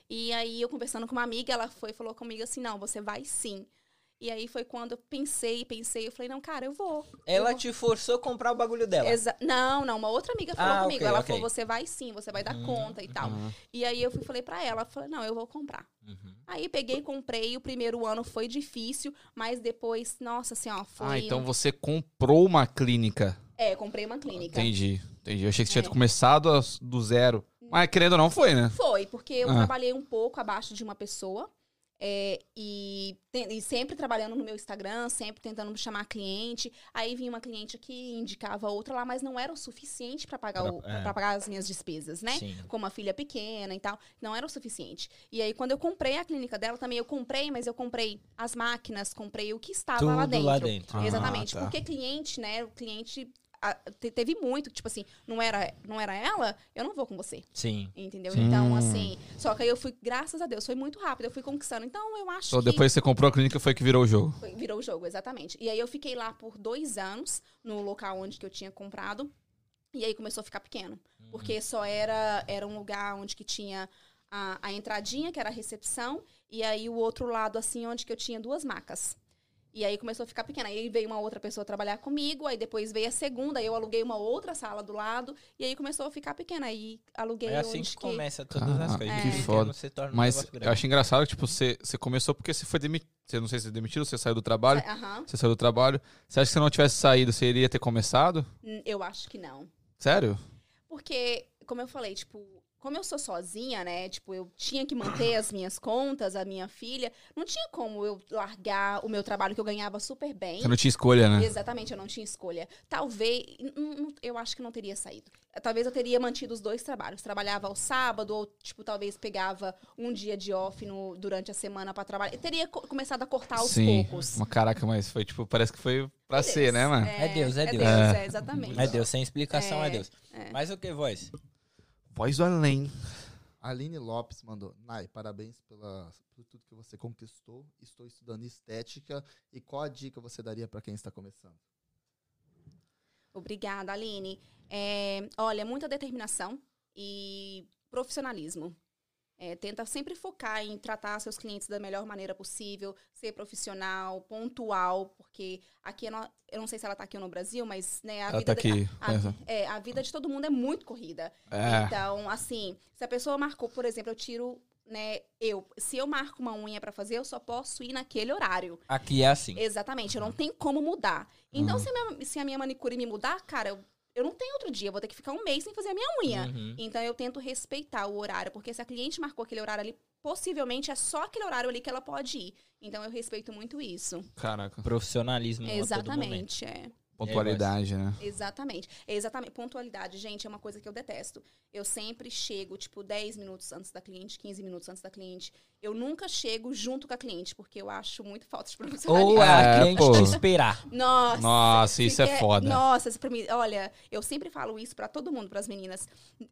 S3: E aí eu conversando com uma amiga, ela foi e falou comigo assim: não, você vai sim. E aí foi quando eu pensei, pensei, eu falei, não, cara, eu vou.
S1: Ela
S3: Eu vou.
S1: te forçou a comprar o bagulho dela.
S3: Exa- não, não, uma outra amiga falou
S1: Ah,
S3: comigo.
S1: ok,
S3: ela
S1: ok.
S3: falou, você vai sim, você vai dar
S1: Hum,
S3: conta e tal.
S4: aham.
S3: E aí eu fui falei pra ela, falei, não, eu vou comprar.
S1: Uhum.
S3: Aí peguei, comprei. O primeiro ano foi difícil, mas depois, nossa senhora, foi. um
S4: Ah, então você comprou uma clínica.
S3: É, comprei uma clínica.
S4: Entendi, entendi. Eu achei que você tinha
S3: É.
S4: começado a- do zero. Mas querendo ou não, foi, né?
S3: Foi, porque eu
S4: Ah.
S3: trabalhei um pouco abaixo de uma pessoa. é, e, te- e sempre trabalhando no meu Instagram, sempre tentando chamar cliente. Aí vinha uma cliente aqui, indicava outra lá, mas não era o suficiente pra pagar,
S1: Pra-
S3: o-
S1: é.
S3: pra pagar as minhas despesas, né?
S1: Sim.
S3: com uma filha pequena e tal, não era o suficiente. E aí, quando eu comprei a clínica dela, também eu comprei, mas eu comprei as máquinas, comprei o que estava lá
S1: Tudo
S3: dentro.
S1: lá dentro. Uhum,
S4: Ah,
S3: Exatamente.
S4: tá.
S3: Porque cliente, né? O cliente ah, te- teve muito, tipo assim, não era, não era ela, eu não vou com você.
S1: Sim.
S3: Entendeu?
S4: Sim.
S3: Então, assim. Só que aí eu fui, graças a Deus, foi muito rápido, eu fui conquistando. Então, eu acho
S4: Só
S3: que.
S4: depois que você comprou a clínica foi que virou o jogo.
S3: Foi- Virou o jogo, exatamente. E aí eu fiquei lá por dois anos, no local onde que eu tinha comprado. E aí começou a ficar pequeno.
S1: Uhum.
S3: Porque só era, era um lugar onde que tinha a, a entradinha, que era a recepção. E aí o outro lado, assim, onde que eu tinha duas macas. E aí começou a ficar pequena. Aí veio uma outra pessoa trabalhar comigo. Aí depois veio a segunda. Aí eu aluguei uma outra sala do lado. E aí começou a ficar pequena. Aí aluguei
S1: É assim
S3: onde
S1: que
S3: que...
S1: começa todas as
S4: Caraca,
S1: coisas.
S4: que
S1: Pequeno
S4: foda.
S1: Se torna um
S4: Mas
S1: negócio
S4: eu
S1: grande.
S4: achei engraçado que, tipo, você, você começou porque você foi demitido. Você não sei se demitiu, você saiu do trabalho.
S3: Aham.
S4: Você saiu do trabalho. Você acha que se você não tivesse saído, você iria ter começado?
S3: Eu acho que não.
S4: Sério?
S3: Porque, como eu falei, tipo, como eu sou sozinha, né? Tipo, eu tinha que manter as minhas contas, a minha filha. Não tinha como eu largar o meu trabalho que eu ganhava super bem.
S4: Você não tinha escolha, né?
S3: Exatamente, eu não tinha escolha. Talvez, n- n- eu acho que não teria saído. Talvez eu teria mantido os dois trabalhos. Trabalhava ao sábado, ou, tipo, talvez pegava um dia de off no- durante a semana pra trabalhar. Eu teria co- começado a cortar aos
S4: Sim.
S3: poucos.
S4: Mas, caraca, mas foi tipo, parece que foi pra
S3: Deus.
S4: ser, né, mano?
S1: É Deus, é Deus.
S3: é, exatamente.
S1: É Deus, sem explicação é,
S3: É,
S1: Deus. Mas o que, voz?
S4: Voz do além.
S5: Aline Lopes mandou. Nai, parabéns pela, por tudo que você conquistou. Estou estudando estética. E qual a dica você daria para quem está começando?
S3: Obrigada, Aline. É, olha, muita determinação e profissionalismo. É, tenta sempre focar em tratar seus clientes da melhor maneira possível, ser profissional, pontual, porque aqui, é no- eu não sei se ela está aqui ou no Brasil, mas né, a,
S4: Ela
S3: vida
S4: tá
S3: de-
S4: aqui.
S3: a-
S4: pensa.
S3: é, a vida de todo mundo é muito corrida.
S4: É.
S3: Então, assim, se a pessoa marcou, por exemplo, eu tiro, né, eu, se eu marco uma unha pra fazer, eu só posso ir naquele horário.
S1: Aqui é assim.
S3: Exatamente, eu não tenho como mudar.
S1: Uhum.
S3: Então, se, a minha, se a minha manicure me mudar, cara, eu, eu não tenho outro dia, eu vou ter que ficar um mês sem fazer a minha unha.
S1: Uhum.
S3: Então, eu tento respeitar o horário, porque se a cliente marcou aquele horário ali, possivelmente é só aquele horário ali que ela pode ir. Então, eu respeito muito isso.
S4: Caraca.
S1: Profissionalismo a todo momento.
S3: Exatamente, é.
S4: Pontualidade, né?
S3: Exatamente. Exatamente. Pontualidade, gente, é uma coisa que eu detesto. Eu sempre chego, tipo, 10 minutos antes da cliente, 15 minutos antes da cliente. Eu nunca chego junto com a cliente, porque eu acho muito falta de
S1: Ou
S3: profissionalismo.
S1: é,
S4: É,
S1: a cliente
S4: pô.
S1: te esperar.
S3: Nossa!
S4: Nossa, isso
S3: se
S4: é
S3: quer-
S4: foda.
S3: Nossa, isso pra mim, olha, eu sempre falo isso pra todo mundo, pras meninas.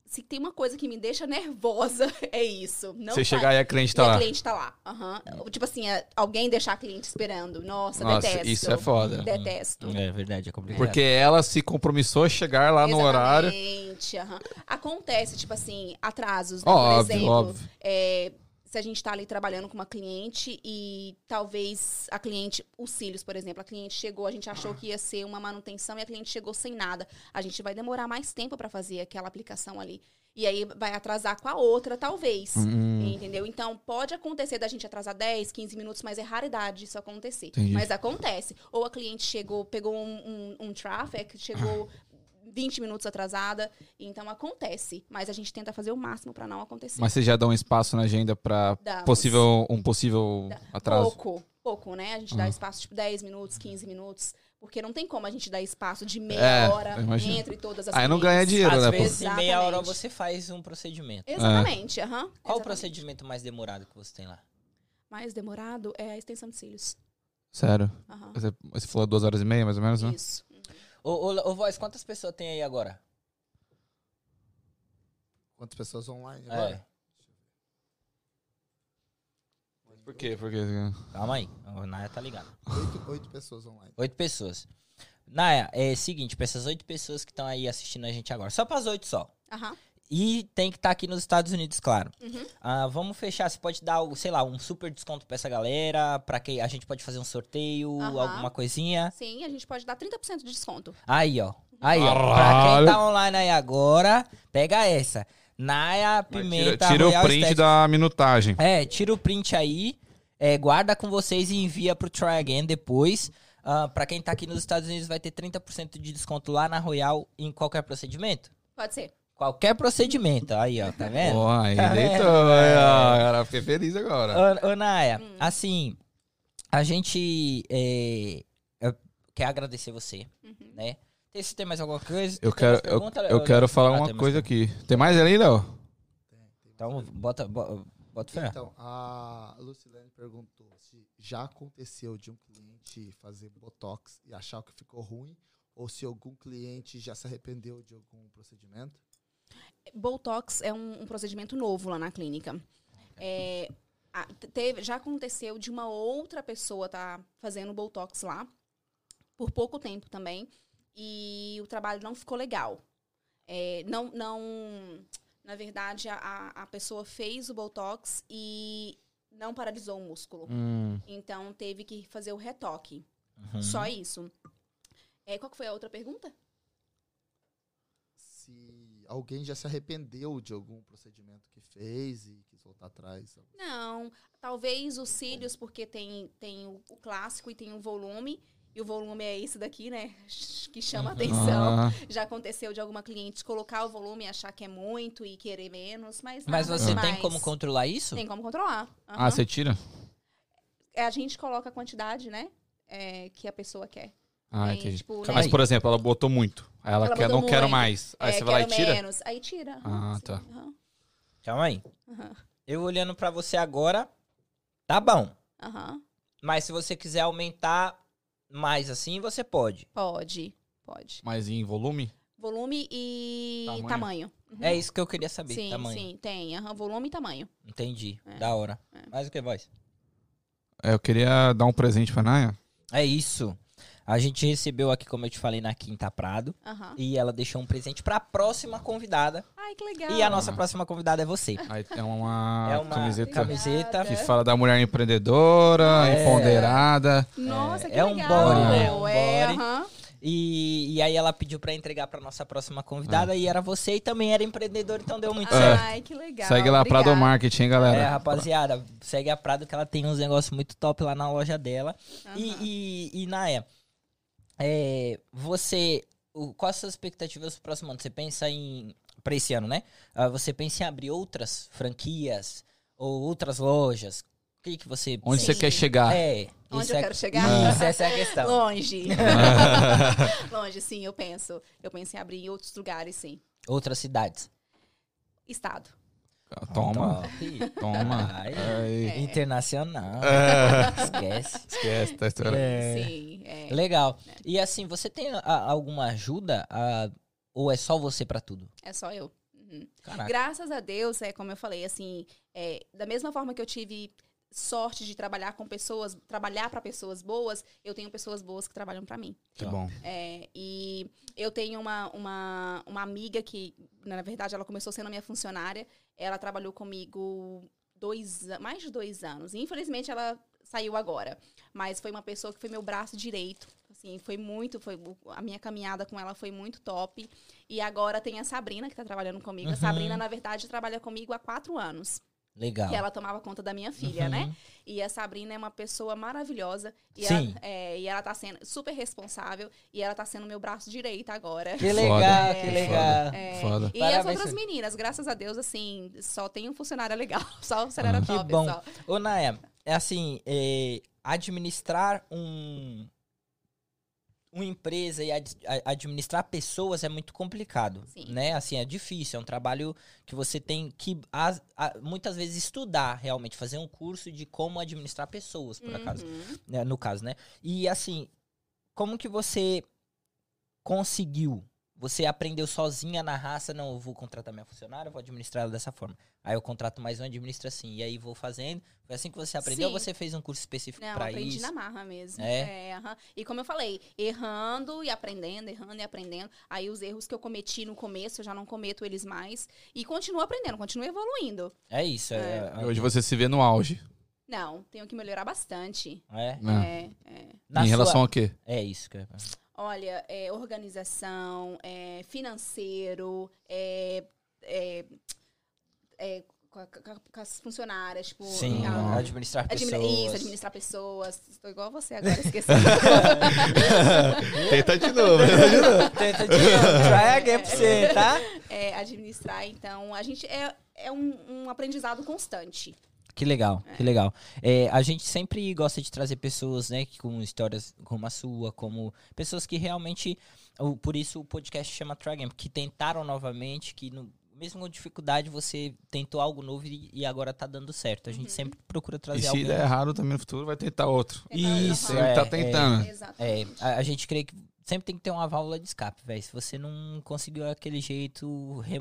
S3: Se tem uma coisa que me deixa nervosa, é isso. Não
S4: Você
S3: faz-
S4: chegar e a cliente
S3: e
S4: tá
S3: a
S4: lá.
S3: cliente tá lá. Aham. Tipo assim, é, alguém deixar a cliente esperando. Nossa,
S4: Nossa,
S3: detesto.
S4: isso é foda.
S3: Detesto.
S1: É verdade, é complicado.
S4: Porque ela se compromissou a chegar lá Tá no horário.
S3: Né, Exatamente, aham. Acontece, tipo assim, atrasos, né? Por
S4: Óbvio,
S3: exemplo,
S4: óbvio.
S3: é, se a gente tá ali trabalhando com uma cliente e talvez a cliente, os cílios, por exemplo, a cliente chegou, a gente achou que ia ser uma manutenção e a cliente chegou sem nada. A gente vai demorar mais tempo pra fazer aquela aplicação ali. E aí vai atrasar com a outra, talvez.
S4: Hum,
S3: Entendeu? Então, pode acontecer da gente atrasar 10, 15 minutos, mas é raridade isso acontecer.
S4: Entendi.
S3: Mas acontece. Ou a cliente chegou, pegou um, um, um traffic, chegou
S4: Ah.
S3: 20 minutos atrasada. Então, acontece. Mas a gente tenta fazer o máximo pra não acontecer.
S4: mas você já dá um espaço na agenda pra
S3: Dá
S4: possível, um possível
S3: Ah, Dá.
S4: atraso.
S3: Pouco, pouco, né? A gente
S4: Ah.
S3: dá espaço, tipo, 10 minutos, 15 minutos. Porque não tem como a gente dar espaço de meia
S4: É,
S3: hora
S4: eu imagino.
S3: entre todas as
S4: Aí não ganha
S3: clientes.
S4: dinheiro, É.
S1: Às
S4: né? pô?
S1: vezes, em meia hora,
S3: Exatamente.
S1: você faz um procedimento.
S3: Exatamente, aham.
S1: Qual o
S3: Exatamente.
S1: procedimento mais demorado que você tem lá?
S3: Mais demorado é a extensão de cílios.
S4: Sério.
S3: Aham.
S4: Você, você falou duas horas e meia, mais ou menos, né?
S3: Isso.
S1: Ô, ô, ô, Voz, quantas pessoas tem aí agora?
S5: Quantas pessoas online
S1: É,
S5: agora?
S4: Por quê? Por quê?
S1: É, calma aí. A Naya tá ligada.
S5: Oito, oito pessoas online.
S1: Oito pessoas. Naya, é seguinte, pra essas oito pessoas que estão aí assistindo a gente agora. Só pras oito só.
S3: Aham.
S1: E tem que estar aqui nos Estados Unidos, claro.
S3: Uhum.
S1: Ah, vamos fechar. Você pode dar, sei lá, um super desconto pra essa galera. Pra que a gente pode fazer um sorteio,
S3: Aham.
S1: alguma coisinha.
S3: Sim, a gente pode dar 30% de desconto.
S1: Aí, ó. Aí, ó. Pra quem
S4: Caralho.
S1: tá online aí agora, pega essa. Naya
S4: Mas
S1: Pimenta é
S4: tira tira o
S1: Royal
S4: print
S1: Estética.
S4: da minutagem.
S1: É, tira o print aí, é, guarda com vocês e envia pro Try Again depois. Ah, pra quem tá aqui nos Estados Unidos, vai ter 30% de desconto lá na Royal em qualquer procedimento.
S3: Pode ser.
S1: Qualquer procedimento. Aí, ó, tá vendo?
S4: Pô, aí
S1: Tá
S4: deitou.
S1: vendo?
S4: aí, ó. Cara, fiquei feliz agora.
S1: Ô, ô, Naya, assim, a gente é, eu quer agradecer você, né? Tem- Se tem mais alguma coisa,
S4: Eu
S1: tem mais
S4: quero, eu,
S1: pergunta,
S4: eu quero falar
S1: Ah,
S4: uma
S1: tem mais
S4: coisa aqui. Tem mais ali, Léo?
S1: Então, bota, bo- bota fé.
S5: Então, a Lucilene perguntou se já aconteceu de um cliente fazer botox e achar que ficou ruim, ou se algum cliente já se arrependeu de algum procedimento.
S3: Botox é um, um procedimento novo lá na clínica. É, a- te- teve- já aconteceu de uma outra pessoa tá fazendo Botox lá, por pouco tempo também, e o trabalho não ficou legal. É, não, não, na verdade, a- a, a pessoa fez o Botox e não paralisou o músculo. Então, teve que fazer o retoque.
S1: Uhum.
S3: Só isso. É, qual que foi a outra pergunta?
S5: Se alguém já se arrependeu de algum procedimento que fez e quis voltar atrás.
S3: Não, talvez os cílios, porque tem, tem o, o clássico e tem o volume. E o volume é esse daqui, né? Que chama atenção.
S4: Ah,
S3: Já aconteceu de alguma cliente colocar o volume e achar que é muito e querer menos, mas
S1: Mas
S3: nada
S1: você tem
S3: demais.
S1: como controlar isso?
S3: tá Tem como controlar.
S4: ah,
S3: aham.
S4: você tira?
S3: É, A gente coloca a quantidade, né? é, que a pessoa quer.
S4: Ah,
S3: Tem,
S4: entendi.
S3: tipo,
S4: Mas,
S3: né,
S4: por exemplo, ela botou muito. Aí ela,
S3: Ela
S4: quer, não
S3: botou
S4: quero
S3: muito.
S4: mais. Aí
S3: é,
S4: você vai lá e
S3: quero
S4: tira?
S3: menos, Aí tira. aham,
S4: Ah,
S3: sim,
S4: tá.
S3: aham,
S1: Calma aí.
S3: Aham.
S1: Eu olhando pra você agora, tá bom.
S3: aham.
S1: Mas se você quiser aumentar mais assim, você pode.
S3: Pode, pode.
S4: Mas em volume?
S3: Volume e
S4: Tamanho.
S3: tamanho.
S1: É isso que eu queria saber,
S3: Sim,
S1: tamanho.
S3: sim, tem. aham, volume e tamanho.
S1: Entendi.
S3: É.
S1: Da hora.
S3: É.
S1: Mais o que, voz?
S4: É, eu queria dar um presente pra Naya.
S1: É isso. A gente recebeu aqui, como eu te falei, na Quinta Prado.
S3: Aham.
S1: E ela deixou um presente pra próxima convidada.
S3: Ai, que legal.
S1: E a nossa próxima convidada é você.
S4: Aí é uma,
S1: é uma
S4: camiseta Ah,
S1: camiseta.
S4: que fala da mulher empreendedora,
S1: É.
S4: empoderada.
S3: Nossa, que
S1: é um
S3: legal.
S1: body, né? É um
S3: É,
S1: body.
S3: aham.
S1: E, e aí ela pediu pra entregar pra nossa próxima convidada
S4: Ah.
S1: e era você e também era empreendedor, então deu muito certo.
S3: Ai, que legal.
S4: Segue lá,
S3: Obrigada.
S4: Prado Marketing, hein, galera?
S1: É, rapaziada, segue a Prado que ela tem uns negócios muito top lá na loja dela.
S3: Aham.
S1: E, e, e Naya, é, você. o- quais as suas expectativas pro próximo ano? Você pensa em. Pra esse ano, né? Ah, você pensa em abrir outras franquias ou outras lojas? O que, que você. pensa?
S4: Onde você tá?
S3: Sim.
S4: quer chegar?
S1: É.
S3: Onde
S1: isso
S3: eu
S1: é-
S3: quero chegar?
S1: Isso, essa é a questão.
S3: Longe. Longe, sim, eu penso. Eu penso em abrir em outros lugares, sim.
S1: Outras cidades.
S3: Estado.
S4: Toma,
S1: Top.
S4: toma.
S1: Ai,
S4: Aí,
S3: É.
S1: Internacional. Esquece.
S4: Esquece, tá estourando.
S3: Sim, é.
S1: Legal. E assim, você tem a- alguma ajuda? A- Ou é só você pra tudo?
S3: É só eu. Uhum.
S1: Caraca.
S3: Graças a Deus, é como eu falei, assim, é, da mesma forma que eu tive sorte de trabalhar com pessoas, trabalhar para pessoas boas, eu tenho pessoas boas que trabalham para mim.
S4: Que bom.
S3: É, e eu tenho uma, uma, uma amiga que, na verdade, ela começou sendo minha funcionária. Ela trabalhou comigo dois, a- mais de dois anos. E, infelizmente, ela saiu agora. Mas foi uma pessoa que foi meu braço direito. Assim, foi muito, foi a minha caminhada com ela foi muito top. E agora tem a Sabrina que está trabalhando comigo. A
S1: Uhum.
S3: Sabrina, na verdade, trabalha comigo há quatro anos.
S1: Legal.
S3: Que ela tomava conta da minha filha,
S1: Uhum.
S3: né? E a Sabrina é uma pessoa maravilhosa. E
S1: Sim.
S3: Ela, é, e ela tá sendo super responsável. E ela tá sendo meu braço direito agora.
S1: Que
S4: Foda.
S1: legal,
S3: É,
S1: que legal.
S3: É,
S4: Foda.
S3: E
S1: Parabéns,
S3: as outras
S1: Sabrina.
S3: meninas, graças a Deus, assim, só tem um funcionário legal. Só um
S1: Ah,
S3: funcionário
S1: Que
S3: top.
S1: bom.
S3: Só.
S1: Ô, Naya, é assim, é, administrar um... Uma empresa e ad- a- administrar pessoas é muito complicado,
S3: Sim.
S1: né? Assim, é difícil, é um trabalho que você tem que, as- a- muitas vezes, estudar realmente, fazer um curso de como administrar pessoas, por acaso.
S3: Uhum.
S1: né, no caso, né? E assim, como que você conseguiu? Você aprendeu sozinha na raça, não, eu vou contratar minha funcionária, eu vou administrar ela dessa forma. Aí eu contrato mais um, administro assim, e aí vou fazendo. Foi assim que você aprendeu
S3: Sim.
S1: ou você fez um curso específico
S3: Não,
S1: pra
S3: aprendi
S1: isso?
S3: na marra mesmo.
S1: É?
S3: aham. E como eu falei, errando e aprendendo, errando e aprendendo. Aí os erros que eu cometi no começo, eu já não cometo eles mais. E continuo aprendendo, continuo evoluindo.
S1: É isso, é.
S3: É.
S1: é-
S4: E Hoje você se vê no auge.
S3: Não, tenho que melhorar bastante.
S1: é.
S4: né?
S3: É, é.
S1: Na
S4: Em
S1: sua-
S4: relação ao quê?
S1: É isso que eu ia falar.
S3: Olha, é, organização, é, financeiro, é, é, é, com, a- com a- com as funcionárias, tipo,
S1: Sim,
S3: a-
S1: administrar pessoas.
S3: admini- isso, administrar pessoas. Estou igual você agora, esqueci.
S4: Tenta de novo.
S1: Tenta de novo, try again pra você, tá?
S3: É, administrar, então, a gente é, é um, um aprendizado constante.
S1: Que legal, que legal. É, a gente sempre gosta de trazer pessoas, né, que com histórias como a sua, como pessoas que realmente, o- por isso o podcast chama Try Again, que tentaram novamente, que no- mesmo com dificuldade você tentou algo novo e, e agora tá dando certo. A gente sempre procura
S4: E
S1: trazer
S4: se
S1: alguém.
S4: der errado também no futuro, vai tentar outro.
S1: Isso,
S4: Sempre
S1: é,
S4: tá tentando.
S3: Exatamente.
S1: É, a, a gente crê que sempre tem que ter uma válvula de escape, velho. Se você não conseguiu aquele jeito,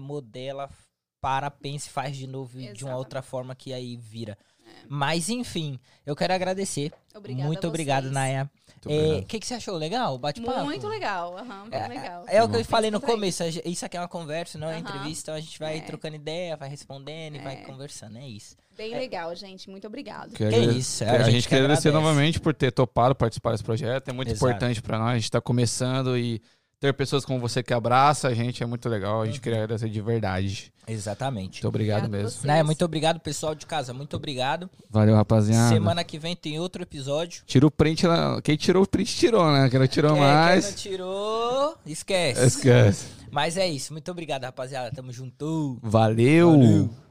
S1: remodela, para, pensa e faz de novo de uma
S3: Exatamente.
S1: outra forma que aí vira. Mas enfim, eu quero agradecer.
S3: Obrigada
S1: muito
S3: a
S1: obrigado,
S3: vocês.
S1: Naya.
S4: Muito
S1: O
S4: obrigado.
S1: que, que você achou? Legal? o Bate-papo?
S3: Muito legal, aham, muito
S1: É,
S3: legal.
S1: É o que eu
S3: Muito
S1: falei no
S3: bem por aí.
S1: começo. a ge- Isso aqui é uma conversa, não é uma
S3: Aham.
S1: entrevista. Então a gente vai
S3: É.
S1: trocando ideia, vai respondendo e vai
S3: É.
S1: conversando. É isso.
S3: Bem legal, gente, muito obrigado.
S4: Que
S1: Que
S4: agrade-
S1: isso. é,
S4: A, gente
S1: que
S4: quer agradecer
S1: agradece.
S4: novamente por ter topado participar desse projeto. É muito
S1: Exato.
S4: importante pra nós. A gente tá começando e ter pessoas como você que abraça a gente é muito legal. A gente queria
S1: Uhum.
S4: agradecer de verdade.
S1: Exatamente.
S4: Muito obrigado
S3: Obrigada a
S4: mesmo.
S3: vocês.
S1: Naya, muito obrigado, pessoal de casa. Muito obrigado.
S4: Valeu, rapaziada.
S1: Semana que vem tem outro episódio.
S4: Tira o print lá. Quem tirou o print tirou, né? Quem não tirou
S1: É,
S4: mais.
S1: Quem não tirou, esquece.
S4: Esquece.
S1: Mas é isso. Muito obrigado, rapaziada. Tamo junto.
S4: Valeu.
S1: Valeu.